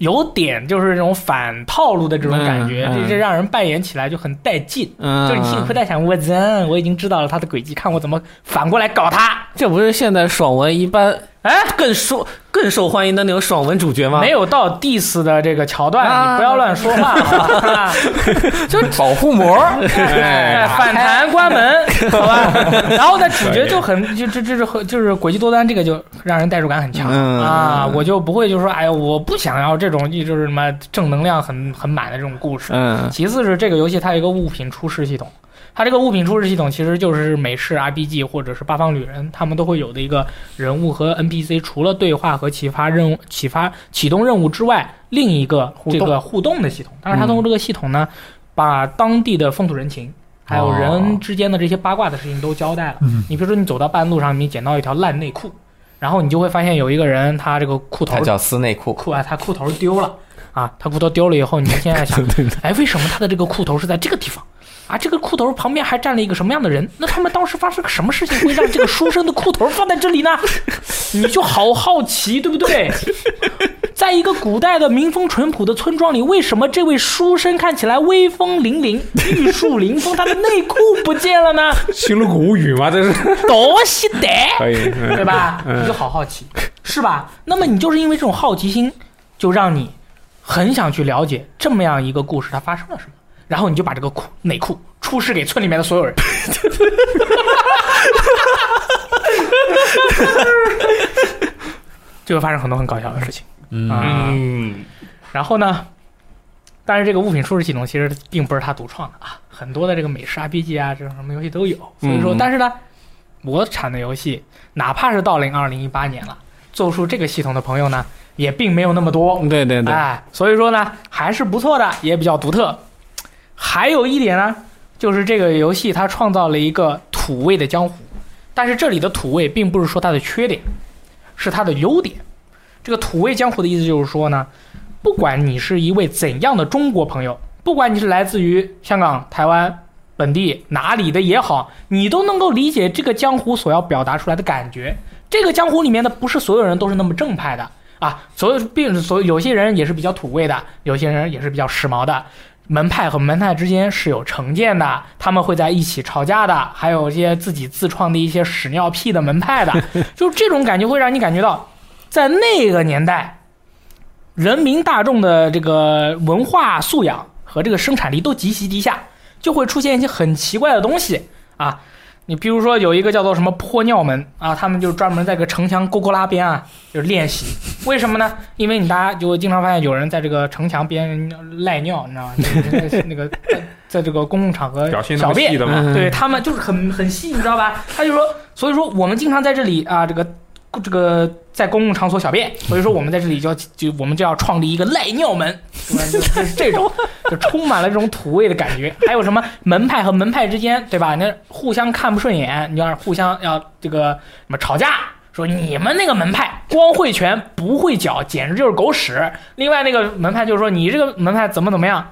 Speaker 1: 有点就是这种反套路的这种感觉，
Speaker 3: 嗯嗯
Speaker 1: 这这让人扮演起来就很带劲。
Speaker 3: 嗯，
Speaker 1: 就是你心里会在想，我真我已经知道了他的轨迹，看我怎么反过来搞他。
Speaker 3: 这不是现在爽文一般
Speaker 1: 哎，
Speaker 3: 更受更受欢迎的那种爽文主角吗？
Speaker 1: 没有到 diss 的这个桥段，
Speaker 3: 啊
Speaker 1: 你不要乱说话啊！
Speaker 5: 保护膜，
Speaker 1: 哎，反弹关 门，好吧。然后呢，主角就很就这这这和就是诡计多端，这个就让人代入感很强
Speaker 3: 嗯
Speaker 1: 啊。我就不会就说，哎呀，我不想要这种就是什么正能量很很满的这种故事。
Speaker 3: 嗯
Speaker 1: 其次是这个游戏它有一个物品出示系统，它这个物品出示系统其实就是美式 RPG 或者是八方旅人他们都会有的一个人物和 NPC，除了对话和启发任务、启发启动任务之外，另一个这个互动嗯的系统。但是它通过这个系统呢，把当地的风土人情。还有人之间的这些八卦的事情都交代了。你比如说，你走到半路上，你捡到一条烂内裤，然后你就会发现有一个人，他这个裤头
Speaker 5: 它叫撕内裤。
Speaker 1: 裤啊，他裤头丢了啊，他裤头丢了以后，你现在想，哎，为什么他的这个裤头是在这个地方？啊，这个裤头旁边还站了一个什么样的人？那他们当时发生什么事情会让这个书生的裤头放在这里呢？ 你就好好奇，对不对？在一个古代的民风淳朴的村庄里，为什么这位书生看起来威风凛凛、玉树临风，他的内裤不见了呢？
Speaker 4: 新露谷物语吗？这是
Speaker 1: 多西得。
Speaker 4: 可 以，嗯
Speaker 1: 对吧？你就好好奇，是吧？那么你就是因为这种好奇心，就让你很想去了解这么样一个故事它发生了什么，然后你就把这个裤内裤出示给村里面的所有人。 就会发生很多很搞笑的事情。啊，
Speaker 4: 嗯，
Speaker 1: 然后呢，但是这个物品出示系统其实并不是他独创的啊，很多的这个美式 RPG 啊，这种什么游戏都有。所以说，
Speaker 3: 嗯
Speaker 1: 但是呢，国产的游戏，哪怕是到零二零一八年了，做出这个系统的朋友呢，也并没有那么多。
Speaker 3: 对对对，
Speaker 1: 哎，所以说呢，还是不错的，也比较独特。还有一点呢，就是这个游戏它创造了一个土味的江湖，但是这里的土味并不是说它的缺点，是它的优点。这个土味江湖的意思就是说呢，不管你是一位怎样的中国朋友，不管你是来自于香港、台湾。本地哪里的也好，你都能够理解这个江湖所要表达出来的感觉。这个江湖里面的不是所有人都是那么正派的啊，所有并所有有些人也是比较土味的，有些人也是比较时髦的。门派和门派之间是有成见的，他们会在一起吵架的，还有一些自己自创的一些屎尿屁的门派的，就是这种感觉会让你感觉到，在那个年代，人民大众的这个文化素养和这个生产力都极其低下，就会出现一些很奇怪的东西啊。你比如说有一个叫做什么泼尿门啊，他们就专门在这个城墙沟沟拉边啊，就是练习。为什么呢？因为你大家就会经常发现有人在这个城墙边赖尿，你知道吗？就是那个 那个在这个公共场合
Speaker 4: 表现那
Speaker 1: 小
Speaker 4: 么
Speaker 1: 便
Speaker 4: 细，的嘛，
Speaker 3: 嗯
Speaker 1: 对他们就是很很细，你知道吧？他就说，所以说我们经常在这里啊，这个这个在公共场所小便，所以说我们在这里就要就我们就要创立一个赖尿门，对吧就就是这种，就充满了这种土味的感觉。还有什么门派和门派之间，对吧？那互相看不顺眼，你要是互相要这个什么吵架。说你们那个门派光会拳不会脚，简直就是狗屎。另外那个门派就是说你这个门派怎么怎么样，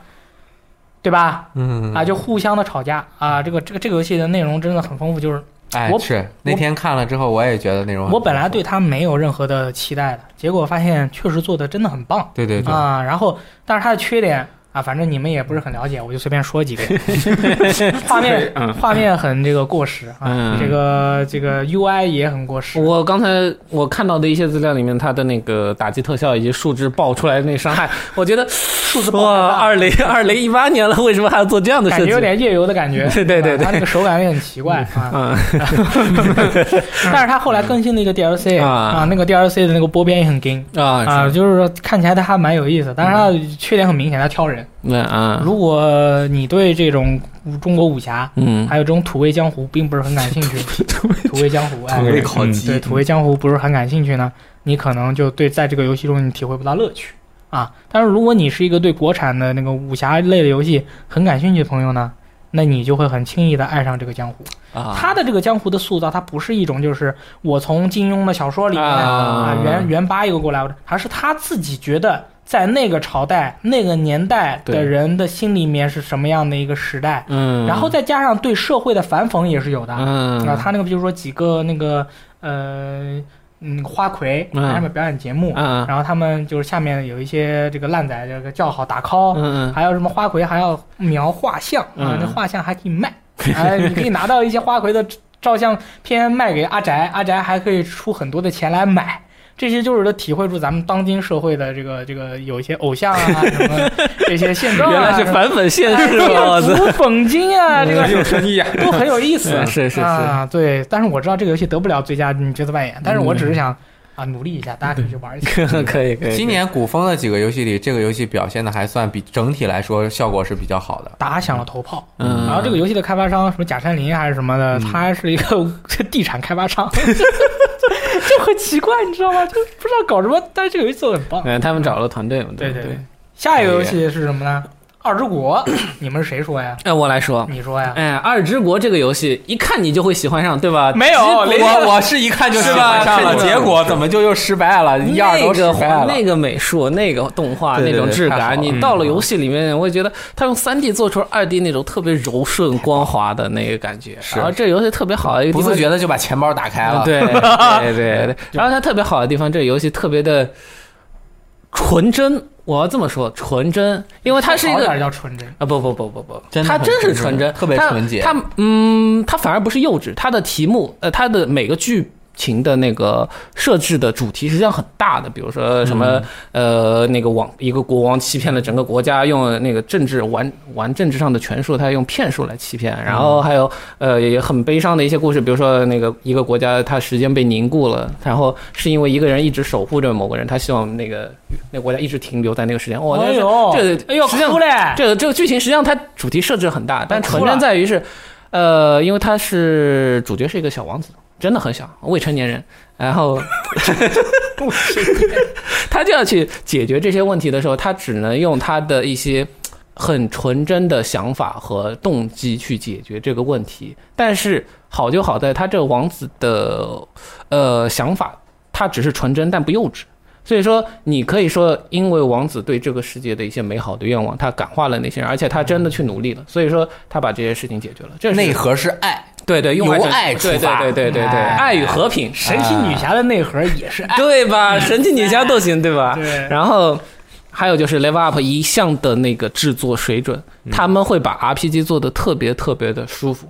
Speaker 1: 对吧？
Speaker 5: 嗯
Speaker 1: 啊，就互相的吵架啊，这个这个这个游戏的内容真的很丰富，就是
Speaker 5: 哎
Speaker 1: 我
Speaker 5: 是那天看了之后，我也觉得那
Speaker 3: 哦
Speaker 5: 种
Speaker 1: 我本来对它没有任何的期待的，结果发现确实做的真的很棒
Speaker 5: 对对对，
Speaker 1: 啊。然后，但是它的缺点啊，反正你们也不是很了解，我就随便说几个， 画面
Speaker 4: 嗯
Speaker 1: 画面很这个过时啊
Speaker 3: 嗯，
Speaker 1: 这个这个 UI 也很过时。
Speaker 3: 我刚才我看到的一些资料里面，它的那个打击特效以及数值爆出来的那伤 害，我觉得数字
Speaker 1: 爆太
Speaker 3: 哇，
Speaker 1: 大
Speaker 3: 二零二零一八年了，为什么还要做这样的
Speaker 1: 感
Speaker 3: 设
Speaker 1: 觉
Speaker 3: 计
Speaker 1: 有？点夜游的感觉，
Speaker 3: 对对对
Speaker 1: 啊
Speaker 3: 对
Speaker 1: 它那个手感也很奇怪啊。
Speaker 3: 嗯，
Speaker 1: 但是它后来更新了一个 DLC
Speaker 3: 啊
Speaker 1: 啊，那个 DLC 的那个波边也很 gay
Speaker 3: 啊，
Speaker 1: 啊，就是说看起来它还蛮有意思，但是它的缺点很明显，它挑人。
Speaker 3: 那啊，
Speaker 1: 如果你对这种中国武侠
Speaker 3: 嗯，
Speaker 1: 还有这种土味江湖并不是很感兴趣，土味江湖，哎，
Speaker 4: 土味
Speaker 5: 烤鸡
Speaker 1: 对土味江湖不是很感兴趣呢，你可能就对在这个游戏中你体会不到乐趣啊。但是如果你是一个对国产的那个武侠类的游戏很感兴趣的朋友呢，那你就会很轻易的爱上这个江湖。
Speaker 5: 啊，
Speaker 1: 他的这个江湖的塑造，它不是一种就是我从金庸的小说里面
Speaker 3: 啊
Speaker 1: 啊原原扒一个过来，而是他自己觉得在那个朝代、那个年代的
Speaker 3: 对
Speaker 1: 人的心里面是什么样的一个时代，
Speaker 3: 嗯，
Speaker 1: 然后再加上对社会的反讽也是有的。
Speaker 3: 嗯，
Speaker 1: 啊，他那个比如说几个那个呃嗯花魁，
Speaker 3: 嗯
Speaker 1: 他们表演节目，
Speaker 3: 嗯
Speaker 1: 然后他们就是下面有一些这个烂仔这个叫好打 call，
Speaker 3: 嗯
Speaker 1: 还有什么花魁还要描画像啊
Speaker 3: 嗯，
Speaker 1: 那画像还可以 卖，哎，你可以拿到一些花魁的照相片卖给阿宅，阿宅还可以出很多的钱来买。这些就是体会出咱们当今社会的这个这个有一些偶像啊什么 这些现状啊，
Speaker 3: 原来是
Speaker 1: 什么
Speaker 3: 反粉现
Speaker 1: 哎
Speaker 3: 实，我操，
Speaker 1: 古讽今啊，这
Speaker 4: 很
Speaker 1: 个
Speaker 4: 有 深意啊。
Speaker 1: 都很有意思。
Speaker 3: 嗯是是是，
Speaker 1: 啊，对，但是我知道这个游戏得不了最佳角色扮演，但是我只是想、啊努力一下，大家可以去玩一 下。
Speaker 3: 可以可以，
Speaker 5: 今年古风的几个游戏里，这个游戏表现的还算比整体来说效果是比较好的。
Speaker 1: 打响了头炮，
Speaker 3: 嗯
Speaker 1: 然后这个游戏的开发商什么假山林还是什么的，他是一 个地产开发商，就很奇怪，你知道吗？就不知道搞什么，但是这个游戏做的很棒。
Speaker 3: 嗯，他们找了团队嘛，
Speaker 1: 对
Speaker 3: 对
Speaker 1: 对对。下一个游戏是什么呢？二之 国，你们是谁说呀？
Speaker 3: 哎，我来说，
Speaker 1: 你说呀？
Speaker 3: 哎，《二之国》这个游戏一看你就会喜欢上，对吧？
Speaker 1: 没有雷电
Speaker 5: 我我是一看就喜欢上了，结果怎么就又失败了？一二
Speaker 3: 那
Speaker 5: 都失
Speaker 3: 个
Speaker 5: 败了。
Speaker 3: 那个美术、那个动画、
Speaker 5: 对对
Speaker 3: 那
Speaker 5: 对
Speaker 3: 种质
Speaker 5: 太好了
Speaker 1: 嗯
Speaker 3: 感，你到了游戏里面，我会觉得他用三 D 做出二 D 那种特别柔顺、光滑的那个感觉。
Speaker 5: 是
Speaker 3: 然后这游戏特别好的一个
Speaker 5: 不
Speaker 3: 地方
Speaker 5: 自，觉的就把钱包打
Speaker 2: 啊
Speaker 5: 开了。
Speaker 2: 嗯
Speaker 3: 对对对对。然后它特别好的地方，这个游戏特别的纯真，我要这么说，纯真，因为它是一
Speaker 1: 好
Speaker 3: 个
Speaker 1: 点儿叫纯真，
Speaker 3: 啊不不不不不，
Speaker 5: 真的
Speaker 3: 他
Speaker 5: 很
Speaker 3: 真
Speaker 5: 纯
Speaker 3: 是纯
Speaker 5: 真
Speaker 3: 真，
Speaker 5: 特别
Speaker 3: 他
Speaker 5: 纯洁
Speaker 3: 他嗯，他反而不是幼稚，他的题目呃，他的每个剧情的那个设置的主题实际上很大的，比如说什么、
Speaker 5: 嗯
Speaker 3: 呃，那个王一个国王欺骗了整个国家，用那个政治玩玩政治上的权术，他用骗术来欺骗，然
Speaker 5: 嗯
Speaker 3: 后还有呃也很悲伤的一些故事，比如说那个一个国家它时间被凝固了，然后是因为一个人一直守护着某个人，他希望那个那个国家一直停留在那个时间。哇，
Speaker 1: 哎
Speaker 3: 这
Speaker 1: 呦
Speaker 3: 这
Speaker 1: 哎呦
Speaker 3: 实际上
Speaker 1: 哭嘞！
Speaker 3: 这个这个剧情实际上它主题设置很大，但纯
Speaker 1: 哭了
Speaker 3: 真在于是，呃，因为他是主角是一个小王子，真的很小，未成年人，然后 他就要去解决这些问题的时候，他只能用他的一些。很纯真的想法和动机去解决这个问题，但是好就好在他这个王子的呃想法，他只是纯真但不幼稚，所以说，你可以说，因为王子对这个世界的一些美好的愿望，他感化了那些人，而且他真的去努力了，所以说他把这些事情解决了。这是
Speaker 5: 内核是爱，
Speaker 3: 对对，用
Speaker 5: 由
Speaker 3: 拯
Speaker 5: 爱出
Speaker 3: 对对
Speaker 5: 发
Speaker 3: 对对对对，
Speaker 5: 哎
Speaker 3: 爱与和平，
Speaker 1: 神奇女侠的内核也是爱，
Speaker 3: 对吧？神奇女侠都行，对吧？
Speaker 1: 对
Speaker 3: 然后还有就是 Level Up 一向的那个制作水准，
Speaker 5: 嗯
Speaker 3: 他们会把 RPG 做的特别特别的舒服。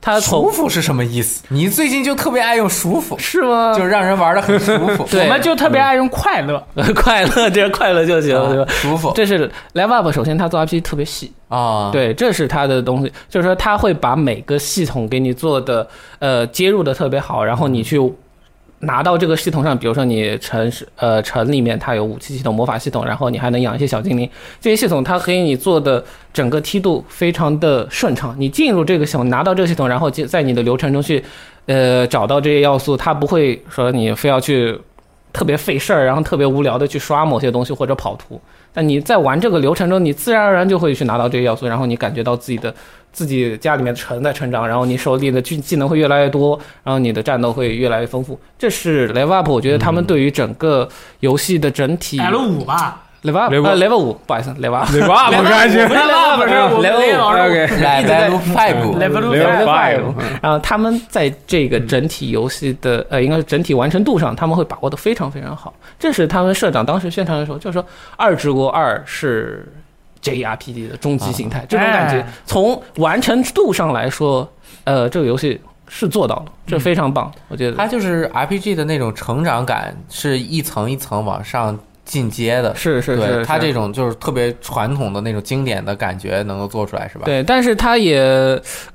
Speaker 3: 他从
Speaker 5: 舒服是什么意思？你最近就特别爱用舒服，
Speaker 3: 是吗？
Speaker 5: 就是让人玩的很舒服。
Speaker 3: 对
Speaker 1: 我们就特别爱用快乐，
Speaker 3: 快乐，这快乐就行了，
Speaker 2: 啊
Speaker 3: 对吧？
Speaker 5: 舒服
Speaker 3: 这是 Level Up，首先他做 RPG 特别细，
Speaker 5: 啊，
Speaker 3: 对，这是它的东西，就是说它会把每个系统给你做的呃接入的特别好，然后你去拿到这个系统上，比如说你城市呃城里面它有武器系统、魔法系统，然后你还能养一些小精灵，这些系统它可以你做的整个梯度非常的顺畅。你进入这个系统，拿到这个系统，然后进在你的流程中去呃找到这些要素，它不会说你非要去特别费事儿，然后特别无聊的去刷某些东西或者跑图。但你在玩这个流程中，你自然而然就会去拿到这些要素，然后你感觉到自己的自己家里面的城在成长，然后你手里的技技能会越来越多，然后你的战斗会越来越丰富。这是 Level Up，我觉得他们对于整个游戏的整体
Speaker 1: L 五吧
Speaker 3: Level Up
Speaker 4: Level
Speaker 3: 呃 Level 五，不好意思 Level Up
Speaker 4: 对吧？不开心。
Speaker 1: ，Level up 是我们
Speaker 3: Level
Speaker 1: Level
Speaker 3: up，
Speaker 4: OK，
Speaker 2: 来 Level Five，
Speaker 1: Level
Speaker 4: Level
Speaker 1: five 哎
Speaker 4: five，
Speaker 3: 然后他们在这
Speaker 2: 嗯
Speaker 3: 个整体游戏的呃，应该是整体完成度上，他们会把握的非常非常好。这是他们社长当时宣传的时候，就是说《二之国二》是 JRPG 的终极形
Speaker 2: 啊
Speaker 3: 态，这种感觉
Speaker 1: 哎
Speaker 3: 从完成度上来说，呃，这个游戏是做到了，这非常棒，我觉
Speaker 2: 嗯它
Speaker 3: 得
Speaker 2: 就是 RPG 的那种成长感，是一层一层往上进阶的。
Speaker 3: 是是
Speaker 2: 对
Speaker 3: 是，
Speaker 2: 它
Speaker 3: 是
Speaker 2: 这种就是特别传统的那种经典的感觉能够做出来，是吧？，
Speaker 3: 对，但是它也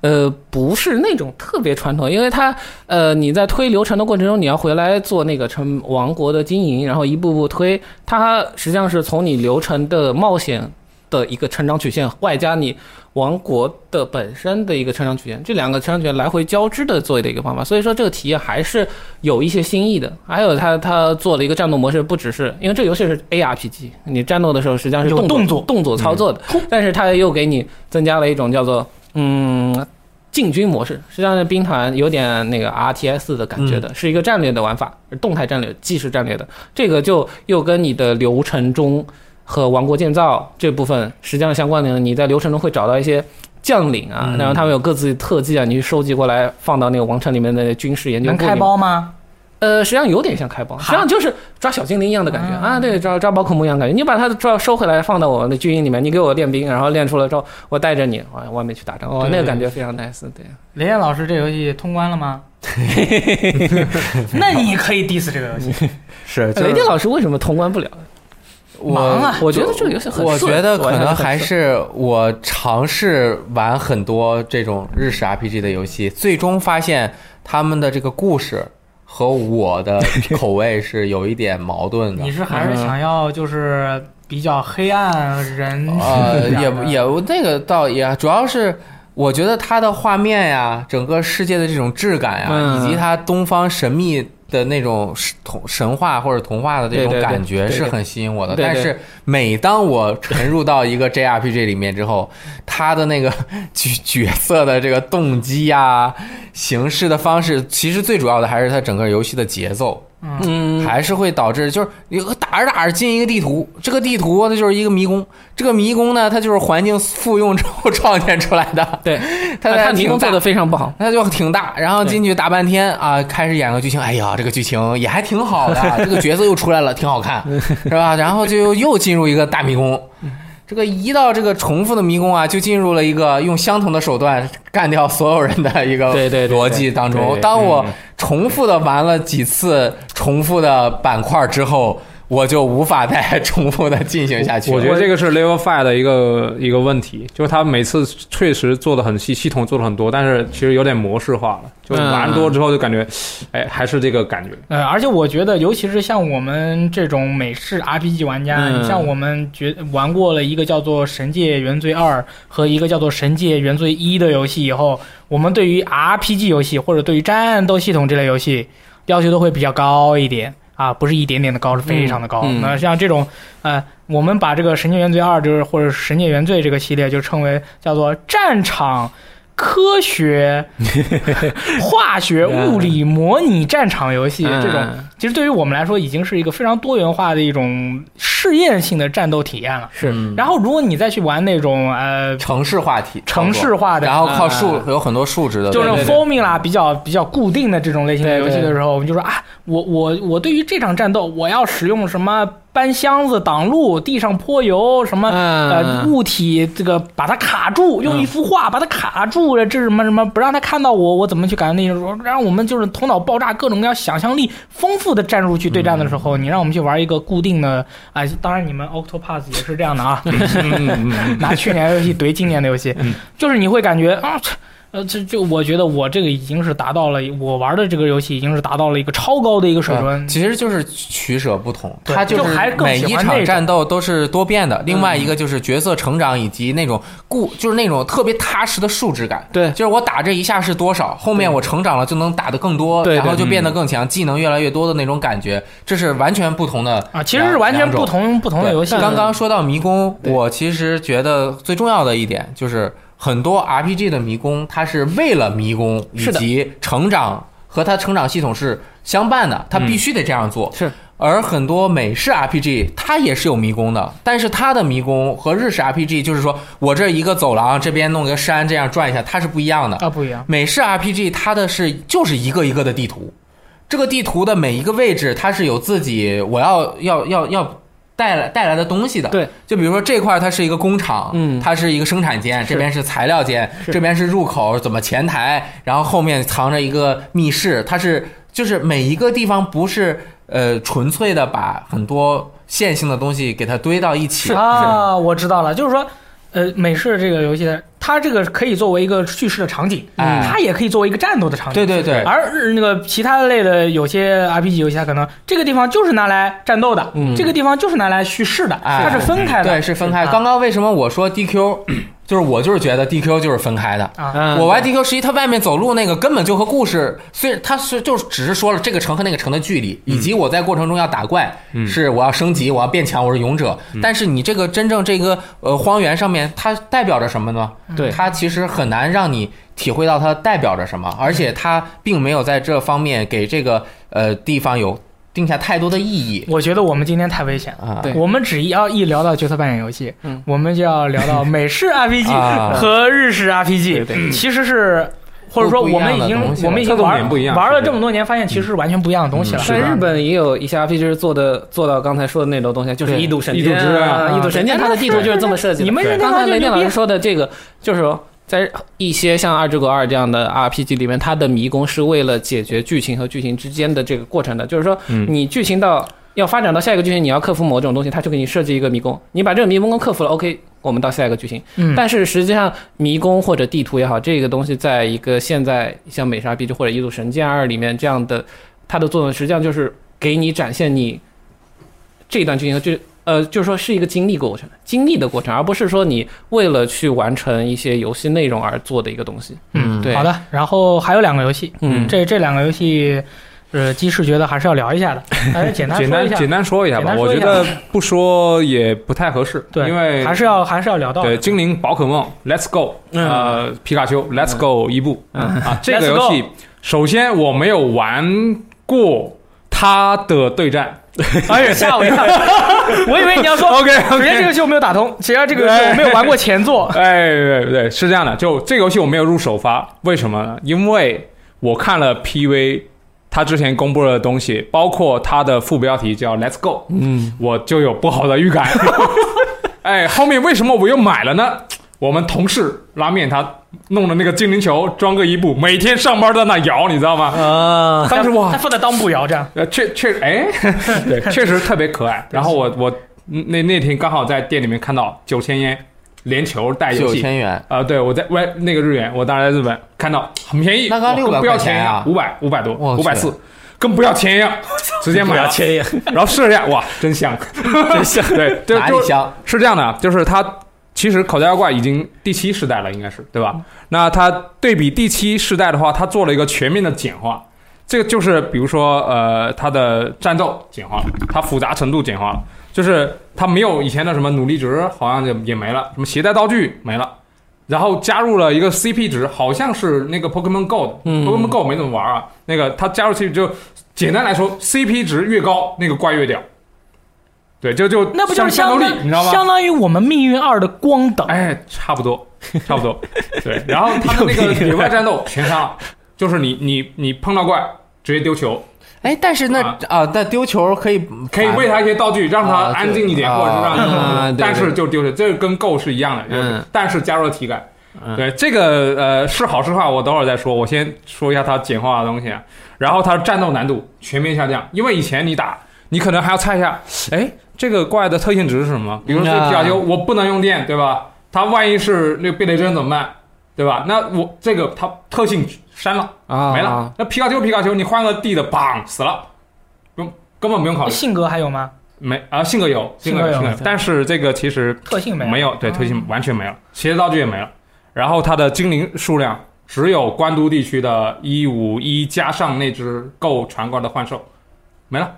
Speaker 3: 呃不是那种特别传统，因为它呃你在推流程的过程中，你要回来做那个成王国的经营，然后一步步推，它实际上是从你流程的冒险的一个成长曲线，外加你王国的本身的一个成长曲线，这两个成长曲线来回交织的做的一个方法。所以说这个体验还是有一些新意的。还有它它做了一个战斗模式，不只是因为这个游戏是 ARPG，你战斗的时候实际上是
Speaker 1: 有
Speaker 3: 动作
Speaker 1: 动作
Speaker 3: 动作操作的，但是它又给你增加了一种叫做嗯。进军模式实际上，兵团有点那个 RTS 的感觉
Speaker 1: 嗯
Speaker 3: 的，是一个战略的玩法，动态战略、即时战略的。这个就又跟你的流程中和王国建造这部分实际上相关联的，你在流程中会找到一些将领啊，
Speaker 1: 嗯
Speaker 3: 然后他们有各自的特技啊，你去收集过来放到那个王城里面的军事研究
Speaker 1: 能
Speaker 3: 部里面
Speaker 1: 开包吗？
Speaker 3: 呃，实际上有点像开包，实际上就是抓小精灵一样的感觉啊，对，抓抓宝可梦一样的感觉。你把它抓收回来，放到我们的军营里面，你给我练兵，然后练出了之后，我带着你往外面去打仗，哦，
Speaker 2: 对
Speaker 3: 那个
Speaker 2: 对
Speaker 3: 感觉非常 nice，对。
Speaker 1: 雷燕老师，这游戏通关了 吗？那你可以 diss 这个游戏，
Speaker 2: 是
Speaker 3: 呃雷电老师为什么通关不了？
Speaker 2: 我
Speaker 1: 忙啊
Speaker 3: 我觉得这个游戏很
Speaker 2: 我
Speaker 3: 顺
Speaker 2: 觉得可能还
Speaker 3: 很顺
Speaker 2: 是我尝试玩很多这种日式 RPG 的游戏，最终发现他们的这个故事和我的口味是有一点矛盾 的
Speaker 1: 你。是还是想要就是比较黑暗人？
Speaker 3: 嗯
Speaker 2: 呃，也
Speaker 1: 啊
Speaker 2: 也那个倒也主要是。我觉得它的画面呀，整个世界的这种质感呀，
Speaker 3: 嗯
Speaker 2: 以及它东方神秘的那种神童神话或者童话的这
Speaker 3: 对对
Speaker 2: 种
Speaker 3: 对
Speaker 2: 感觉
Speaker 3: 对对
Speaker 2: 是很吸引我的。
Speaker 3: 对对
Speaker 2: 但是每当我沉入到一个 JRPG 里面之后，它的那个角角色的这个动机呀、行事的方式，其实最主要的还是它整个游戏的节奏。
Speaker 1: 嗯，
Speaker 3: 嗯，
Speaker 2: 还是会导致就是你打着打着进一个地图，这个地图它就是一个迷宫，这个迷宫呢，它就是环境复用之后创建出来的，
Speaker 3: 对，
Speaker 2: 它
Speaker 3: 他
Speaker 2: 它
Speaker 3: 迷宫做的
Speaker 2: 的。
Speaker 3: 非常不好。
Speaker 2: 它就挺大，然后
Speaker 3: 对
Speaker 2: 进去打半天啊，开始演个剧情，哎呀，这个剧情也还挺好的，啊这个角色又出来了，挺好看，是吧？然后就又进入一个大迷宫，这个一到这个重复的迷宫啊，就进入了一个用相同的手段干掉所有人的一个
Speaker 3: 对对对
Speaker 2: 逻辑当
Speaker 3: 对
Speaker 2: 中
Speaker 3: 对。
Speaker 2: 当我重复的玩了几次重复的板块之后，我就无法再重复的进行下去了。
Speaker 4: 我觉得这个是 Level Five 的一个一个问题，就是他每次确实做的很细，系统做的很多，但是其实有点模式化了，就玩多之后就感觉，
Speaker 1: 嗯
Speaker 4: 哎，还是这个感觉。
Speaker 1: 呃，而且我觉得，尤其是像我们这种美式 RPG 玩家，
Speaker 3: 嗯
Speaker 1: 你像我们觉玩过了一个叫做《神界原罪二》和一个叫做《神界原罪一》的游戏以后，我们对于 RPG 游戏或者对于战斗系统这类游戏要求都会比较高一点啊，不是一点点的高，是非常的高。
Speaker 3: 嗯嗯
Speaker 1: 那像这种呃，我们把这个《神界原罪二》就是或者《神界原罪》这个系列就称为叫做战场。科学、 化学、物理模拟战场游戏这种
Speaker 3: 嗯
Speaker 1: 其实对于我们来说，已经是一个非常多元化的一种试验性的战斗体验了。
Speaker 3: 是
Speaker 2: 嗯
Speaker 1: 然后，如果你再去玩那种呃
Speaker 2: 城市话题，
Speaker 1: 城市化的，
Speaker 2: 然后靠数
Speaker 3: 啊
Speaker 2: 有很多数值的，
Speaker 1: 就是
Speaker 3: 对对对
Speaker 1: formula 比较比较固定的这种类型的游戏的时候，我们就说啊，我我我对于这场战斗，我要使用什么搬箱子、挡路、地上泼油什么。呃，
Speaker 3: 嗯，
Speaker 1: 物体这个把它卡住，用
Speaker 3: 嗯
Speaker 1: 一幅画把它卡住了，这是什么什么不让他看到我，我怎么去感觉那种？让我们就是头脑爆炸，各种各样想象力丰富的战术去对战的时
Speaker 2: 嗯
Speaker 1: 候，你让我们去玩一个固定的啊、当然你们 Octopath 也是这嗯 样
Speaker 2: 嗯
Speaker 1: 的啊，拿去年的游戏怼今年的游戏，就是你会感觉啊。这呃，这这，我觉得我这个已经是达到了，我玩的这个游戏已经是达到了一个超高的一个水准。
Speaker 2: 啊其实就是取舍不同，
Speaker 1: 对
Speaker 2: 它
Speaker 1: 就是还更
Speaker 2: 每
Speaker 1: 喜
Speaker 2: 一
Speaker 1: 欢那
Speaker 2: 场
Speaker 1: 种嗯
Speaker 2: 战斗都是多变的。另外一个就是角色成长以及那种固，就是那种特别踏实的数值感。
Speaker 3: 对
Speaker 2: 就是我打这一下是多少，后面我成长了就能打得更多，
Speaker 3: 对对
Speaker 2: 然后就变
Speaker 1: 嗯
Speaker 2: 得更强，技能越来越多的那种感觉，这是完全不同的
Speaker 1: 啊，其实是
Speaker 2: 两
Speaker 1: 完全
Speaker 2: 两种
Speaker 1: 不同不同的
Speaker 2: 对
Speaker 1: 游戏。
Speaker 2: 刚刚说到迷宫，我其实觉得最重要的一点就是，很多 RPG 的迷宫，它是为了迷宫以
Speaker 3: 是的
Speaker 2: 及成长和它成长系统是相伴的，
Speaker 1: 嗯
Speaker 2: 它必须得这样做。
Speaker 3: 是。
Speaker 2: 而很多美式 RPG 它也是有迷宫的，但是它的迷宫和日式 RPG 就是说我这一个走廊这边弄个山这样转一下，它是不一样的。
Speaker 1: 啊不一样，
Speaker 2: 美式 RPG 它的是就是一个一个的地图，这个地图的每一个位置它是有自己我要要要要带来带来的东西的。
Speaker 3: 对，
Speaker 2: 就比如说这块儿它是一个工厂，
Speaker 3: 嗯
Speaker 2: 它是一个生产间，这边是材料间，
Speaker 3: 是
Speaker 2: 这边是入口，怎么前台，然后后面藏着一个密室，它是就是每一个地方不是呃纯粹的把很多线性的东西给它堆到一起，
Speaker 1: 啊，我知道了，就是说。呃，美式这个游戏，它这个可以作为一个叙事的场景，
Speaker 2: 哎
Speaker 1: 它也可以作为一个战斗的场景。
Speaker 2: 对对对，
Speaker 1: 而日那个其他类的有些 RPG 游戏，它啊可能这个地方就是拿来战斗的，这个地方就是拿来叙事的，
Speaker 2: 哎
Speaker 1: 它是分开的。
Speaker 2: 对，是分开。
Speaker 1: 啊
Speaker 2: 刚刚为什么我说 DQ，就是我就是觉得 DQ 就是分开的。
Speaker 1: 啊，
Speaker 3: 嗯，
Speaker 2: 我玩 DQ 十一，它外面走路那个根本就和故事，虽然它是就是只是说了这个城和那个城的距离，
Speaker 4: 嗯
Speaker 2: 以及我在过程中要打怪，是我要升级，我要变强，我是勇者。
Speaker 4: 嗯
Speaker 2: 但是你这个真正这个呃荒原上面，它代表着什么呢？
Speaker 3: 对
Speaker 2: 它其实很难让你体会到它代表着什么，而且它并没有在这方面给这个呃地方有定下太多的意义
Speaker 1: 我觉得我们今天太危险了。
Speaker 2: 啊。
Speaker 3: 对
Speaker 1: 我们只要一聊到角色扮演游戏，
Speaker 3: 嗯
Speaker 1: 我们就要聊到美式 RPG
Speaker 2: 啊
Speaker 1: 和日式 RPG，、其嗯实是或者说
Speaker 2: 不一
Speaker 1: 我
Speaker 2: 样的
Speaker 1: 们已经
Speaker 2: 东西了
Speaker 1: 我们已经
Speaker 4: 侧重点
Speaker 1: 玩
Speaker 4: 不一样
Speaker 1: 玩了
Speaker 4: 是的
Speaker 1: 这么多年，发现其实是完全不一样的东西了。
Speaker 3: 但日本也有一些 RPG 就是做的做到刚才说的那种东西，就是
Speaker 2: 对
Speaker 3: 异度神
Speaker 4: 异
Speaker 3: 剑
Speaker 4: 度之刃
Speaker 3: 啊，
Speaker 1: 啊
Speaker 3: 异度神剑
Speaker 1: 对
Speaker 3: 它的地图就是这么设计的。
Speaker 1: 你们
Speaker 4: 对
Speaker 1: 人家
Speaker 3: 刚才雷电
Speaker 1: 电
Speaker 3: 老师说的这个，就是说在一些像《二之国二》这样的 RPG 里面，它的迷宫是为了解决剧情和剧情之间的这个过程的，就是说
Speaker 4: 嗯
Speaker 3: 你剧情到。要发展到下一个剧情，你要克服某种东西，它就给你设置一个迷宫。你把这个迷宫克服了，OK，我们到下一个剧情。
Speaker 1: 嗯
Speaker 3: 但是实际上，迷宫或者地图也好，这个东西在一个现在像《美沙 B》或者《异度神剑二》里面这样的，它的作用实际上就是给你展现你这一段剧情和这呃，就是说是一个经历过程，经历的过程，而不是说你为了去完成一些游戏内容而做的一个东西。
Speaker 1: 嗯，
Speaker 3: 对
Speaker 1: 好的。然后还有两个游戏，
Speaker 3: 嗯
Speaker 1: 这这两个游戏，呃，鸡翅觉得还是要聊一下 的，还是简单
Speaker 4: 简
Speaker 1: 说一
Speaker 4: 单
Speaker 1: 下，
Speaker 4: 简单说一下
Speaker 1: 简
Speaker 4: 吧，
Speaker 1: 单
Speaker 4: 我
Speaker 1: 说一
Speaker 4: 觉
Speaker 1: 下
Speaker 4: 得不说也不太合适，
Speaker 1: 对，
Speaker 4: 因为
Speaker 1: 还是要还是要聊到的嗯
Speaker 4: 对精灵宝可梦 Let's Go，呃，皮卡丘 Let's Go 伊布啊，这个
Speaker 1: Let's
Speaker 4: 游戏
Speaker 1: go
Speaker 4: 首先我没有玩过它的对战
Speaker 1: 哎呀，吓我一跳！我以为你要说
Speaker 4: ，OK
Speaker 1: 首先这个
Speaker 4: OK，
Speaker 1: 游戏我没有打通，其实这个游戏我没有玩过前 作。
Speaker 4: 哎对对，是这样的，就这个游戏我没有入首发，为什么呢？因为我看了 PV。他之前公布了的东西，包括它的副标题叫 “Let's Go”，
Speaker 3: 嗯，
Speaker 4: 我就有不好的预感。 哎，后面为什么我又买了呢？我们同事拉面他弄的那个精灵球，装个伊布，每天上班在那摇，你知道
Speaker 3: 嗯
Speaker 4: 吗？
Speaker 2: 啊，
Speaker 4: 当时我
Speaker 1: 他放在裆部摇这样，
Speaker 4: 呃，确确哎， 对，确实特别可爱。然后我我嗯那那天刚好在店里面看到九千烟连球带游
Speaker 2: 九
Speaker 4: 戏。
Speaker 2: 千元。
Speaker 4: 啊、对，我在外那个日元，我当时在日本看到很便宜，
Speaker 2: 那刚600
Speaker 4: 不要
Speaker 2: 块钱啊
Speaker 4: 五百五百多，
Speaker 2: 我
Speaker 4: 五
Speaker 2: 去
Speaker 4: 百四，跟不要钱一样，直接买了，
Speaker 6: 千也
Speaker 4: 然后试了一下，哇，真 香，真香，对，就
Speaker 2: 哪
Speaker 4: 就
Speaker 2: 里香？
Speaker 4: 是这样的啊，就是它其实口袋妖怪已经第七世代了，应该是对吧？那它对比第七世代的话，它做了一个全面的简化。这个就是比如说呃，它的战斗简化了，它复杂程度简化了，就是它没有以前的什么努力值好像也也没了，什么携带道具没了。然后加入了一个 CP 值，好像是那个 Pokemon Go 的、
Speaker 3: 嗯
Speaker 4: p o k e m o n Go 没怎么玩啊。那个它加入 CP 值就简单来说，CP 值越高，那个怪越屌。对，就就
Speaker 1: 那不就是
Speaker 4: 像
Speaker 1: 相
Speaker 4: 战斗
Speaker 1: 当
Speaker 4: 力，你知道吗？
Speaker 1: 相当于我们命运二的光等。
Speaker 4: 哎，差不多，差 不多。对，然后他们那个野外战斗全杀了，就是你你你碰到怪直接丢球，
Speaker 2: 哎，但是那
Speaker 4: 啊
Speaker 2: 啊，那丢球可以
Speaker 4: 可以喂他一些道具，让他
Speaker 2: 啊
Speaker 4: 安静一点，
Speaker 2: 对
Speaker 4: 或者是让
Speaker 3: 啊
Speaker 4: 他
Speaker 3: 对，
Speaker 4: 但是就丢球，这个跟 Go 是一样的，就是
Speaker 3: 嗯
Speaker 4: 但是加入了体感
Speaker 3: 嗯。
Speaker 4: 对这个呃是好是坏，我等会儿再说。我先说一下它简化的东西啊，然后它战斗难度全面下降，因为以前你打你可能还要猜一下，哎，这个怪的特性值是什么？比如说这
Speaker 2: 嗯啊
Speaker 4: 皮卡丘，我不能用电，对吧？它万一是那个避雷针怎么办？对吧？那我这个它特性删了，
Speaker 3: 啊，
Speaker 4: 没了。那皮卡丘皮卡丘，你换个地的，砰死了，不用根本不用考虑。
Speaker 1: 性格还有吗？
Speaker 4: 没啊，性格有，性
Speaker 1: 性
Speaker 4: 格
Speaker 1: 格有
Speaker 4: 性格有，但是这个其实
Speaker 1: 特性没有？
Speaker 4: 没有，对，
Speaker 1: 啊
Speaker 4: 特性完全没了，邪道具也没了，然后它的精灵数量只有关都地区的一五一加上那只够传过来的幻兽，没了。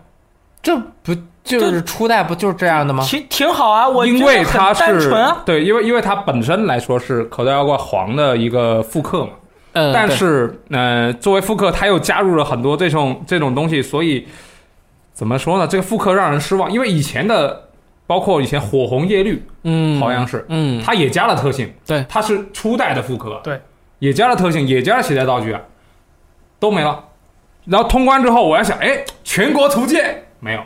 Speaker 5: 这不就是初代不就是这样的吗？
Speaker 1: 挺挺好啊，我
Speaker 4: 因
Speaker 1: 觉
Speaker 4: 为
Speaker 1: 得很
Speaker 4: 它
Speaker 1: 单
Speaker 4: 是
Speaker 1: 纯啊。
Speaker 4: 对，因为因为它本身来说是口袋妖怪黄的一个复刻嘛，
Speaker 1: 嗯
Speaker 3: 呃，
Speaker 4: 但
Speaker 3: 对
Speaker 4: 是呃，作为复刻，它又加入了很多这种这种东西，所以怎么说呢？这个复刻让人失望，因为以前的包括以前火红叶绿，
Speaker 3: 嗯，
Speaker 4: 好像是
Speaker 3: 嗯，
Speaker 4: 它也加了特性，
Speaker 3: 对
Speaker 4: 它是初代的复刻，
Speaker 1: 对，
Speaker 4: 也加了特性，也加了携带道具，啊都没了。然后通关之后，我要想，哎，全国图鉴没有，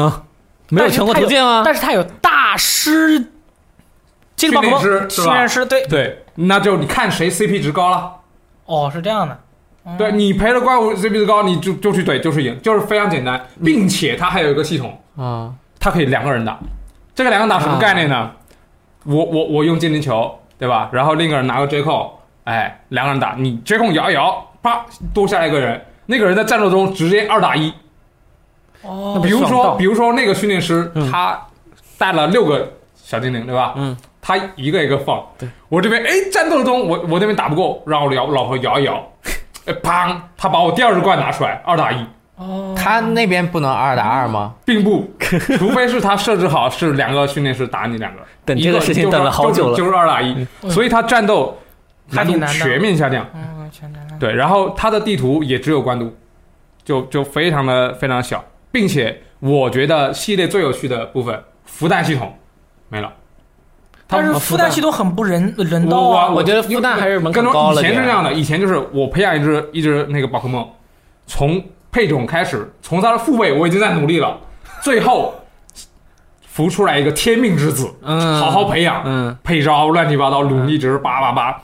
Speaker 3: 啊，没
Speaker 1: 但
Speaker 3: 有
Speaker 1: 是
Speaker 3: 全国
Speaker 1: 它
Speaker 3: 图鉴吗？
Speaker 1: 但是它有大师，这个
Speaker 4: 训
Speaker 1: 宝可
Speaker 4: 练
Speaker 1: 梦
Speaker 4: 师是
Speaker 1: 训
Speaker 4: 吧
Speaker 1: 练？师对，
Speaker 4: 对，那就你看谁 CP 值高了。
Speaker 1: 哦，是这样的。嗯
Speaker 4: 对你赔了怪物 CP 值高，你就就去怼，就是赢，就是非常简单，
Speaker 1: 嗯
Speaker 4: 并且它还有一个系统，
Speaker 5: 啊，
Speaker 4: 它可以两个人打。这个两个人打什么概念呢？
Speaker 1: 啊
Speaker 4: 我我我用精灵球，对吧？然后另一个人拿个 J 控，哎，两个人打，你 J 控摇一摇，啪，多下来一个人，那个人在战斗中直接二打一。
Speaker 1: 哦，
Speaker 4: 比如
Speaker 3: 爽
Speaker 4: 说，
Speaker 3: 到
Speaker 4: 比如说那个训练师，
Speaker 3: 嗯
Speaker 4: 他带了六个小精灵，对吧？
Speaker 3: 嗯，
Speaker 4: 他一个一个放。
Speaker 3: 对，
Speaker 4: 我这边哎，战斗中我我这边打不过，让我老老婆摇一摇， 哎，砰，他把我第二只怪拿出来，二打一，
Speaker 1: 哦，
Speaker 5: 他那边不能二打二吗？
Speaker 1: 嗯
Speaker 4: 并不，除非是他设置好是两个训练师打你两个，
Speaker 3: 等
Speaker 4: 一
Speaker 3: 这
Speaker 4: 个
Speaker 3: 个事情
Speaker 4: 就是
Speaker 3: 等了好久了
Speaker 4: 就是就是二打一，
Speaker 1: 嗯
Speaker 4: 所以他战斗
Speaker 1: 还
Speaker 4: 难度
Speaker 1: 挺难的
Speaker 4: 全面下降。
Speaker 1: 嗯，全全全
Speaker 4: 对，然后它的地图也只有关都，就就非常的非常小，并且我觉得系列最有趣的部分，孵蛋系统没了。它
Speaker 1: 但是孵蛋系统很不人人道啊。
Speaker 4: 我
Speaker 3: 嗯我觉得孵蛋还是门槛
Speaker 4: 跟
Speaker 3: 高
Speaker 4: 以
Speaker 3: 了
Speaker 4: 前是
Speaker 3: 点
Speaker 4: 这样的，以前就是我培养一只一只那个宝可梦，从配种开始，从它的父辈我已经在努力了，最后孵出来一个天命之子，
Speaker 3: 嗯，
Speaker 4: 好好培养，
Speaker 3: 嗯，
Speaker 4: 配招乱七八糟，努力值叭叭叭。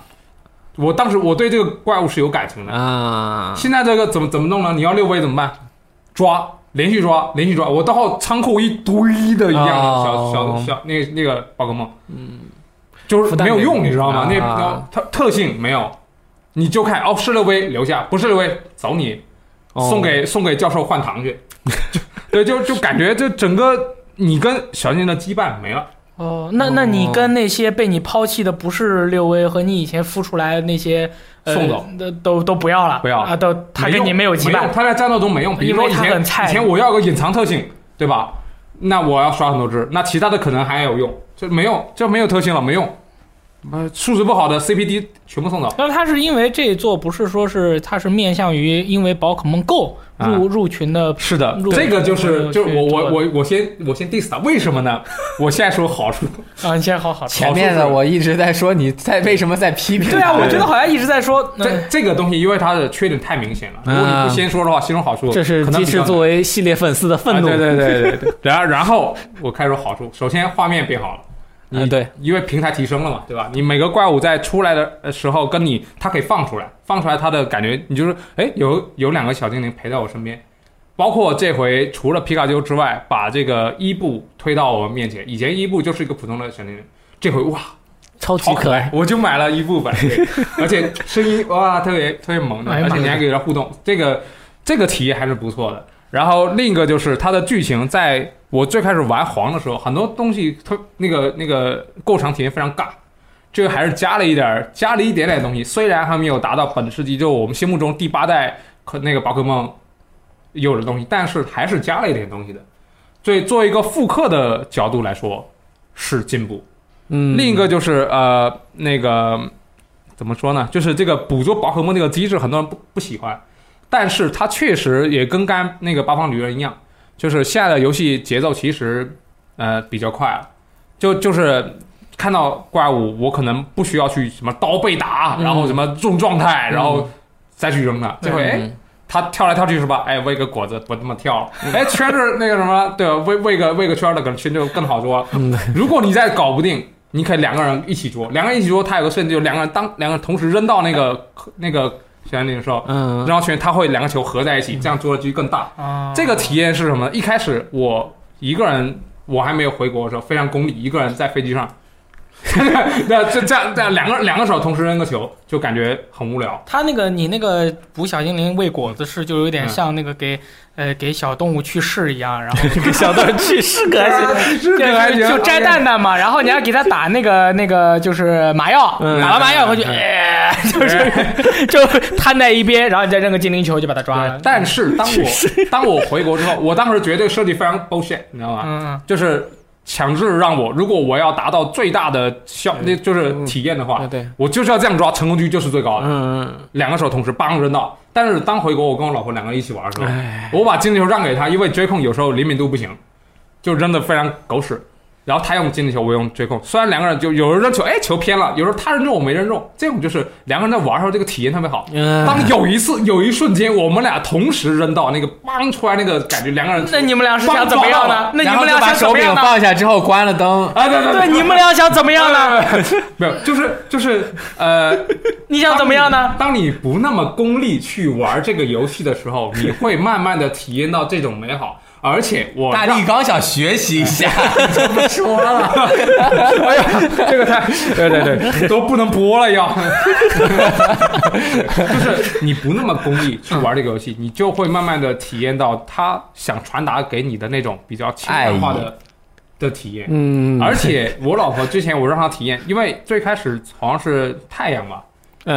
Speaker 4: 我当时我对这个怪物是有感情的，
Speaker 3: 啊，
Speaker 4: 现在这个怎么怎么弄呢？你要六位怎么办？抓，连续抓，连续抓。我到后仓库一堆的一样的小、
Speaker 3: 哦
Speaker 4: 小小那个那个宝可梦，嗯，就是没有
Speaker 3: 复旦
Speaker 4: 用，
Speaker 3: 的
Speaker 4: 你知道吗？
Speaker 3: 啊
Speaker 4: 那个特特性没有，你就看哦，是六位留下，不是六位走你，
Speaker 3: 哦
Speaker 4: 送给、送给教授换糖去。就对，就就感觉就整个你跟小精灵的羁绊没了。
Speaker 1: 哦，那那你跟那些被你抛弃的不是六威和你以前孵出来的那些呃
Speaker 4: 送走
Speaker 1: 的都都不要了，
Speaker 4: 不要
Speaker 1: 啊，都他
Speaker 4: 没
Speaker 1: 跟
Speaker 4: 用
Speaker 1: 你没有羁
Speaker 4: 没
Speaker 1: 绊
Speaker 4: 用，他在战斗中没用。比如说以
Speaker 1: 因为他
Speaker 4: 前
Speaker 1: 很菜
Speaker 4: 以前我要个隐藏特性，对吧？那我要刷很多只，那其他的可能还有用，就没用，就没有特性了，没用。呃，数值不好的 CPD 全部送走。
Speaker 1: 那他是因为这一座不是说是他是面向于因为宝可梦 Go
Speaker 4: 啊
Speaker 1: 入入群的
Speaker 4: 是的
Speaker 1: 入
Speaker 4: 这个就是
Speaker 1: 入
Speaker 4: 就是我
Speaker 1: 去
Speaker 4: 我
Speaker 1: 做
Speaker 4: 我我先我先 diss 他，为什么呢？我现在说 好处，
Speaker 1: 啊，你现在好好
Speaker 5: 前面的
Speaker 4: 好处是
Speaker 5: 我一直在说你在为什么在批评他？
Speaker 1: 对啊，我觉得好像一直在说，
Speaker 4: 这
Speaker 1: 嗯
Speaker 4: 这个东西因为它的缺点太明显了，如果你
Speaker 3: 啊
Speaker 4: 不先说的话，先说好处，
Speaker 3: 这是
Speaker 4: 可
Speaker 3: 鸡
Speaker 4: 能
Speaker 3: 翅
Speaker 4: 比较难
Speaker 3: 作为系列粉丝的愤怒，
Speaker 4: 啊对对对对 对。然后然后我开始说好处，首先画面变好了。你
Speaker 3: 嗯对，
Speaker 4: 因为平台提升了嘛，对吧？你每个怪物在出来的呃时候，跟你它可以放出来，放出来它的感觉，你就是哎，有有两个小精灵陪在我身边。包括这回除了皮卡丘之外，把这个伊布推到我面前。以前伊布就是一个普通的小精灵，这回哇，
Speaker 3: 超级
Speaker 4: 好
Speaker 3: 可爱，，
Speaker 4: 我就买了伊布版，对而且声音哇特别特别萌的，
Speaker 1: 哎呀
Speaker 4: 而
Speaker 1: 妈
Speaker 4: 且
Speaker 1: 呀
Speaker 4: 你还可以让互动，这个这个体验还是不错的。然后另一个就是它的剧情，在我最开始玩黄的时候，很多东西特那个那个过场体验非常尬，这个还是加了一点儿加了一点点东西，虽然还没有达到本世纪就我们心目中第八代可那个宝可梦有的东西，但是还是加了一点东西的。所以作为一个复刻的角度来说，是进步。
Speaker 3: 嗯，
Speaker 4: 另一个就是呃，那个怎么说呢？就是这个捕捉宝可梦这个机制，很多人不不喜欢，但是它确实也跟刚那个八方旅人一样，就是现在的游戏节奏其实呃比较快了，就就是。看到怪物，我可能不需要去什么刀被打，然后什么重状态，然后再去扔它。这回哎，
Speaker 3: 嗯
Speaker 4: 他跳来跳去是吧？哎，喂个果子，不这么跳了。哎，圈是那个什么，对吧？喂喂个喂个圈的，可能圈就更好捉。如果你再搞不定，你可以两个人一起捉，两个人一起捉，他有个设计，就两个人当两个人同时扔到那个那个旋铃的时候，
Speaker 3: 嗯，
Speaker 4: 扔到圈，他会两个球合在一起，这样捉的局更大。
Speaker 1: 啊，
Speaker 4: 这个体验是什么？一开始我一个人，我还没有回国的时候，非常功利，一个人在飞机上， 那这这样这样两个两个手同时扔个球，就感觉很无聊。
Speaker 1: 他那个你那个补小精灵喂果子是就有点像那个给、呃给小动物去世一样，然后给小动物去世 可还行。
Speaker 4: 这
Speaker 1: 对就就摘蛋蛋嘛，然后你还给它打那个那个就是麻药，
Speaker 3: 嗯
Speaker 1: 打完麻药以后就哎，就是就瘫在一边，然后你再扔个精灵球就把它抓了。
Speaker 4: 但是当我 当我回国之后，我当时觉得设计非常 bullshit，你知道吗？
Speaker 1: 嗯，
Speaker 4: 就是强制让我，如果我要达到最大的效，那就是体验的话，
Speaker 3: 对啊对
Speaker 4: 我就是要这样抓，成功率就是最高的，
Speaker 3: 嗯，
Speaker 4: 两个手同时邦扔到。但是当回国，我跟我老婆两个人一起玩的时候，我把精灵球让给她，因为追控有时候灵敏度不行，就扔的非常狗屎。然后她用精灵球，我用追控，虽然两个人就有人扔球，哎，球偏了；有时候她扔中，我没扔中。这种就是两个人在玩的时候，这个体验特别好。
Speaker 3: 嗯
Speaker 4: 当有一次有一瞬间，我们俩同时扔到那个邦出来那个感觉，两个人
Speaker 1: 那你们俩是想怎么样呢？那你
Speaker 2: 然后
Speaker 1: 们
Speaker 2: 就
Speaker 1: 俩
Speaker 2: 把
Speaker 1: 想怎
Speaker 2: 手
Speaker 1: 么
Speaker 2: 柄
Speaker 1: 样呢？
Speaker 2: 放下之后关了 灯，
Speaker 4: 啊，对对
Speaker 1: 对，你们俩想怎么样
Speaker 4: 嗯
Speaker 1: 呢？
Speaker 4: 没有，就是就是 呃，
Speaker 1: 你想怎么样呢？
Speaker 4: 当你？当你不那么功利去玩这个游戏的时 候，你会慢慢的体验到这种美好。而且我
Speaker 2: 大 力刚想学习一下，
Speaker 4: 说了，哎呀，这个太对对对， 都不能播了要。就是你不那么功利去玩这个游戏，你就会慢慢的体验到他想传达给你的那种比较情感化
Speaker 1: 哎
Speaker 4: 的的体验。
Speaker 3: 嗯，
Speaker 4: 而且我老婆之前我让她体验，因为最开始好像是太阳吧，
Speaker 1: 嗯
Speaker 3: 嗯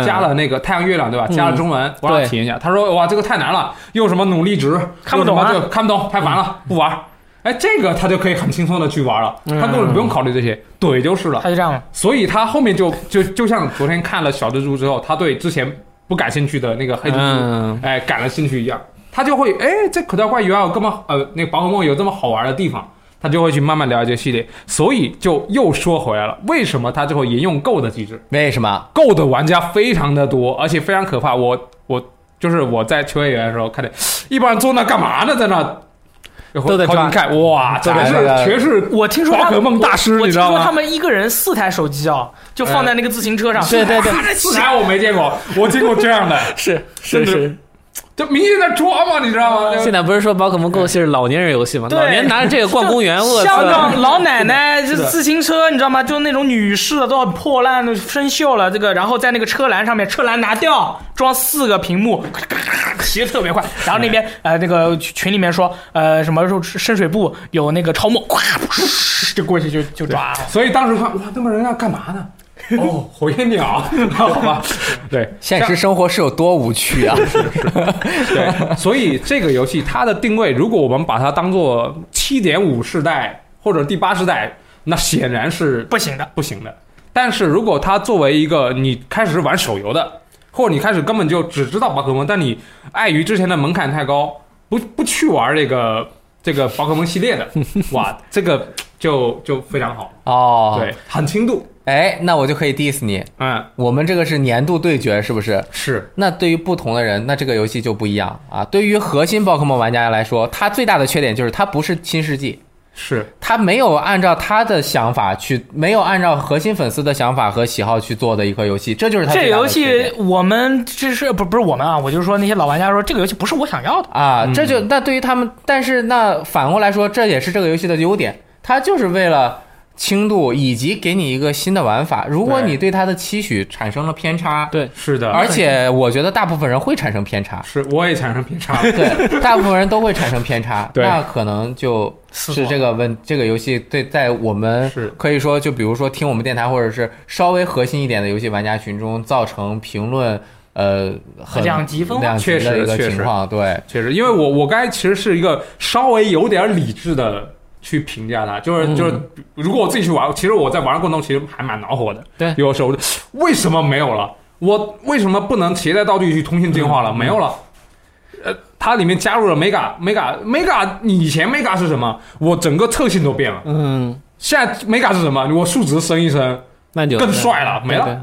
Speaker 4: 加了那个太阳月亮对吧？加了中文，我让
Speaker 3: 对
Speaker 4: 体验一下。她说哇，这个太难了，又什么努力值，
Speaker 1: 看不懂啊嗯
Speaker 4: 又什么就看不懂，太烦了，不玩。哎，这个她就可以很轻松的去玩了，她根本不用考虑这些，怼就是了
Speaker 1: 他。就这样了。
Speaker 4: 所以她后面就就就像昨天看了小蜘蛛之后，她对之前不感兴趣的那个黑蜘蛛
Speaker 3: 嗯，
Speaker 4: 哎，感了兴趣一样，他就会哎，这口袋怪原来有这么呃，那个宝可梦有这么好玩的地方，他就会去慢慢了解系列。所以就又说回来了，为什么他最后沿用 Go 的机制
Speaker 2: 为什么？
Speaker 4: ？Go 的玩家非常的多，而且非常可怕。我我就是我在球员的时候看见，一般人坐那干嘛呢？在那。
Speaker 3: 都在抓
Speaker 4: 靠近看，哇，
Speaker 2: 都
Speaker 4: 全
Speaker 2: 在
Speaker 4: 是
Speaker 2: 抓
Speaker 4: 全是
Speaker 1: 我听说
Speaker 4: 宝可梦大师
Speaker 1: 我我
Speaker 4: 你知
Speaker 1: 听
Speaker 4: 道
Speaker 1: 说
Speaker 4: 吗
Speaker 1: 他们一个人四台手机啊，就放在那个自行车
Speaker 4: 啊
Speaker 1: 上。
Speaker 3: 对对对，
Speaker 4: 四台我没见过，我见过这样的，
Speaker 3: 是是
Speaker 4: 真的呃
Speaker 3: 是。
Speaker 4: 这明显在抓嘛，你知道吗？
Speaker 3: 现在不是说宝可梦 Go 是老年人游戏吗？
Speaker 1: 对
Speaker 3: 老年拿着这个逛公 园，哎我
Speaker 1: 香
Speaker 3: 操！
Speaker 1: 港老奶奶这
Speaker 4: 的
Speaker 1: 自行车，你知道吗？就那种女士的都要破烂的生锈了，这个然后在那个车篮上面，车篮拿掉，装四个屏幕，咔咔咔咔骑得特别快。然后那边呃那个群里面说呃什么时候深水埗有那个超模，咵就过去就就抓了。
Speaker 4: 所以当时看哇，那么人要干嘛呢？哦，火焰鸟， 好吧，对
Speaker 2: 现实生活是有多无趣啊！
Speaker 4: 对，所以这个游戏它的定位，如果我们把它当做七点五世代或者第八世代，那显然是
Speaker 1: 不行的，
Speaker 4: 不行的。但是如果它作为一个你开始玩手游的，或者你开始根本就只知道宝可梦，但你碍于之前的门槛太高，不不去玩这个这个宝可梦系列的，哇，这个就就非常好，
Speaker 2: 哦，，
Speaker 4: 对，很轻度，
Speaker 2: 哎，那我就可以 diss 你。
Speaker 4: 嗯，
Speaker 2: 我们这个是年度对决，是不是？
Speaker 4: 是。
Speaker 2: 那对于不同的人，那这个游戏就不一样啊。对于核心宝可梦玩家来说，它最大的缺点就是它不是新世纪，
Speaker 4: 是，
Speaker 2: 它没有按照他的想法去，没有按照核心粉丝的想法和喜好去做的一个游戏，这就是它
Speaker 1: 这
Speaker 2: 最大的
Speaker 1: 游
Speaker 2: 缺
Speaker 1: 戏
Speaker 2: 点
Speaker 1: 我们这是不不是我们啊？我就是说那些老玩家说这个游戏不是我想要的。
Speaker 2: 啊，这就那对于他们，但是那反过来说，这也是这个游戏的优点，它就是为了。轻度以及给你一个新的玩法，如果
Speaker 4: 对
Speaker 2: 你对它的期许产生了偏差，
Speaker 3: 对
Speaker 4: 是的，
Speaker 2: 而且我觉得大部分人会产生偏差，
Speaker 4: 是我也产生偏差。
Speaker 2: 对，大部分人都会产生偏差，
Speaker 4: 对
Speaker 2: 那可能就
Speaker 1: 死
Speaker 2: 是
Speaker 1: 亡
Speaker 2: 这个问这个游戏对在我们
Speaker 4: 是
Speaker 2: 可以说就比如说听我们电台或者是稍微核心一点的游戏玩家群中造成评论呃很
Speaker 1: 两极分化
Speaker 2: 两极的一个
Speaker 4: 确实确实
Speaker 2: 情况，对，
Speaker 4: 确实，因为我我刚才其实是一个稍微有点理智的去评价它，就是就是，如果我自己去玩，其实我在玩的过程中其实还蛮恼火的。
Speaker 3: 对
Speaker 4: 有时候我就为什么没有了？我为什么不能携带道具去通信电话了？没有了。呃，它里面加入了 mega mega mega，你以前 mega 是什么？我整个特性都变了。
Speaker 3: 嗯，
Speaker 4: 现在 mega 是什么？我数值升一升，
Speaker 3: 那就
Speaker 4: 更帅了，没了。
Speaker 3: 了。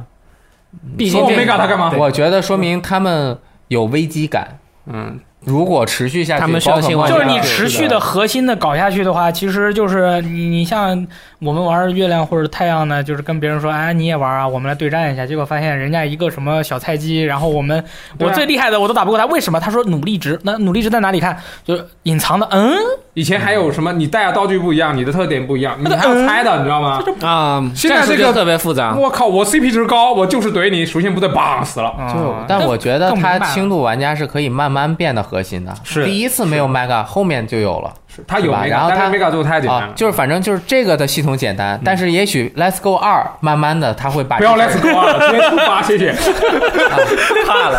Speaker 3: 毕
Speaker 4: 说
Speaker 3: 竟这
Speaker 4: 我 mega 它干嘛？
Speaker 2: 我觉得说明他们有危机感，
Speaker 4: 嗯，
Speaker 2: 如果持续下去，
Speaker 3: 他们需要
Speaker 2: 包括
Speaker 3: 新玩家
Speaker 1: 就是你持续的核心的搞下去的话，其实就是你你像我们玩月亮或者太阳呢，就是跟别人说，哎，你也玩啊，我们来对战一下。结果发现人家一个什么小菜鸡，然后我们
Speaker 4: 对啊
Speaker 1: 我最厉害的我都打不过他，为什么？他说努力值，那努力值在哪里看？就是隐藏的，嗯，
Speaker 4: 以前还有什么？你带的道具不一样，你的特点不一样，你还要猜的，你知道吗？啊
Speaker 3: 啊，
Speaker 4: 现在
Speaker 3: 战术
Speaker 4: 这个
Speaker 3: 就特别复杂。
Speaker 4: 嗯我靠，我 CP 值高，我就是怼你，属性不对，棒死了。
Speaker 5: 嗯
Speaker 1: 啊
Speaker 5: 但我觉得
Speaker 1: 更明白
Speaker 5: 他
Speaker 1: 了
Speaker 5: 轻度玩家是可以慢慢变得核心的。
Speaker 4: 是
Speaker 5: 第一次没有 mega，后面就有了。
Speaker 4: 是他有
Speaker 5: 吧
Speaker 4: mega，
Speaker 5: 然后
Speaker 4: 但是
Speaker 5: 他
Speaker 4: mega 做太简单
Speaker 5: 啊
Speaker 4: 了，。嗯
Speaker 5: 就是反正就是这个的系统简单，但是也许 Let's Go 二慢慢的他会把
Speaker 4: 不要
Speaker 5: 这
Speaker 4: Let's go 了，别出发，谢谢。
Speaker 5: 啊
Speaker 7: 怕 了，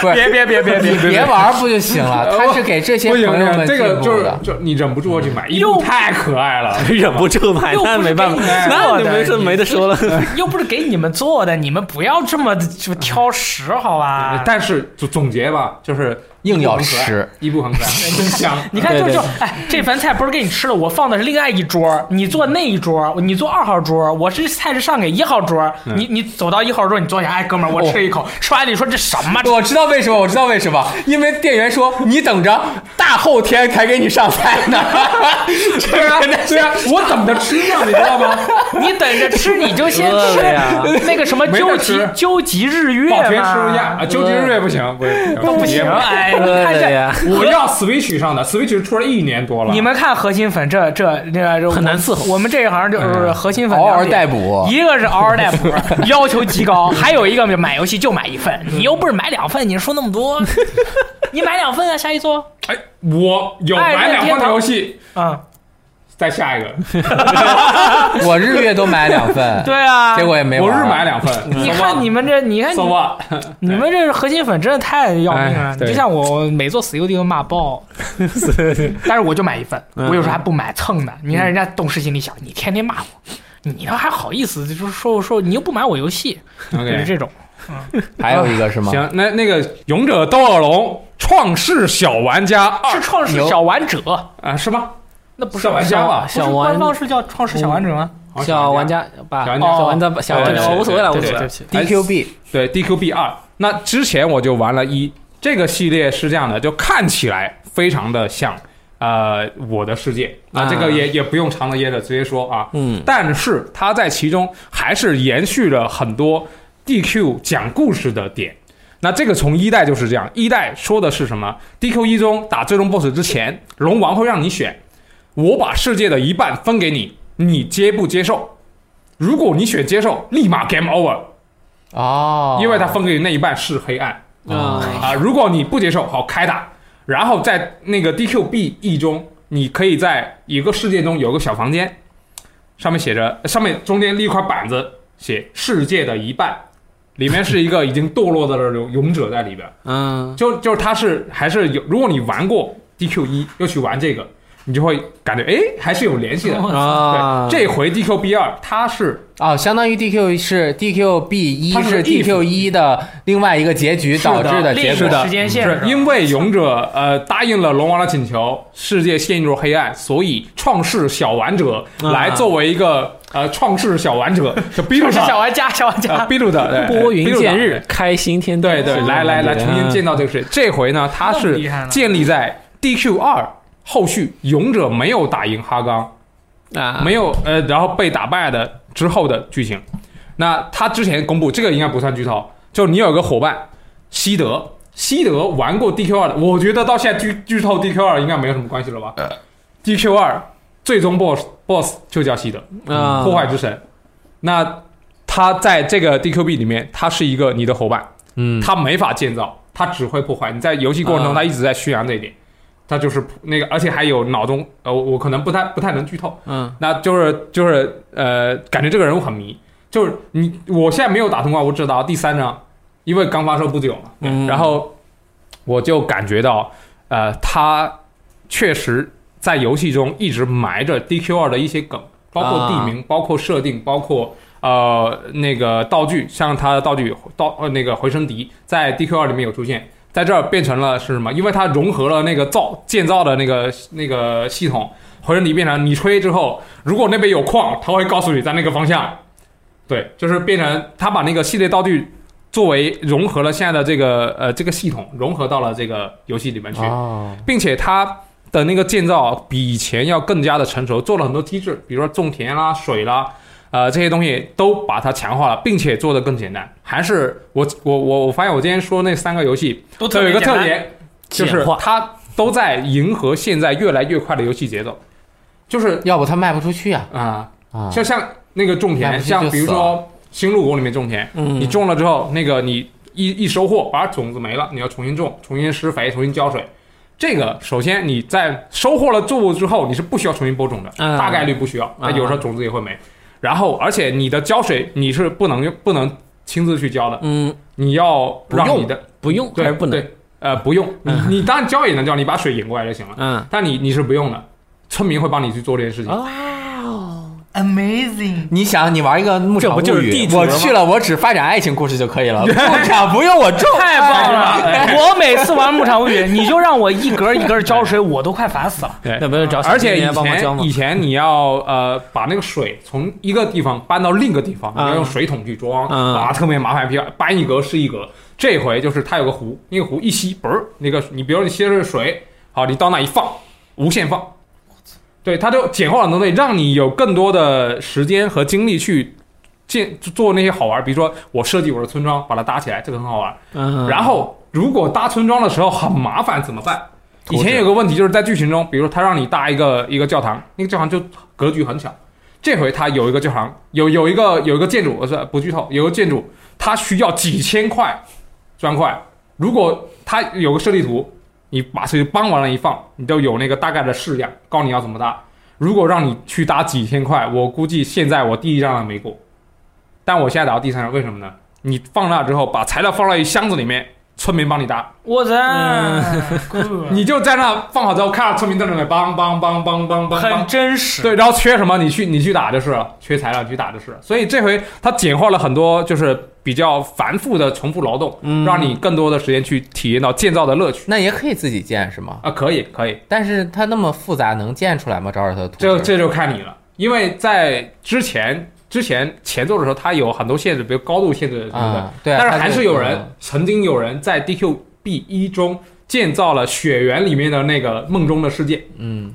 Speaker 5: 不是
Speaker 4: 别别别别别
Speaker 5: 你别！玩不就行 了？他是给这些
Speaker 4: 不
Speaker 5: 朋
Speaker 4: 行，
Speaker 5: 友
Speaker 4: 不行
Speaker 5: 们
Speaker 4: 这个
Speaker 5: 进
Speaker 4: 就
Speaker 5: 步嗯
Speaker 4: 是
Speaker 5: 的。
Speaker 4: 就你忍不住要去买，一
Speaker 1: 又
Speaker 4: 部太可爱了。
Speaker 7: 忍不住买，
Speaker 1: 又不
Speaker 7: 那
Speaker 1: 是
Speaker 7: 没办法
Speaker 1: 给你，
Speaker 4: 哎
Speaker 7: 那
Speaker 1: 做
Speaker 7: 你
Speaker 1: 的
Speaker 7: 没事没得 说了。
Speaker 1: 又不是给你们做的，你们不要这么就挑食好吧？
Speaker 4: 但是总总结吧，就是
Speaker 5: 嗯硬要吃
Speaker 4: 一 部很可爱，一部很可爱真香。
Speaker 1: 你看，就
Speaker 7: 对对
Speaker 1: 是就哎，这盘菜不是给你吃了，我放的是另外一桌，你坐那一桌，你坐二号桌，我这菜是上给一号桌，
Speaker 7: 嗯
Speaker 1: 你你走到一号桌，你坐下，哎，哥们儿，我吃一
Speaker 7: 哦
Speaker 1: 口，吃完了你说这什么？ 这
Speaker 5: 我知道为什么，我知道为什么，因为店员说你等着大后天才给你上菜呢。
Speaker 4: 对啊， 对啊，我怎么着吃呢？你知道吗？
Speaker 1: 你等着吃，你就先吃
Speaker 7: 饿了呀
Speaker 1: 那个什么
Speaker 4: 没得
Speaker 1: 究
Speaker 4: 吃
Speaker 1: 极究极日 月
Speaker 4: 保全吃
Speaker 1: 嘛
Speaker 4: 不下啊，究极日月不行，不行，
Speaker 1: 都不行，哎，你看
Speaker 7: 对
Speaker 1: 这。
Speaker 7: 呀，
Speaker 4: 我要 Switch 上的 Switch 出来一年多了，
Speaker 1: 你们看核心粉这这这这
Speaker 7: 很难伺候嗯
Speaker 1: 我们这一行就是核心粉
Speaker 5: 嗷嗷
Speaker 1: 两点
Speaker 5: 待哺，
Speaker 1: 一个是嗷嗷待哺， 要求极高；还有一个买游戏就买一份，你又不是买两份，你说那么多，你买两份啊，下一桌，
Speaker 4: 哎，我有
Speaker 1: 哎
Speaker 4: 买两款游戏，
Speaker 1: 嗯，
Speaker 4: 再下一个，
Speaker 5: 我日月都买两 份，
Speaker 1: 对啊
Speaker 5: 结。果也没
Speaker 4: 我
Speaker 5: 玩
Speaker 4: 日买两份，
Speaker 1: 你看你们这，哎你看
Speaker 4: so
Speaker 1: 你
Speaker 4: what？
Speaker 1: 你们这核心粉真的太要命
Speaker 4: 哎
Speaker 1: 了。
Speaker 4: 对
Speaker 1: 就像我我每做 COD 都骂爆，但是我就买一份，我有时候还不买蹭的。你看人家动视心里想，你天天骂我，你他妈还好意思就是说说你又不买我游戏，就
Speaker 4: OK
Speaker 1: 是这种。
Speaker 5: 还有一个是吗？
Speaker 4: 行，那那个《勇者斗恶龙：创世小玩家二
Speaker 1: 是》创世
Speaker 5: 牛
Speaker 1: 小玩者，
Speaker 4: 啊，是吗？
Speaker 1: 那不是
Speaker 4: 小玩家吧
Speaker 1: 啊不是
Speaker 3: 小玩
Speaker 1: 官方是叫创世小玩者吗？
Speaker 4: 好
Speaker 3: 小玩家哦吧，
Speaker 4: 小
Speaker 3: 小
Speaker 4: 玩
Speaker 3: 玩
Speaker 4: 家哦
Speaker 3: 家吧，小玩
Speaker 4: 对
Speaker 3: 家
Speaker 4: 对
Speaker 3: 无所谓了，无
Speaker 1: 对
Speaker 3: 所
Speaker 1: 对
Speaker 3: 谓了
Speaker 1: 对。起。
Speaker 5: DQB
Speaker 4: 对 DQB 二。那之前我就玩了一，这个系列是这样的，就看起来非常的像呃我的世界啊，
Speaker 3: 啊
Speaker 4: 这个也也不用藏着掖着直接说啊，
Speaker 3: 嗯，
Speaker 4: 但是它在其中还是延续了很多 DQ 讲故事的点。那这个从一代就是这样，一代说的是什么？DQ 一中打最终 BOSS 之前，龙王会让你选，我把世界的一半分给你，你接不接受？如果你选接受，立马 game over，
Speaker 5: 哦，
Speaker 4: 因为它分给你那一半是黑暗
Speaker 3: 啊，
Speaker 4: 啊。如果你不接受，好开打，然后在那个 DQB E 中，你可以在一个世界中有个小房间，上面写着，上面中间立一块板子，写世界的一半，里面是一个已经堕落的勇勇者在里边。
Speaker 3: 嗯，
Speaker 4: 就就是它是还是有，如果你玩过 DQ 一又去玩这个，你就会感觉哎还是有联系的。
Speaker 3: 啊
Speaker 4: 对，这回 DQB 二它是
Speaker 5: 哦，相当于 DQ 是 DQB 一
Speaker 4: 它是
Speaker 5: 是
Speaker 4: if
Speaker 5: DQ 一的另外一个结局导致的
Speaker 1: 另
Speaker 5: 结
Speaker 1: 一
Speaker 5: 果。
Speaker 1: 个时间线
Speaker 4: 嗯
Speaker 1: 吧
Speaker 4: 是 因为勇者呃答应了龙王的请求，世界陷入黑暗，所以创世小玩者来作为一个呃创世小玩者，就逼住
Speaker 1: 是小
Speaker 4: 他，
Speaker 1: 玩家，小玩家
Speaker 4: 呃，逼住的对
Speaker 3: 拨云
Speaker 4: 逼住他
Speaker 3: 见日，开心天地。
Speaker 4: 对对，来来来，
Speaker 3: 嗯
Speaker 4: 重新见到这个世界。这回呢，它
Speaker 1: 那么
Speaker 4: 是
Speaker 1: 厉害呢
Speaker 4: 建立在 DQ 二后续勇者没有打赢哈刚，
Speaker 3: 啊，
Speaker 4: 没有呃，然后被打败的之后的剧情。那他之前公布这个应该不算剧透，就你有个伙伴西德，西德玩过 DQ 二的，我觉得到现在剧剧透 DQ 二应该没有什么关系了
Speaker 3: 呃
Speaker 4: 吧、d q 二最终 BOSS BOSS 就叫西德，
Speaker 3: 啊，
Speaker 4: 破坏之神。那他在这个 DQB 里面，他是一个你的伙伴，
Speaker 5: 嗯，
Speaker 4: 他没法建造，他只会破坏。你在游戏过程中，
Speaker 3: 啊
Speaker 4: 他一直在宣扬这一点，他就是那个，而且还有脑中呃，我我可能不太不太能剧透。
Speaker 3: 嗯
Speaker 4: 那就是就是呃，感觉这个人物很迷，就是你我现在没有打通关，我只打到第三章，因为刚发售不久嘛。
Speaker 3: 嗯
Speaker 4: 然后我就感觉到，呃，他确实在游戏中一直埋着 DQ 二的一些梗，包括地名，包括设定，包括呃那个道具，像他的道具道呃那个回声笛在 DQ 二里面有出现。在这儿变成了是什么？因为它融合了那个造建造的那个那个系统，回声笛变成你吹之后，如果那边有矿，它会告诉你在那个方向。对，就是变成他把那个系列道具作为融合了现在的这个呃这个系统，融合到了这个游戏里面去，
Speaker 1: 啊
Speaker 5: 哦，
Speaker 4: 并且它的那个建造比以前要更加的成熟，做了很多机制，比如说种田啦、水啦，呃这些东西都把它强化了，并且做得更简单。还是我我我我发现我今天说那三个游戏
Speaker 1: 都
Speaker 4: 都有一个
Speaker 1: 别简
Speaker 4: 特
Speaker 1: 单，
Speaker 4: 点，就
Speaker 7: 简
Speaker 4: 是
Speaker 7: 化
Speaker 4: 它都在迎合现在越来越快的游戏节奏，就是
Speaker 5: 要不他卖不出去啊
Speaker 4: 啊，
Speaker 5: 啊！
Speaker 4: 像像那个种
Speaker 5: 那
Speaker 4: 田，
Speaker 5: 不是
Speaker 4: 像
Speaker 5: 就
Speaker 4: 比如
Speaker 5: 死
Speaker 4: 说新路谷里面种田，
Speaker 3: 嗯
Speaker 4: 你种了之后，那个你一一收获，把种子没了，你要重新种，重新施肥，重新浇水。这个首先你在收获了作物之后，你是不需要重新播种的，
Speaker 3: 嗯
Speaker 4: 大概率不需要。啊，有时候种子也会没。然后，而且你的浇水你是不能不能亲自去浇的，
Speaker 3: 嗯，
Speaker 4: 你要让你的
Speaker 3: 不用还
Speaker 4: 对
Speaker 3: 是不能？
Speaker 4: 对呃不用，你
Speaker 3: 嗯
Speaker 4: 你当然浇也能浇，你把水引过来就行了。
Speaker 3: 嗯，
Speaker 4: 但你你是不用的，村民会帮你去做这件事情。
Speaker 5: Amazing！你想，你玩一个牧场
Speaker 7: 这不就是
Speaker 5: 物语
Speaker 7: 地主
Speaker 5: 我
Speaker 7: 了吗
Speaker 5: 去了，我只发展爱情故事就可以了，牧场不用我种，
Speaker 1: 太 棒
Speaker 4: 哎
Speaker 1: 了！我每次玩牧场物语，你就让我一格一格浇水，我都快烦死了。
Speaker 4: 对
Speaker 3: 那不是找小
Speaker 4: 而且
Speaker 3: 青
Speaker 4: 以
Speaker 3: 年帮忙浇吗
Speaker 4: 前以前你要呃把那个水从一个地方搬到另一个地方，你
Speaker 3: 嗯
Speaker 4: 要用水桶去装，
Speaker 3: 嗯
Speaker 4: 啊，特别麻烦，比如搬一格是一格。这回就是它有个壶，那个壶一吸，嘣儿，那个你比如说你吸的是水，好，你到那一放，无限放。对，它就简化了很多东西，让你有更多的时间和精力去建做那些好玩儿，比如说我设计我的村庄，把它搭起来，这个很好玩儿。
Speaker 3: 嗯，
Speaker 4: 然后如果搭村庄的时候很麻烦怎么办？以前有个问题就是在剧情中，比如他让你搭一个一个教堂，那个教堂就格局很小。这回他有一个教堂，有有一个有一个建筑，我呃是不剧透，有个建筑它需要几千块砖块。如果它有个设计图，你把这个搬完了，一放，你就有那个大概的式样，告诉你要怎么搭。如果让你去搭几千块，我估计现在我第一张还没过，但我现在打到第三张，为什么呢？你放那之后，把材料放到一箱子里面，村民帮你搭，
Speaker 1: 我操！
Speaker 4: 你就在那放好之后，看着村民在那里帮帮帮帮帮帮
Speaker 1: 很
Speaker 4: 帮，
Speaker 1: 真实，
Speaker 4: 对，然后缺什么你去你去打就是了，缺材料你去打就是了。所以这回它简化了很多，就是比较繁复的重复劳动，让你更多的时间去体验到建造的乐趣
Speaker 5: 那也可以自己建是吗？
Speaker 4: 啊，可以可以。
Speaker 5: 但是它那么复杂，能建出来吗？找找它的图纸。
Speaker 4: 这这就看你了，因为在之前之前前奏的时候，它有很多限制，比如高度限制什么的，
Speaker 5: 啊，对啊，
Speaker 4: 但是
Speaker 5: 它就
Speaker 4: 还是有人、
Speaker 5: 嗯
Speaker 4: 曾经有人在 DQB 一中建造了《雪原》里面的那个梦中的世界，
Speaker 5: 嗯，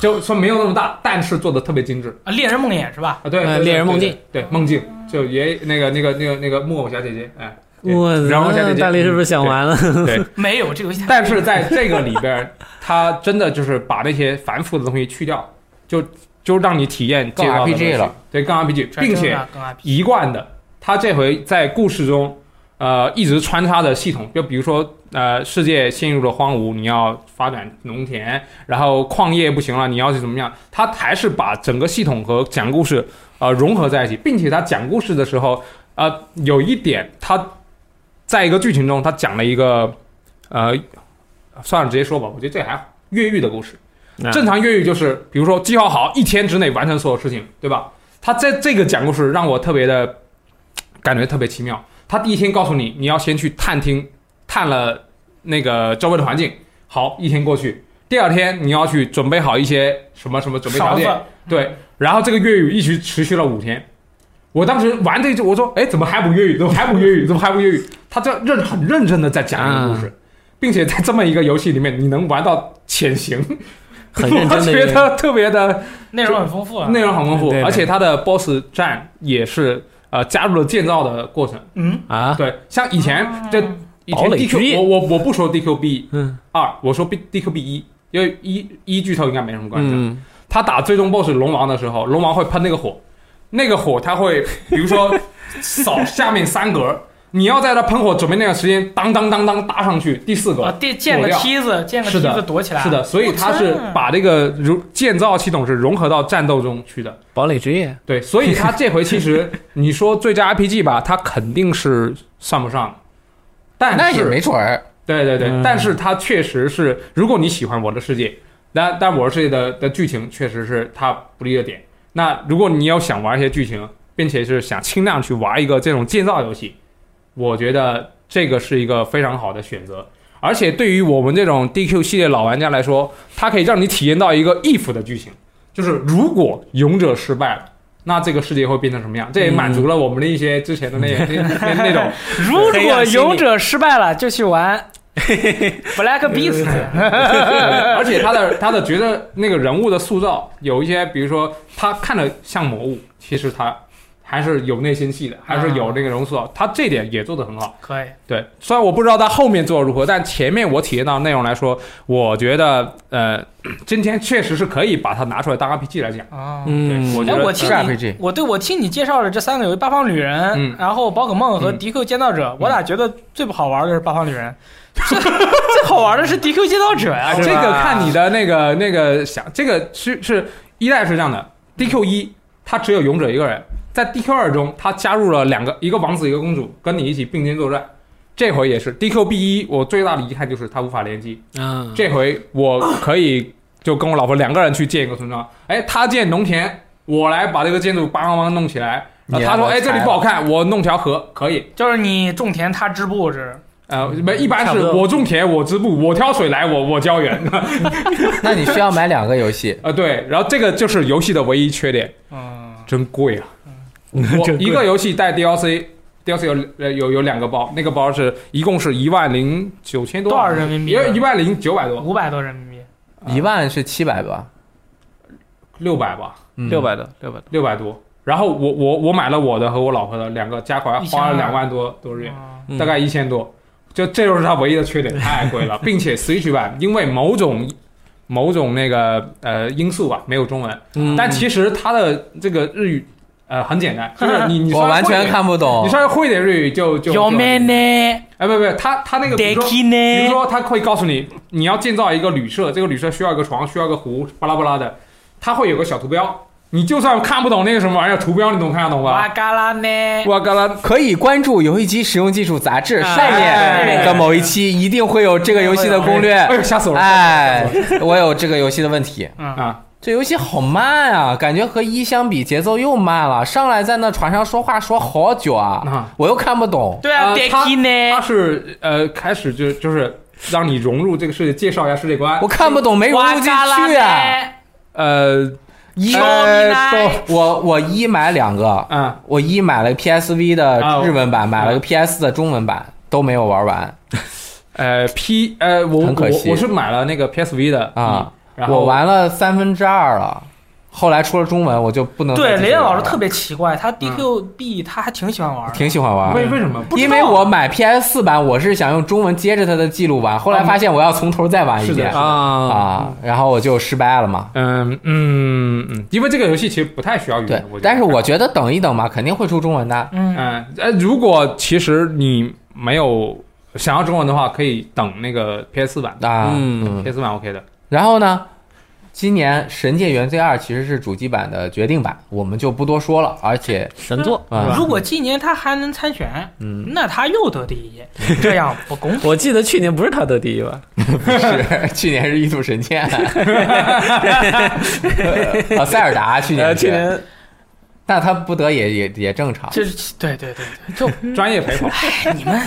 Speaker 4: 就说没有那么大，但是做的特别精致
Speaker 1: 啊猎人梦魇是吧？
Speaker 4: 啊，对，
Speaker 3: 呃
Speaker 4: 对对
Speaker 3: 猎人梦
Speaker 4: 对
Speaker 3: 境
Speaker 4: 对对梦境，就也那个那个那个那个木偶小姐姐，哎，对
Speaker 3: 我
Speaker 4: 然后小姐姐
Speaker 3: 大力是不是想完了？
Speaker 4: 对，
Speaker 1: 没有这个游戏，
Speaker 4: 但是在这个里边儿，它真的就是把那些繁复的东西去掉，就就让你体验
Speaker 5: 更
Speaker 4: 街道
Speaker 5: RPG
Speaker 4: 的乐趣
Speaker 5: 了，
Speaker 4: 对，更 RPG，并且
Speaker 1: 更 IP
Speaker 4: 一贯的，他这回在故事中，呃，一直穿插的系统，就比如说，呃，世界陷入了荒芜，你要发展农田，然后矿业不行了，你要去怎么样？他还是把整个系统和讲故事，呃，融合在一起，并且他讲故事的时候，呃，有一点，他在一个剧情中，他讲了一个，呃，算了，直接说吧，我觉得这还好，越狱的故事。
Speaker 3: 嗯啊
Speaker 4: 正常越狱就是，比如说计划好一天之内完成所有事情，对吧？他在这个讲故事让我特别的感觉特别奇妙。他第一天告诉你，你要先去探听，探了那个周围的环境。好，一天过去，第二天你要去准备好一些什么什么准备条
Speaker 1: 勺子
Speaker 4: 件，
Speaker 3: 嗯
Speaker 4: 对。然后这个越狱一直持续了五天。我当时玩这一句，我说，哎，怎么还不越狱？怎么还不越狱？怎么还不越狱？他这认很认真的在讲一个故事，
Speaker 3: 嗯
Speaker 4: 并且在这么一个游戏里面，你能玩到潜行，
Speaker 3: 很认真的
Speaker 4: 我觉得 特别的
Speaker 1: 内容很丰富啊。
Speaker 4: 内容很丰富
Speaker 3: 对，对
Speaker 4: 而且它的 BOSS 战也是呃加入了建造的过程。
Speaker 1: 嗯，
Speaker 3: 啊，
Speaker 4: 对，像以前这以
Speaker 3: 堡
Speaker 4: 前
Speaker 3: 垒之
Speaker 4: DQ，
Speaker 3: 夜
Speaker 4: 我我我不说 DQB
Speaker 3: 嗯
Speaker 4: 二，我说 B DQB 一，因为一一剧透应该没什么关系。啊
Speaker 3: 嗯，
Speaker 4: 他打最终 BOSS 龙王的时候，龙王会喷那个火，那个火它会， 比如说扫下面三格，你要在它喷火准备那段时间，当当当当搭上去，第四格
Speaker 1: 啊，建建个
Speaker 4: 抹掉
Speaker 1: 梯子，建个梯
Speaker 4: 是的
Speaker 1: 子躲
Speaker 5: 啊
Speaker 1: 起来。
Speaker 4: 是的，所以
Speaker 1: 我操
Speaker 4: 它是把这个融建造系统是融合到战斗中去的。
Speaker 3: 堡垒之夜，
Speaker 4: 对，所以它这回 其实你说最佳 RPG 吧，它肯定是算不上，但
Speaker 5: 那也
Speaker 4: 是
Speaker 5: 没准儿。
Speaker 4: 对对对，
Speaker 3: 嗯
Speaker 4: 但是它确实是，如果你喜欢《我的世界》那，但但《我的世界的》的剧情确实是它不利的点。那如果你要想玩一些剧情，并且是想尽量去玩一个这种建造游戏，我觉得这个是一个非常好的选择。而且对于我们这种 DQ 系列老玩家来说，它可以让你体验到一个 if 的剧情，就是如果勇者失败了。那这个世界会变成什么样？这也满足了我们的一些之前的那、那那那种
Speaker 1: 如果勇者失败了，就去玩 Black Beast。
Speaker 4: 对 而且他的他的觉得那个人物的塑造有一些，比如说他看着像魔物，其实他还是有内心戏的，还是有那个融塑，他这点也做得很好。
Speaker 1: 可以，
Speaker 4: 对，虽然我不知道他后面做得如何，但前面我体验到的内容来说，我觉得呃，今天确实是可以把它拿出来当 RPG 来讲。
Speaker 1: 啊，
Speaker 4: 对，我觉
Speaker 1: 哎，
Speaker 4: 得啊
Speaker 1: 我听
Speaker 8: 是
Speaker 1: 你
Speaker 8: RPG，
Speaker 1: 我对我听你介绍的这三个游戏，《八方旅人》
Speaker 4: 嗯
Speaker 1: 然后《宝可梦》和《
Speaker 4: 嗯
Speaker 1: 迪克建造者》我俩觉得最不好玩的是《八方旅人》最 最好玩的是《迪克建造者》呀
Speaker 4: 哎，这个看你的那个那个想，这个是是一代是这样的，DQ 一它只有勇者一个人，在 DQ 二中它加入了两个一个王子一个公主跟你一起并肩作战，这回也是 DQ B 一我最大的遗憾就是它无法联机，
Speaker 3: 嗯，
Speaker 4: 这回我可以就跟我老婆两个人去建一个村庄，哎，他建农田，我来把这个建筑帮帮忙弄起来。然后
Speaker 8: 你
Speaker 4: 他说：“
Speaker 8: 来
Speaker 4: 哎，这里不好看，我弄条河可以。
Speaker 1: 就是你种田，他织布是
Speaker 4: 呃，没，一般
Speaker 9: 差不
Speaker 4: 是
Speaker 9: 多
Speaker 4: 我种田，我织布，我挑水来，我我浇园。
Speaker 2: 那你需要买两个游戏
Speaker 4: ，啊，对，然后这个就是游戏的唯一缺点，
Speaker 1: 嗯，
Speaker 4: 真贵啊！ 我一个游戏带 DLC。DLC 有呃有有两个包，那个包是一共是一万零九千多，
Speaker 1: 多少人民币啊
Speaker 4: 也一万零九百多，
Speaker 1: 五百多人民币，
Speaker 2: 一万是七百吧？嗯
Speaker 4: 六百吧，
Speaker 3: 六百的六百的，
Speaker 4: 六百多。然后我我我买了我的和我老婆的两个，加起来花了
Speaker 1: 1200
Speaker 4: 两万多多日元，
Speaker 1: 嗯
Speaker 3: 嗯
Speaker 4: 大概一千多。就这就是它唯一的缺点，太贵了，并且 Switch 版因为某种某种那个呃因素吧，没有中文。
Speaker 3: 嗯
Speaker 4: 但其实它的这个日语呃很 简单，就是你你
Speaker 2: 我
Speaker 4: 稍微
Speaker 2: 完
Speaker 4: 会一
Speaker 2: 全
Speaker 4: 点
Speaker 2: 看不懂
Speaker 4: 你。稍微会一点日语就就就
Speaker 1: 呢？
Speaker 4: 哎，不不，他他那个比如说，比如说他会告诉你，你要建造一个旅社，这个旅社需要一个床，需要一个湖，巴拉巴拉的，他会有个小图标，你就算看不懂那个什么玩意儿图标，你总看得懂
Speaker 1: 哇
Speaker 4: 吧？
Speaker 1: 嘎啦呢？
Speaker 4: 哇嘎啦，
Speaker 2: 可以关注《游戏机实用技术杂志》
Speaker 1: 哎
Speaker 2: 上
Speaker 1: 哎
Speaker 2: 面的某一期，一定会有这个游戏的攻略
Speaker 4: 哎。呦吓死我了！
Speaker 2: 哎，我有这个游戏的问题，
Speaker 1: 嗯，
Speaker 4: 啊，
Speaker 2: 这游戏好慢啊，感觉和一相比节奏又慢了。上来在那船上说话说好久啊
Speaker 4: 啊，
Speaker 2: 我又看不懂。
Speaker 1: 对
Speaker 4: 呃
Speaker 1: 啊，得
Speaker 4: 他
Speaker 1: 踢
Speaker 4: 他
Speaker 1: 呢？
Speaker 4: 是呃开始就就是让你融入这个世界，介绍一下世界观
Speaker 2: 我，看不懂，没融
Speaker 1: 哇
Speaker 2: 入进
Speaker 1: 嘎啦
Speaker 2: 去啊！
Speaker 1: 呢？
Speaker 4: 呃
Speaker 2: 一，
Speaker 1: 哎
Speaker 2: 呃我我一买两个，
Speaker 4: 啊
Speaker 2: 我一买了个 PSV
Speaker 4: 啊
Speaker 2: 的
Speaker 4: 我
Speaker 2: 日文版，买了个 PS 的中文版，都没有玩完
Speaker 4: 呃 P 呃我
Speaker 2: 很可
Speaker 4: 我
Speaker 2: 惜
Speaker 4: 我是买了那个 PSV 的
Speaker 2: 啊。
Speaker 4: 嗯然后
Speaker 2: 我玩了三分之二了，后来出了中文，我就不能再
Speaker 1: 对，
Speaker 2: 继续
Speaker 1: 雷电老
Speaker 2: 玩
Speaker 1: 师
Speaker 2: 了
Speaker 1: 特别奇怪，
Speaker 4: 嗯
Speaker 1: 他 DQB 他还挺喜欢玩的，
Speaker 2: 挺喜欢玩
Speaker 4: 为
Speaker 2: 的。
Speaker 4: 为什么？不知
Speaker 2: 因
Speaker 4: 道
Speaker 2: 为我买 PS 四版，我是想用中文接着它的记录玩，后来发现我要从头再玩一
Speaker 4: 嗯是的嗯
Speaker 2: 遍
Speaker 4: 是的
Speaker 3: 啊，
Speaker 2: 啊，然后我就失败了嘛。
Speaker 4: 嗯嗯嗯，因为这个游戏其实不太需要语
Speaker 2: 对
Speaker 4: 言，嗯我觉得
Speaker 2: 但是我觉得等一等嘛，肯定会出中文的。
Speaker 1: 嗯，
Speaker 4: 嗯呃，如果其实你没有想要中文的话，可以等那个 PS 版的、
Speaker 2: 啊，
Speaker 3: 嗯
Speaker 4: p s 版 OK 的。
Speaker 2: 然后呢，今年《神界原罪二》其实是主机版的决定版，我们就不多说了。而且
Speaker 3: 神作。
Speaker 4: 嗯
Speaker 2: 啊，
Speaker 1: 如果今年他还能参选，
Speaker 2: 嗯，
Speaker 1: 那他又得第一，这样不公平。
Speaker 9: 我记得去年不是他得第一吧？
Speaker 2: 是去年是《异度神剑》啊，塞尔达去
Speaker 9: 呃，
Speaker 2: 年
Speaker 9: 去
Speaker 2: 是，
Speaker 9: 年
Speaker 2: 那他不得也也也正常。
Speaker 1: 这是 对对对对，
Speaker 4: 专业陪跑，
Speaker 1: 哎你们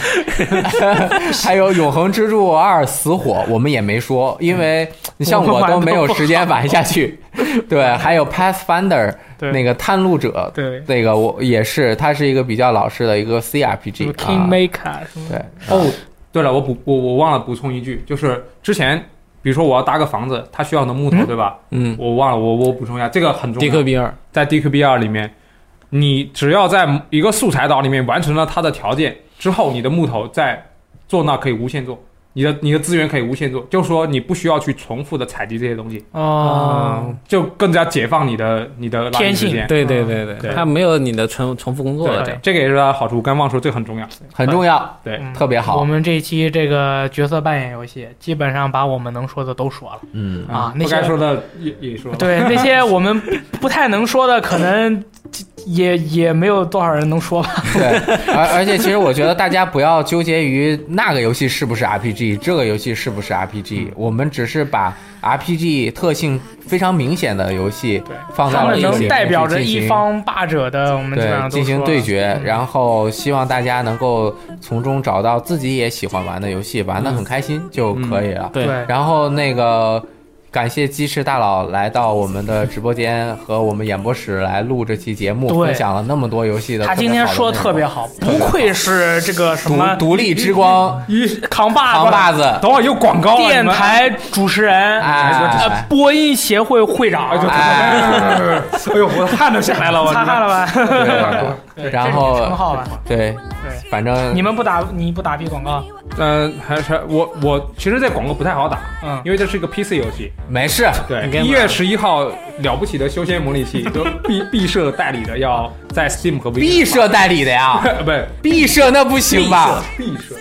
Speaker 2: 还有《永恒之柱二》死火，我们也没说，因为你像我都没有时间玩下去。对，还有 Pathfinder
Speaker 1: 对
Speaker 2: 那个探路者，
Speaker 1: 对
Speaker 2: 那个我也是，它是一个比较老式的一个 CRPG 啊。
Speaker 1: Maker 什么
Speaker 2: 对，
Speaker 4: 哦，对了，我补我我忘了补充一句，就是之前比如说我要搭个房子，它需要的木头、
Speaker 1: 嗯
Speaker 4: 对吧？
Speaker 3: 嗯，
Speaker 4: 我忘了，我我补充一下，这个很重
Speaker 3: 迪克
Speaker 4: 要。
Speaker 3: 比尔，
Speaker 4: 在 DQB 二里面，你只要在一个素材岛里面完成了它的条件之后，你的木头在做那可以无限做。你的你的资源可以无限做，就是说你不需要去重复的采集这些东西，
Speaker 1: 哦，
Speaker 4: 就更加解放你的你的拉
Speaker 1: 天
Speaker 4: 丁时
Speaker 1: 性
Speaker 4: 间。
Speaker 3: 对对对嗯对，
Speaker 4: 对
Speaker 3: 他没有你的重重复工作了，这
Speaker 4: 对
Speaker 3: 样，
Speaker 4: 这个也是它的好处。刚忘说这个很重要。
Speaker 2: 很重要，
Speaker 4: 对，
Speaker 1: 嗯
Speaker 2: 特别好
Speaker 1: 我们这一期这个角色扮演游戏，基本上把我们能说的都说了。
Speaker 2: 嗯，
Speaker 1: 啊那
Speaker 4: 不
Speaker 1: 些
Speaker 4: 该说的也也说了。
Speaker 1: 对，那些我们不不太能说的，可能也 也没有多少人能说吧。
Speaker 2: 对，而而且其实我觉得大家不要纠结于那个游戏是不是 RPG，这个游戏是不是
Speaker 1: 嗯
Speaker 2: RPG，我们只是把 RPG 特性非常明显的游戏放
Speaker 1: 他
Speaker 2: 到了
Speaker 1: 们
Speaker 2: 这个
Speaker 1: 能
Speaker 2: 里
Speaker 1: 代
Speaker 2: 面
Speaker 1: 表
Speaker 2: 去
Speaker 1: 着
Speaker 2: 进
Speaker 1: 一
Speaker 2: 行
Speaker 1: 方霸者的，我们基本
Speaker 2: 对
Speaker 1: 上都
Speaker 2: 进行
Speaker 1: 说
Speaker 2: 对
Speaker 1: 了
Speaker 2: 决
Speaker 1: 嗯，
Speaker 2: 然后希望大家能够从中找到
Speaker 1: 嗯
Speaker 2: 自己也喜欢玩的游戏，玩的很开心就可以了。
Speaker 3: 对
Speaker 1: 对，
Speaker 2: 然后那个。感谢鸡翅大佬来到我们的直播间和我们演播室来录这期节目，
Speaker 1: 对
Speaker 2: 分享了那么多游戏的。
Speaker 1: 他今天说
Speaker 2: 的
Speaker 1: 特别
Speaker 2: 好
Speaker 1: 好，不愧是这个什
Speaker 2: 的内容，
Speaker 1: 么
Speaker 2: 独独立之光，
Speaker 1: 扛把
Speaker 2: 扛
Speaker 1: 子
Speaker 2: 把子，
Speaker 4: 等会儿有广告啊，你
Speaker 1: 电
Speaker 4: 们
Speaker 1: 台主持人，
Speaker 2: 哎
Speaker 1: 呃，播音协会会长，
Speaker 2: 哎
Speaker 4: 哎呦，我汗都下来了，我
Speaker 1: 擦汗了吧？
Speaker 2: 对 然
Speaker 1: 这是哦你的称嗯
Speaker 2: 后
Speaker 1: 号吧，
Speaker 2: 对，
Speaker 1: 对，
Speaker 2: 反正
Speaker 1: 你们不打你不打 B 广告，
Speaker 4: 嗯，还是我我其实，在广告不太好打，
Speaker 1: 嗯
Speaker 4: 因为这是一个 PC 游戏。
Speaker 2: 没事，
Speaker 4: 对，一月十一号，了不起的修仙 模拟器都毕毕设代理的，要在 Steam 和 V
Speaker 2: 毕设代理的呀，
Speaker 4: 不是
Speaker 2: 毕设那不行吧？
Speaker 4: 毕 设，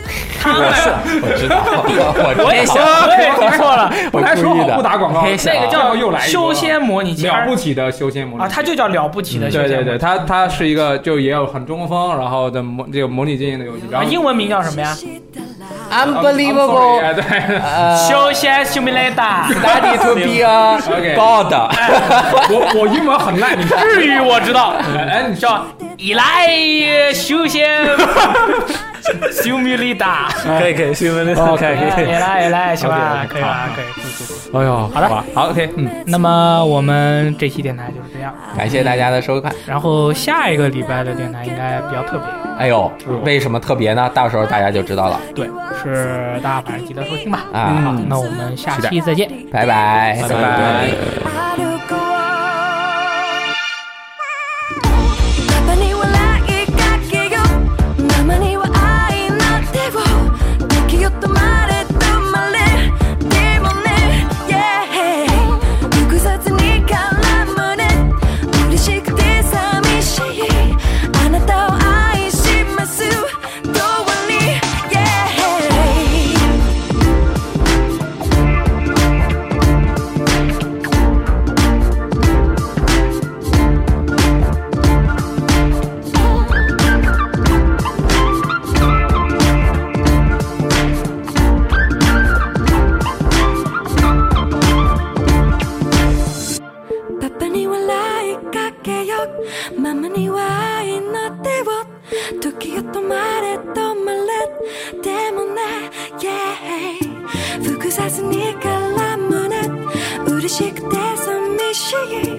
Speaker 2: 我知道，我
Speaker 1: 我也
Speaker 2: 真
Speaker 1: 想，
Speaker 2: 想，
Speaker 1: 哎 我也听错了，
Speaker 2: 我
Speaker 4: 本来说
Speaker 2: 故意
Speaker 4: 好
Speaker 2: 的。
Speaker 4: 不打广告，
Speaker 1: 哦那个
Speaker 4: 要
Speaker 1: 叫
Speaker 4: 不又来一
Speaker 1: 修
Speaker 4: 波
Speaker 1: 仙模拟器
Speaker 4: 了不起的修仙模拟
Speaker 1: 啊，
Speaker 4: 器
Speaker 1: 它就叫了不起的修
Speaker 4: 对
Speaker 1: 仙模
Speaker 4: 对
Speaker 1: 拟器
Speaker 4: 对，它它是一个就也有很中国风，然后的模这个模拟经营的游戏，然
Speaker 1: 啊，
Speaker 4: 后
Speaker 1: 英文名叫什么呀？
Speaker 2: Unbelievable，
Speaker 4: Unbelievable，哎对，
Speaker 2: 呃
Speaker 1: 修仙 simulator。
Speaker 2: ，Study to be a
Speaker 4: Okay
Speaker 2: god。
Speaker 4: 我我英文很烂，你知道吗
Speaker 1: 日语我知道，
Speaker 4: 哎，你知道
Speaker 1: 叫以来修 仙 simulator。
Speaker 3: 可哦以可以，新闻的
Speaker 1: OK，可
Speaker 2: 哎
Speaker 1: 以啦，可以啦，行吧，可以吧，可以。
Speaker 4: 哎呦，
Speaker 1: 好的
Speaker 4: 吧，好 OK，嗯，
Speaker 1: 那么我们这期电台就是这样，
Speaker 2: 感谢大家的收看。
Speaker 1: 然后下一个礼拜的电台应该比较特别，
Speaker 2: 哎呦，为什么特别呢？到时候大家就知道了。
Speaker 1: 对，是大家反正记得收听吧。
Speaker 2: 啊
Speaker 1: 好，那我们下期再见。
Speaker 2: 拜拜，拜拜。
Speaker 10: パパに笑いかけようママには愛なんてをできよ止まれ止まれでもね yeah 複雑に絡むね嬉しくて寂しいあなたを愛しますどうに yeah パパに笑いかけようママには愛の手を時よ止まれ止まれでもね yeah 複雑に絡むね嬉しくて寂しい